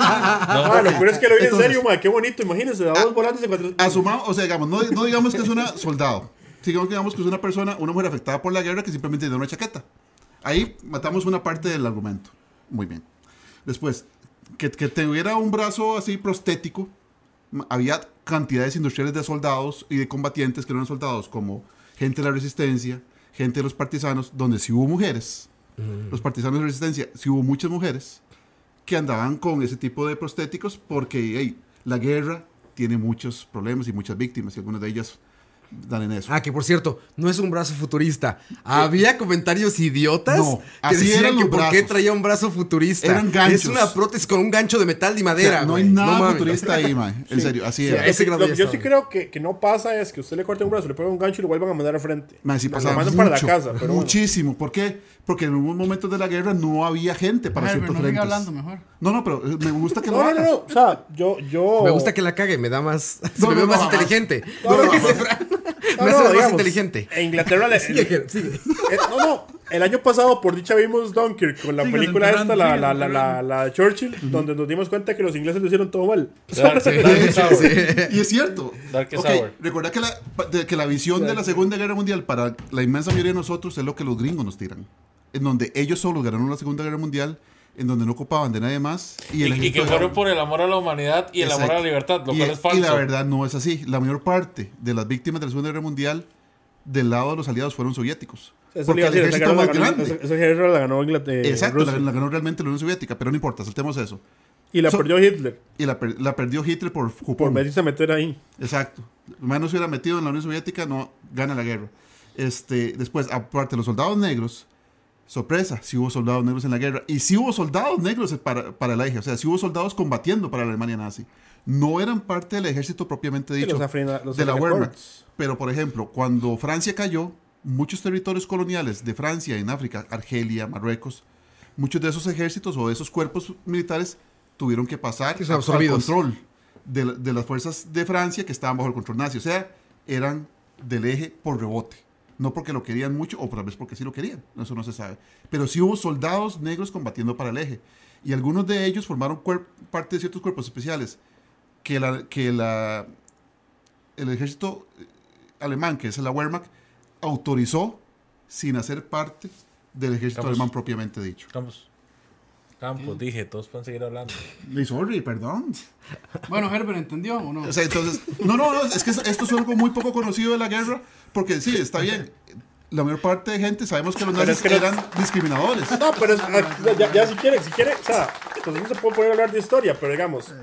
S5: Ah, lo peor es que lo vi en
S6: Entonces-
S5: serio, mae, qué bonito, imagínense,
S3: ah,
S5: la voz volando de cuatro...
S6: Asumamos,
S3: O sea, digamos, no, no digamos que es una soldado. Digamos, digamos que es una persona, una mujer afectada por la guerra que simplemente tiene una chaqueta. Ahí matamos una parte del argumento. Muy bien. Después, que, que tuviera un brazo así prostético. m- Había cantidades industriales de soldados y de combatientes que no eran soldados, como gente de la resistencia, gente de los partisanos, donde sí hubo mujeres.
S5: Mm.
S3: Los partisanos de la resistencia, sí hubo muchas mujeres que andaban con ese tipo de prostéticos porque hey, la guerra tiene muchos problemas y muchas víctimas y algunas de ellas dan en eso.
S1: Ah, que por cierto, no es un brazo futurista. Había comentarios idiotas
S3: No,
S1: que
S3: así
S1: decían
S3: eran
S1: que
S3: los
S1: por qué
S3: brazos.
S1: traía un brazo futurista.
S3: Eran ganchos.
S1: Es una prótesis con un gancho de metal y madera.
S3: O sea, no hay
S1: güey.
S3: nada
S1: mames.
S3: futurista ahí, man. En serio, así
S5: Sí,
S3: era.
S1: ese
S5: lo
S1: grado
S5: que
S1: ya
S5: yo
S1: está,
S5: sí
S1: ¿no?
S5: creo que, que no pasa es que usted le corte un brazo, le pone un gancho y lo vuelvan a mandar al frente.
S3: Man, sí
S5: Lo-
S3: pasaba
S5: lo mandan
S3: mucho,
S5: para la casa, pero bueno.
S3: muchísimo. ¿Por qué? Porque en unos momentos de la guerra no había gente para
S2: Ay, pero
S3: ciertos
S2: no siga
S3: frentes.
S2: hablando mejor.
S3: No, no, pero eh, me gusta que lo
S5: No, no,
S3: haga.
S5: no, no, o sea, yo, yo...
S1: Me gusta que la cague, me da más. se
S3: No,
S1: me ve
S3: no,
S1: más
S3: no,
S1: inteligente.
S5: No, no,
S1: Lo que
S5: no.
S1: se fra-
S5: No,
S1: me
S5: no,
S1: hace ver más
S5: digamos,
S1: inteligente.
S5: En Inglaterra le-
S1: Sigue, sigue.
S5: Eh, no, no. El año pasado, por dicha, vimos Dunkirk con la
S2: Síguenos
S5: película esta,
S2: enterrando,
S5: la,
S2: síguenos
S5: la, la, la, la de Churchill, donde nos dimos cuenta que los ingleses lo hicieron todo mal.
S4: Dark, Dark Tower.
S3: Y es cierto.
S4: Darkest
S3: Ok,
S4: Hour.
S3: Recordá que la, pa- de- que la visión de la Segunda Guerra Mundial para la inmensa mayoría de nosotros es lo que los gringos nos tiran. En donde ellos solos ganaron la Segunda Guerra Mundial, en donde no ocupaban de nadie más. Y, el
S4: Y, y que
S3: ejército
S4: fueron
S3: ganó.
S4: por el amor a la humanidad y el amor a la
S3: Exacto.
S4: libertad, lo
S3: y,
S4: cual es
S3: y la
S4: falso.
S3: verdad no es así. La mayor parte de las víctimas de la Segunda Guerra Mundial del lado de los aliados fueron soviéticos.
S5: Eso
S3: porque
S5: le iba a
S3: el
S5: decir, esa
S3: ejército
S5: guerra la
S3: más
S5: ganó-
S3: grande.
S5: esa- esa guerra la ganó eh, Inglaterra.
S3: Exacto, la, la ganó realmente la Unión Soviética, pero no importa, saltemos eso.
S5: Y la
S3: so-
S5: perdió Hitler
S3: Y la, per- la perdió Hitler por
S5: por
S3: jupón.
S5: meterse a meter ahí.
S3: Exacto. Más no se hubiera metido en la Unión Soviética, no gana la guerra. Este, después, aparte, los soldados negros, sorpresa, sí hubo soldados negros en la guerra. Y sí hubo soldados negros para, para el eje, E, o sea, sí hubo soldados combatiendo para la Alemania nazi. No eran parte del ejército propiamente
S5: Y
S3: dicho
S5: los afrina- los
S3: de la
S5: africanos.
S3: Wehrmacht. Pero, por ejemplo, cuando Francia cayó, muchos territorios coloniales de Francia en África, Argelia, Marruecos, muchos de esos ejércitos o de esos cuerpos militares tuvieron que pasar
S1: Que son
S3: a-
S1: absorbidos.
S3: control de, la- de las fuerzas de Francia que estaban bajo el control nazi. O sea, eran del eje por rebote. No porque lo querían mucho o tal vez porque sí lo querían. Eso no se sabe. Pero sí hubo soldados negros combatiendo para el eje. Y algunos de ellos formaron cuer- parte de ciertos cuerpos especiales que, la, que la, el ejército eh, alemán, que es la Wehrmacht, autorizó sin hacer parte del ejército
S4: Vamos.
S3: alemán propiamente dicho.
S4: Campos. Campos, dije, todos pueden seguir hablando.
S3: Y Sorry, perdón.
S2: Bueno, Herbert, ¿entendió o no?
S3: O sea, entonces, no, no, no, es que es- esto es algo muy poco conocido de la guerra, porque sí, está bien. La mayor parte de gente sabemos que los
S5: Pero
S3: nazis
S5: es que no-
S3: eran discriminadores.
S5: No, pero es- ah, ya, ya si quiere, si quiere, o sea, pues no se puede poner a hablar de historia, pero digamos.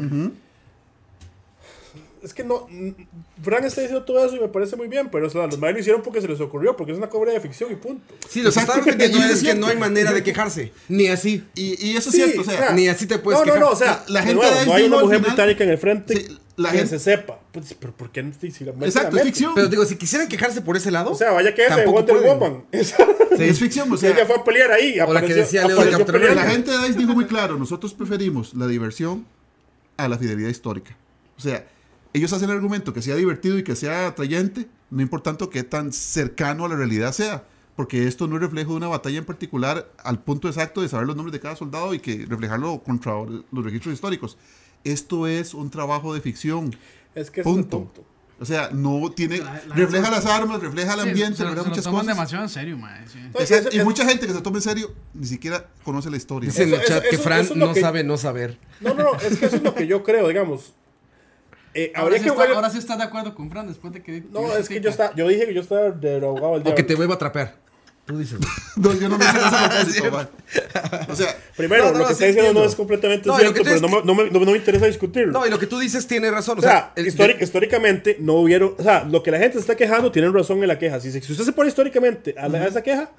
S5: Es que no. n- Fran está diciendo todo eso y me parece muy bien, pero o sea, los madres lo hicieron porque se les ocurrió, porque es una cobra de ficción y punto.
S1: Sí, lo que
S3: Exacto,
S1: estaba entendiendo
S3: y es
S1: es que no hay
S3: cierto.
S1: manera de quejarse. Ni así.
S3: Y, y eso es
S5: Sí,
S3: cierto, o sea,
S1: ni así te puedes
S5: No, no,
S1: quejar.
S5: no, o sea,
S3: La- la
S5: de
S3: gente
S5: nuevo,
S3: de
S5: no hay
S3: Disney
S5: una
S3: al
S5: mujer
S3: final-
S5: británica en el frente
S3: Sí, la
S5: que
S3: gente-
S5: se sepa. Pues, pero ¿por qué no si- si la mete, la
S3: exacto, es
S5: mete?
S3: ficción.
S1: Pero digo, si quisieran quejarse por ese lado.
S5: O sea, vaya que es de
S1: tampoco
S5: Wonder
S1: pueden.
S5: Woman. Esa-
S3: es ficción, o sea,
S5: ella fue a pelear ahí.
S1: O la que decía Leo de
S5: apareció
S1: Captain America.
S5: peleando.
S3: La gente de Dice dijo muy claro, nosotros preferimos la diversión a la fidelidad histórica. O sea, ellos hacen el argumento que sea divertido y que sea atrayente, no importando qué tan cercano a la realidad sea, porque esto no es reflejo de una batalla en particular al punto exacto de saber los nombres de cada soldado y que reflejarlo contra los registros históricos. Esto es un trabajo de ficción.
S5: Es que es
S3: Punto.
S5: punto.
S3: O sea no tiene...
S2: La- la-
S3: refleja las armas, refleja el
S2: Sí,
S3: ambiente,
S2: se lo-
S3: refleja
S2: se lo
S3: muchas
S2: toman
S3: cosas.
S2: demasiado en serio, mae. sí.
S5: No, es-
S3: Exacto,
S5: es-
S3: y
S5: es-
S3: mucha gente que se toma en serio ni siquiera conoce la historia.
S1: Dice en el
S5: eso-
S1: chat
S5: eso-
S1: que
S5: eso-
S1: Fran
S5: eso es lo
S1: no
S5: que-
S1: sabe no saber.
S5: No, no, no, es que eso es lo que yo creo, digamos. Eh,
S2: Ahora
S5: habría
S2: sí,
S5: que
S2: está,
S5: jugar.
S2: ahora sí estás de acuerdo con Fran después de que.
S5: No, es que yo, está, yo dije que yo estaba de abogado del
S1: O que te
S5: diablo.
S1: vuelva a trapear. Tú dices. güey.
S3: No, yo no lo hice a propósito, man. O sea,
S5: Primero,
S1: No, no,
S5: lo que
S1: sí
S5: está diciendo no
S1: entiendo.
S5: es completamente
S1: No, y lo
S5: cierto,
S1: que tú
S5: pero no me,
S1: dices-
S5: no, me, no- no me interesa discutirlo.
S1: No, y lo que tú dices tiene razón.
S5: o sea,
S1: el-
S5: históric- históricamente no hubieron. O sea, lo que la gente se está quejando tienen razón en la queja. Si, se- si usted se pone históricamente a, la- a esa queja,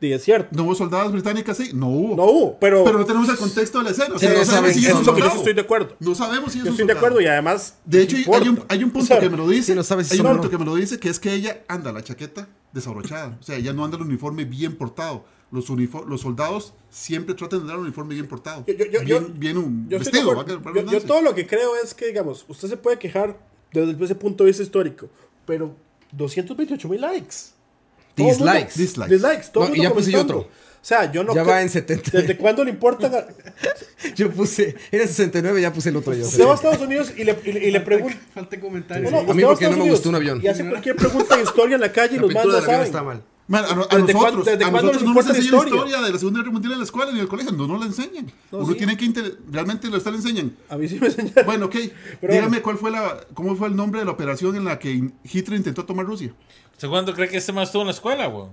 S5: di, es cierto.
S3: ¿no hubo soldados británicas? Sí, no hubo.
S5: No hubo, pero,
S3: Pero no tenemos el contexto de la escena. O
S1: Sí,
S3: sea,
S1: no
S3: no sabemos
S1: saben
S3: si
S1: quién
S3: es
S5: eso
S3: un
S5: es lo que yo sí
S3: soldado.
S5: estoy de acuerdo.
S3: No sabemos si es
S5: Yo
S3: un
S5: estoy de
S3: soldado.
S5: acuerdo y además.
S3: De hecho,
S5: importa.
S3: hay un, hay un punto
S5: O sea,
S3: que me lo dice.
S1: sí, no sabes si
S3: hay
S1: son
S3: un
S1: o
S3: punto
S1: no.
S3: que me lo dice que es que ella anda la chaqueta desabrochada. O sea, ella no anda el uniforme bien portado. Los, unifo- los soldados siempre tratan de andar el uniforme bien portado.
S5: Yo- yo- yo-
S3: bien,
S5: yo-
S3: bien un
S5: Yo, estoy de
S3: vestido.
S5: acuerdo.
S3: va a quedar
S5: Yo- yo
S3: redundancia.
S5: todo lo que creo es que, digamos, usted se puede quejar desde ese punto de vista histórico, pero 228 mil likes. Todo el
S1: Dislikes.
S5: mundo-
S3: Dislikes.
S5: Dislikes. Todo el
S1: No, y
S5: mundo
S1: ya puse
S5: comentando.
S1: otro.
S5: O sea, yo no
S1: Ya
S5: cre-
S1: va en 70.
S5: ¿Desde cuándo le importa? ga-
S1: Yo puse, era 69, ya puse el otro yo.
S5: Usted va a Estados Unidos y le, y le- y le pregunta.
S2: Falta comentarios.
S5: No, no,
S1: A mí
S5: usted va
S1: porque no
S5: Estados
S1: me
S5: Unidos
S1: gustó un avión.
S5: Y hace cualquier pregunta de historia en la calle y
S6: La
S5: los más
S6: pintura
S5: no
S6: del avión
S5: saben.
S6: está mal.
S3: Man, a, a
S5: ¿Desde cuándo-
S3: nosotros,
S5: desde
S3: a
S5: cuándo
S3: nosotros
S5: les
S3: no nos
S5: importa la
S3: enseñan historia?
S5: historia?
S3: de la Segunda Guerra Mundial en la escuela ni en el colegio, no nos la enseñan. Uno
S5: sí.
S3: tiene que inter- realmente lo están enseñan.
S5: A mí sí me enseñaron.
S3: Bueno, ok.
S5: Pero
S3: Dígame
S5: bueno.
S3: cuál fue la, cómo fue el nombre de la operación en la que in- Hitler intentó tomar Rusia.
S4: ¿Usted cuándo cree que este más estuvo en la escuela, güey?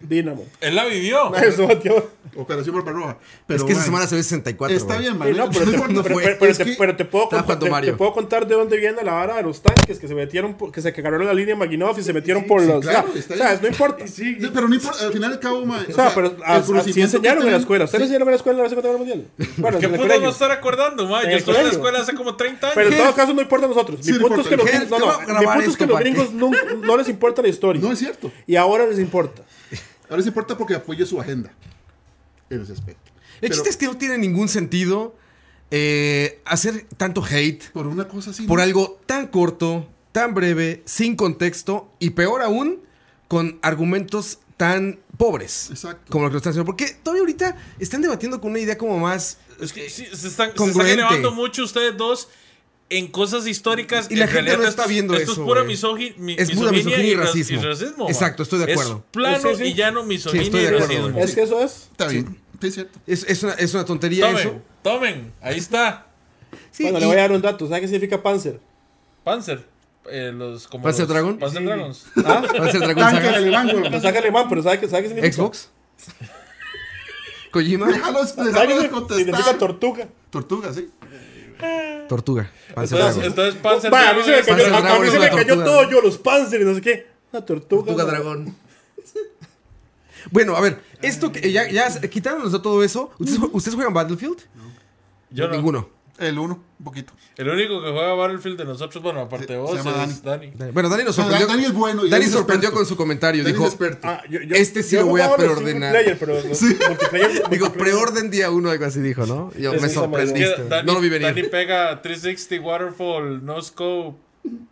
S5: Dinamo.
S4: Él la vivió.
S5: Eso, Mateo.
S3: Operación Barbarroja. Pero,
S1: Es que esa
S3: man,
S1: semana se ve 64.
S3: Está
S1: güey.
S3: bien, man.
S5: Sí, no, pero, te,
S3: importa.
S5: pero-
S1: fue.
S5: pero- pero
S3: Es
S5: te-
S3: que-
S5: pero te puedo
S1: Estaba
S5: contar,
S1: jugando
S5: te-
S1: Mario.
S5: te puedo contar de dónde viene la vara de los tanques que se metieron, por- que se cagaron la línea Maginov y se metieron por los.
S3: claro,
S5: o sea,
S3: está
S5: o sea,
S3: bien.
S5: no importa.
S3: Sí, pero no importa, al final y al cabo, man,
S5: O sea, pero a- así enseñaron en la escuela. ¿Ustedes
S3: Sí,
S5: enseñaron en la escuela en la Segunda Guerra Mundial? Bueno,
S4: ¿Qué
S5: en el
S4: pudo no
S5: colegio.
S4: estar acordando, ma? Yo
S5: En el
S4: estuve en la
S5: colegio.
S4: escuela hace como 30 años.
S5: Pero en todo caso no importa a nosotros.
S3: Sí,
S5: Mi
S3: le
S5: punto es que
S3: importa.
S1: ¿Qué?
S5: los gringos,
S1: Te
S5: no, no,
S1: voy a
S5: mi
S1: grabar
S5: punto es
S1: esto,
S5: que los
S1: Pati.
S5: gringos nun- no, les importa la historia.
S3: No es cierto.
S5: Y ahora les importa.
S3: Ahora sí importa porque apoya su agenda en ese aspecto.
S1: El
S3: Pero
S1: chiste es que no tiene ningún sentido eh, hacer tanto hate
S3: por una cosa así.
S1: por
S3: ¿no?
S1: algo tan corto, tan breve, sin contexto y peor aún, con argumentos tan pobres.
S3: Exacto.
S1: Como lo que lo están haciendo. Porque todavía ahorita están debatiendo con una idea como más.
S4: Es que sí, se están, se están
S1: Congruente.
S4: elevando mucho ustedes dos en cosas históricas.
S1: Y la
S4: en
S1: gente
S4: realidad
S1: no está
S4: esto es-
S1: viendo
S4: esto
S1: eso,
S4: es pura
S1: güey.
S4: misogi- mi-
S1: Es pura misoginia y
S4: ra-
S1: racismo.
S4: ma.
S1: Exacto, estoy de acuerdo.
S4: Es plano
S5: Sí, sí.
S4: y llano misoginia
S1: Sí, estoy de
S4: y
S1: acuerdo,
S4: racismo.
S1: güey.
S5: Es que eso es.
S3: Está bien. Sí, es cierto.
S1: Es, es una, es una tontería eso.
S4: Tomen, tomen. Ahí está.
S1: Sí,
S5: bueno,
S1: y-
S5: le voy a dar un dato. ¿Sabes qué significa Panzer?
S4: Panzer. eh, los, como
S1: ¿Panzer
S4: los-
S1: Dragon?
S4: Panzer Dragons.
S5: ¿Ah?
S1: va a ser Dragon
S3: Tanque
S1: Saga.
S3: alemán, güey.
S5: No saca alemán, pero ¿sabes qué, sabe qué significa?
S1: Xbox. Kojima.
S3: Déjalos,
S5: ¿Sabe qué
S3: déjalos
S5: significa? significa
S3: contestar.
S5: tortuga?
S3: Tortuga, sí.
S1: Tortuga. Panzer
S4: Entonces,
S1: Dragon.
S4: entonces Panzer
S5: Va, a mí se me
S4: Dragon.
S5: cayó,
S1: Panzer
S5: a- a
S1: Dragon
S5: mí
S1: es
S5: se
S1: una
S5: me cayó
S1: tortuga.
S5: todo yo, los Panzer y no sé qué. Una tortuga.
S1: Tortuga
S5: ¿no?
S1: Dragón. Bueno, a ver, esto que ya, ya quitándonos de todo eso, ¿ustedes, ustedes juegan Battlefield?
S4: Mm. Yo no.
S1: Ninguno.
S3: El uno, un poquito.
S4: El único que juega Battlefield de nosotros, bueno, aparte de
S3: Se-
S4: vos,
S3: se llama
S4: es Dani.
S1: Bueno, Dani nos
S3: No,
S1: sorprendió.
S3: Dani es bueno y
S1: Dani
S3: Dani es
S1: sorprendió
S3: experto.
S1: con su comentario.
S3: Dani es
S1: Dijo,
S3: experto.
S5: Ah, yo- yo-
S1: Este sí
S5: yo
S1: lo voy a
S5: jugaba los
S1: preordenar.
S5: single player, pero los multiplayer-
S1: digo,
S5: multiplayer-
S1: preorden día uno, algo así dijo, ¿no? Yo,
S5: Es
S1: me
S5: un samurái.
S4: Es
S1: sorprendiste.
S4: que Dani,
S1: no lo vi
S4: Dani
S1: venir.
S4: pega 360 Waterfall, No Scope,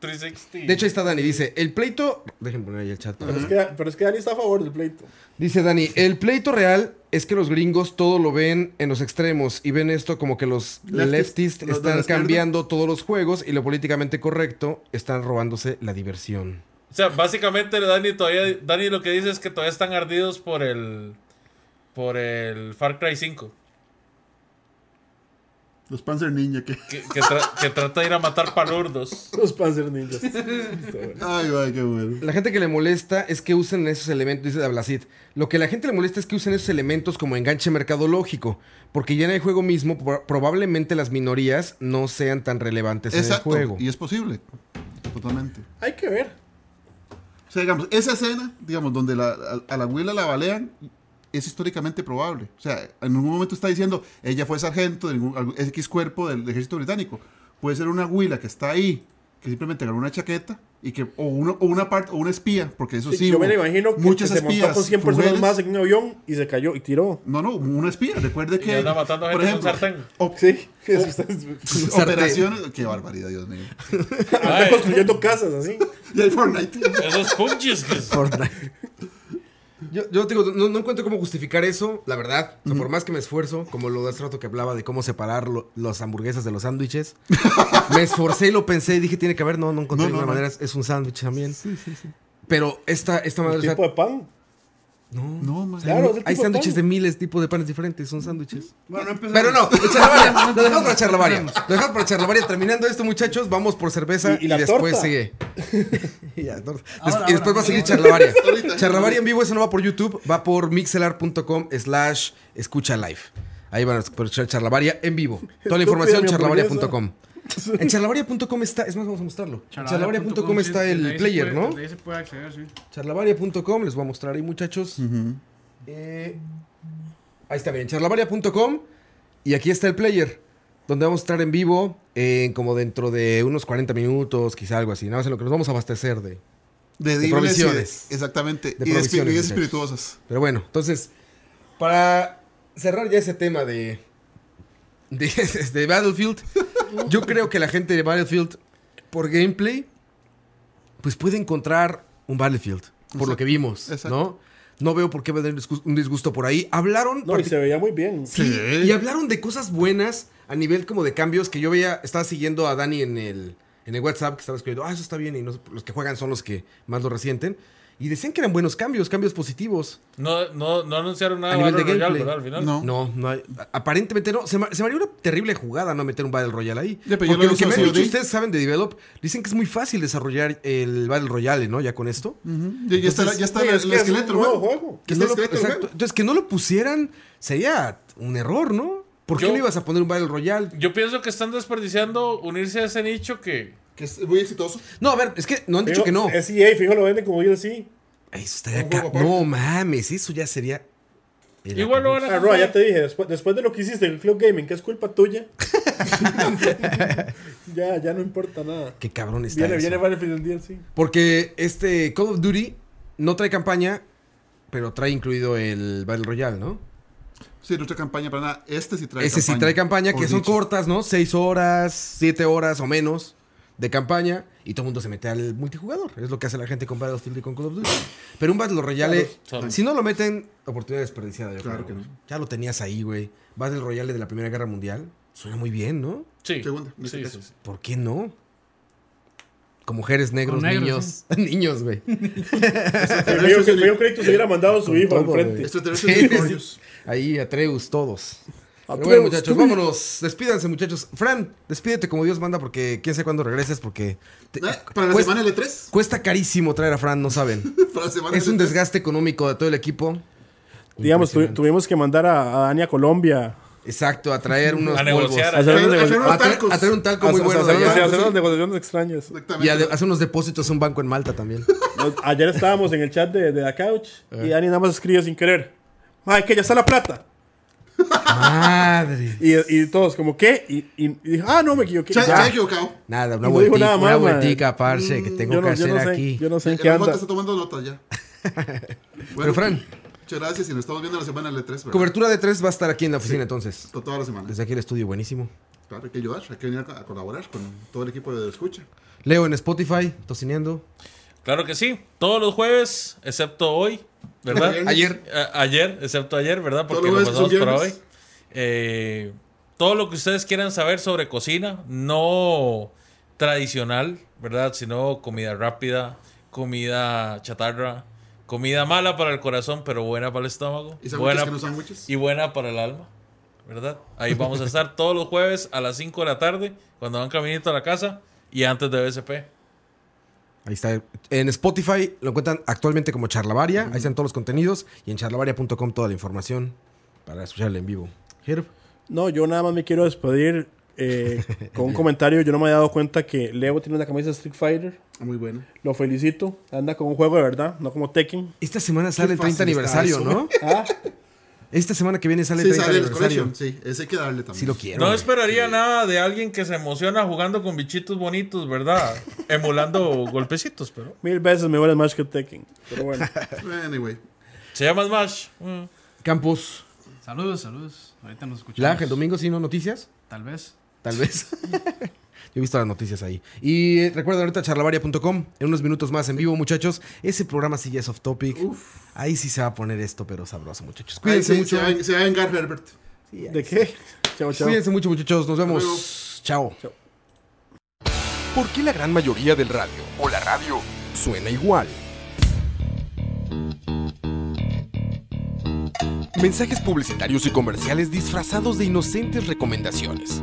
S4: 360.
S1: De hecho, ahí está Dani. Dice, el pleito... Déjenme poner ahí el chat.
S5: Pero es que- Pero es que Dani está a favor del pleito.
S1: Dice Dani, el pleito real es que los gringos todo lo ven en los extremos y ven esto como que los
S3: Leftist,
S1: leftists
S3: los de la
S1: están
S3: izquierda.
S1: cambiando todos los juegos y lo políticamente correcto están robándose la diversión.
S4: O sea, básicamente Dani todavía Dani lo que dice es que todavía están ardidos por el por el Far Cry 5,
S3: Los Panzer Ninja que.
S4: que, que tra- que trata de ir a matar palurdos.
S5: Los Panzer Ninjas.
S3: Ay, ay, qué bueno.
S1: La gente que le molesta es que usen esos elementos, dice Dablacid. Lo que la gente le molesta es que usen esos elementos como enganche mercadológico, porque ya en el juego mismo pro- probablemente las minorías no sean tan relevantes
S3: Exacto.
S1: en el juego.
S3: Y es posible. Totalmente.
S5: Hay que ver.
S3: O sea, digamos, esa escena, digamos, donde la- a, a la abuela la balean, es históricamente probable. O sea, en ningún momento está diciendo, ella fue sargento de ningún- algún- X cuerpo del, ejército británico. Puede ser una abuela que está ahí, que simplemente ganó una chaqueta, y que, o, uno, o una parte, o una espía, porque
S1: Pues
S3: eso sí.
S5: yo me
S3: hubo
S5: lo imagino que,
S3: muchas
S5: que se montó con 100 personas
S3: mujeres.
S5: más en un avión y se cayó y tiró.
S3: No, no, una espía. Recuerde que.
S4: anda matando gente con sartén.
S3: op-
S5: Sí,
S1: Oh.
S5: que se está-
S1: Sartén.
S3: operaciones. Qué barbaridad, Dios mío.
S5: anda
S4: Ay.
S5: construyendo casas así.
S3: Y el Fortnite.
S4: Esos punches que
S1: Fortnite. Yo, yo te digo, no, no encuentro cómo justificar eso, la verdad. O sea, por más que me esfuerzo, como lo de hace rato que hablaba de cómo separar lo- las hamburguesas de los sándwiches, me esforcé y lo pensé y dije, tiene que haber, no, no encontré
S3: No, no,
S1: ninguna
S3: no.
S1: manera, es- es un sándwich también. Pero esta, esta madre, o sea,
S5: tipo de pan.
S1: no,
S3: No, man.
S5: Claro, es el
S1: hay
S5: tipo de
S1: sándwiches
S5: pan.
S1: de miles tipos de panes diferentes, son sándwiches.
S2: Bueno, no empezamos.
S1: Pero no, el charlavaria, lo dejamos para charlavaria. Lo dejamos para charlavaria. Terminando esto, muchachos, vamos por cerveza
S5: Y-
S1: y,
S5: y la
S1: después
S5: torta.
S1: sigue. y, la torta. Des-
S2: Ahora,
S1: y después
S2: ahora,
S1: va a seguir
S2: ahora.
S1: charlavaria. charlavaria en vivo, eso no va por YouTube, va por mixelar.com slash escucha live. Ahí van a escuchar charlavaria en vivo. Toda la
S5: Estúpida
S1: información
S5: mi
S1: charlavaria.com. En charlavaria.com está, es más, vamos a mostrarlo. En Charlavaria.com está el player, ¿no?
S2: Ahí se puede acceder, sí.
S1: Charlavaria.com, les voy a mostrar ahí, muchachos. Eh, ahí está bien, charlavaria.com. Y aquí está el player, donde vamos a estar en vivo eh, como dentro de unos 40 minutos, quizá algo así. Nada más en lo que nos vamos a abastecer de.
S3: De,
S1: De
S3: divinas y
S1: provisiones.
S3: de- exactamente.
S1: De
S3: y de
S1: provisiones,
S3: espi- y de
S1: muchachos.
S3: espirituosas.
S1: Pero bueno, entonces, para cerrar ya ese tema de, de, de Battlefield, yo creo que la gente de Battlefield, por gameplay, pues puede encontrar un Battlefield, por lo que vimos,
S3: exacto.
S1: ¿no? No veo por qué va a tener disgus- un disgusto por ahí. Hablaron...
S5: No, y
S1: partic-
S5: se veía muy bien.
S1: Sí, y hablaron de cosas buenas a nivel como de cambios que yo veía, estaba siguiendo a Dani en el, en el WhatsApp que estaba escribiendo, ah, eso está bien, y no sé, los que juegan son los que más lo resienten. Y decían que eran buenos cambios, cambios positivos.
S4: No, no, no anunciaron nada
S1: A
S4: de
S1: nivel
S4: Battle
S1: de
S4: Royale,
S1: gameplay.
S4: ¿verdad? Al final.
S3: No.
S1: No, no hay- a- aparentemente no. Se, ma- se me haría una terrible jugada no meter un Battle Royale ahí.
S3: Ya, pero yo
S1: Porque
S3: lo
S1: lo que
S3: uso
S1: me han
S3: así,
S1: dicho
S3: ¿sí?
S1: ustedes saben de Develop, dicen que es muy fácil desarrollar el Battle Royale, ¿no? Ya con esto.
S3: Ujú. Ya, ya está, la- ya está
S5: Oye,
S3: el,
S5: es
S3: el
S5: que es
S3: esqueleto,
S5: un nuevo
S3: hermano.
S5: juego.
S1: Mm. Que
S3: Ya está
S1: no lo-
S3: el esqueleto,
S1: exacto.
S3: hermano.
S1: Entonces, que no lo pusieran sería un error, ¿no? ¿Por qué
S4: Yo-
S1: no ibas a poner un Battle Royale?
S4: Yo pienso que están desperdiciando unirse a ese nicho que.
S3: Que es muy exitoso.
S1: No, a ver, es que no han dicho que no.
S5: Es EA, fijo, lo venden como DLC.
S1: Eso estaría
S3: Un juego
S1: ca-
S3: aparte.
S1: No mames, eso ya sería. el
S4: Igual lo van a
S5: Ah, Roa, ya te dije, después, después de lo que hiciste en Club Gaming, que es culpa tuya. ya, ya no importa nada.
S1: Qué cabrón está.
S5: Viene,
S1: eso.
S5: viene Battlefield el DLC.
S1: Porque este Call of Duty no trae campaña, pero trae incluido el Battle Royale, ¿no?
S3: Sí, no trae campaña para nada. Este sí trae
S1: Ese sí trae campaña, que
S3: por
S1: son
S3: dicho.
S1: cortas, ¿no? Seis horas, siete horas o menos de campaña. Y todo el mundo se mete al multijugador. Es lo que hace la gente con Battlefield y con Call of Duty. Pero un Battle Royale,
S4: Claro.
S1: si no lo meten, oportunidad desperdiciada. Yo
S3: Claro
S1: creo.
S3: que no.
S1: Ya lo tenías ahí, güey. Battle Royale de la Primera Guerra Mundial. Suena muy bien, ¿no?
S4: Sí.
S3: Segunda, en este
S4: Sí,
S3: caso.
S4: sí, sí.
S1: ¿Por qué no? Con mujeres, negros,
S2: negros,
S1: niños. Niños, güey.
S5: Me dio- me dio crédito se hubiera mandado a su hijo al
S1: todo,
S5: frente.
S1: güey.
S3: Este trae
S1: Sí,
S3: unicornios.
S1: Ahí, Atreus, todos. Pero
S5: Atreus,
S1: bueno, muchachos,
S5: tú.
S1: vámonos. Despídanse, muchachos. Fran, despídete como Dios manda porque quién sabe cuándo regreses porque... te-
S3: Ah, Para la
S1: cuesta,
S3: semana L3.
S1: cuesta carísimo traer a Fran, no saben.
S3: Para la semana
S1: es un
S3: L3.
S1: desgaste económico de todo el equipo.
S5: Digamos, tu-
S1: Impresionante.
S5: tuvimos que mandar a, a Dani a Colombia.
S1: Exacto, a traer unos
S4: A
S1: polvos.
S4: negociar.
S5: A hacer unas
S3: Hacer- hacer
S5: nego-
S1: A,
S3: unos
S1: traer-
S3: tacos.
S1: a traer un talco muy
S5: a- a-
S1: bueno.
S5: hacer-
S1: de allá.
S5: hacer- hacer unas negociaciones extrañas.
S1: y
S3: Exactamente.
S1: a, hacer unos depósitos a un banco en Malta también.
S5: Nos- Ayer estábamos en el chat de, de la couch
S1: Eh.
S5: y Dani nada más escribe sin querer. Ay, que ya está la plata.
S1: Madre.
S5: Y, y todos, como, ¿qué? Y, y- y dijo, ah, no, me equivoqué.
S3: Se
S5: Ya.
S3: ha equivocado.
S1: Nada, una
S5: Y no dijo
S1: vueltica,
S5: nada
S1: una
S5: más, madre.
S1: vueltica, parce, que tengo
S5: Yo
S1: que
S5: no, yo
S1: hacer
S5: no sé,
S1: aquí.
S5: yo no sé en qué
S3: El Jota
S5: anda.
S3: está tomando nota ya.
S1: Pero
S3: Bueno,
S1: Fran,
S3: Muchas gracias y nos estamos viendo la semana L3. ¿verdad?
S1: cobertura de tres va a estar aquí en la oficina entonces.
S3: To- Toda la semana.
S1: Desde aquí el estudio, buenísimo.
S3: Claro, hay que ayudar, hay que venir a a colaborar con todo el equipo de escucha.
S1: Leo en Spotify, tocineando.
S4: Claro que sí. Todos los jueves, excepto hoy, ¿verdad?
S1: Ayer.
S4: A- ayer, excepto ayer, ¿verdad? Porque
S3: Todos
S4: lo
S3: los jueves
S4: pasamos
S3: son
S4: para hoy.
S3: viernes.
S4: Eh, todo lo que ustedes quieran saber sobre cocina, no tradicional, ¿verdad? Sino comida rápida, comida chatarra, comida mala para el corazón, pero buena para el estómago.
S3: ¿Y sándwiches
S4: buena,
S3: que no sándwiches?
S4: y buena para el alma, ¿verdad? Ahí vamos a estar todos los jueves a las 5 de la tarde, cuando van caminito a la casa y antes de BSP.
S1: Ahí está. En Spotify lo encuentran actualmente como Charlavaria. Ahí están todos los contenidos. Y en charlavaria.com toda la información para escucharla en vivo. Herb.
S5: No, yo nada más me quiero despedir eh, con un comentario. Yo no me había dado cuenta que Leo tiene una camisa de Street Fighter.
S3: Muy bueno.
S5: Lo felicito. Anda con un juego de verdad, no como Tekken.
S1: Esta semana sale el 30
S3: fácil está
S1: aniversario,
S3: eso.
S1: ¿no?
S5: Ah,
S1: Esta semana que viene sale el
S3: Sí,
S1: 30
S3: sale el
S1: aniversario.
S3: Collection. Sí, ese hay que darle también.
S1: Sí lo quiero.
S4: No
S1: güey.
S4: esperaría nada de alguien que se emociona jugando con bichitos bonitos, ¿verdad? Emulando golpecitos, pero.
S5: mil veces mejor Smash que Tekken. Pero bueno.
S3: Anyway.
S4: Se llama Smash. Mm.
S1: Campus.
S2: Saludos, saludos. Ahorita nos escuchamos.
S1: Lag, el domingo sí, ¿no? Noticias.
S2: Tal vez.
S1: Tal vez. Yo he visto las noticias ahí. Y eh, recuerden ahorita charlavaria.com. En unos minutos más en vivo, muchachos. Ese programa sí ya es off topic. Ahí sí se va a poner esto, pero sabroso, muchachos. Cuídense
S3: Ahí se-
S1: mucho.
S3: Se va, a- se va a vengar Herbert.
S5: ¿De qué? Chao, chao.
S1: Cuídense mucho, muchachos. Nos
S3: luego.
S1: vemos. Chao.
S7: ¿Por qué la gran mayoría del radio o la radio suena igual? Mensajes publicitarios y comerciales disfrazados de inocentes recomendaciones.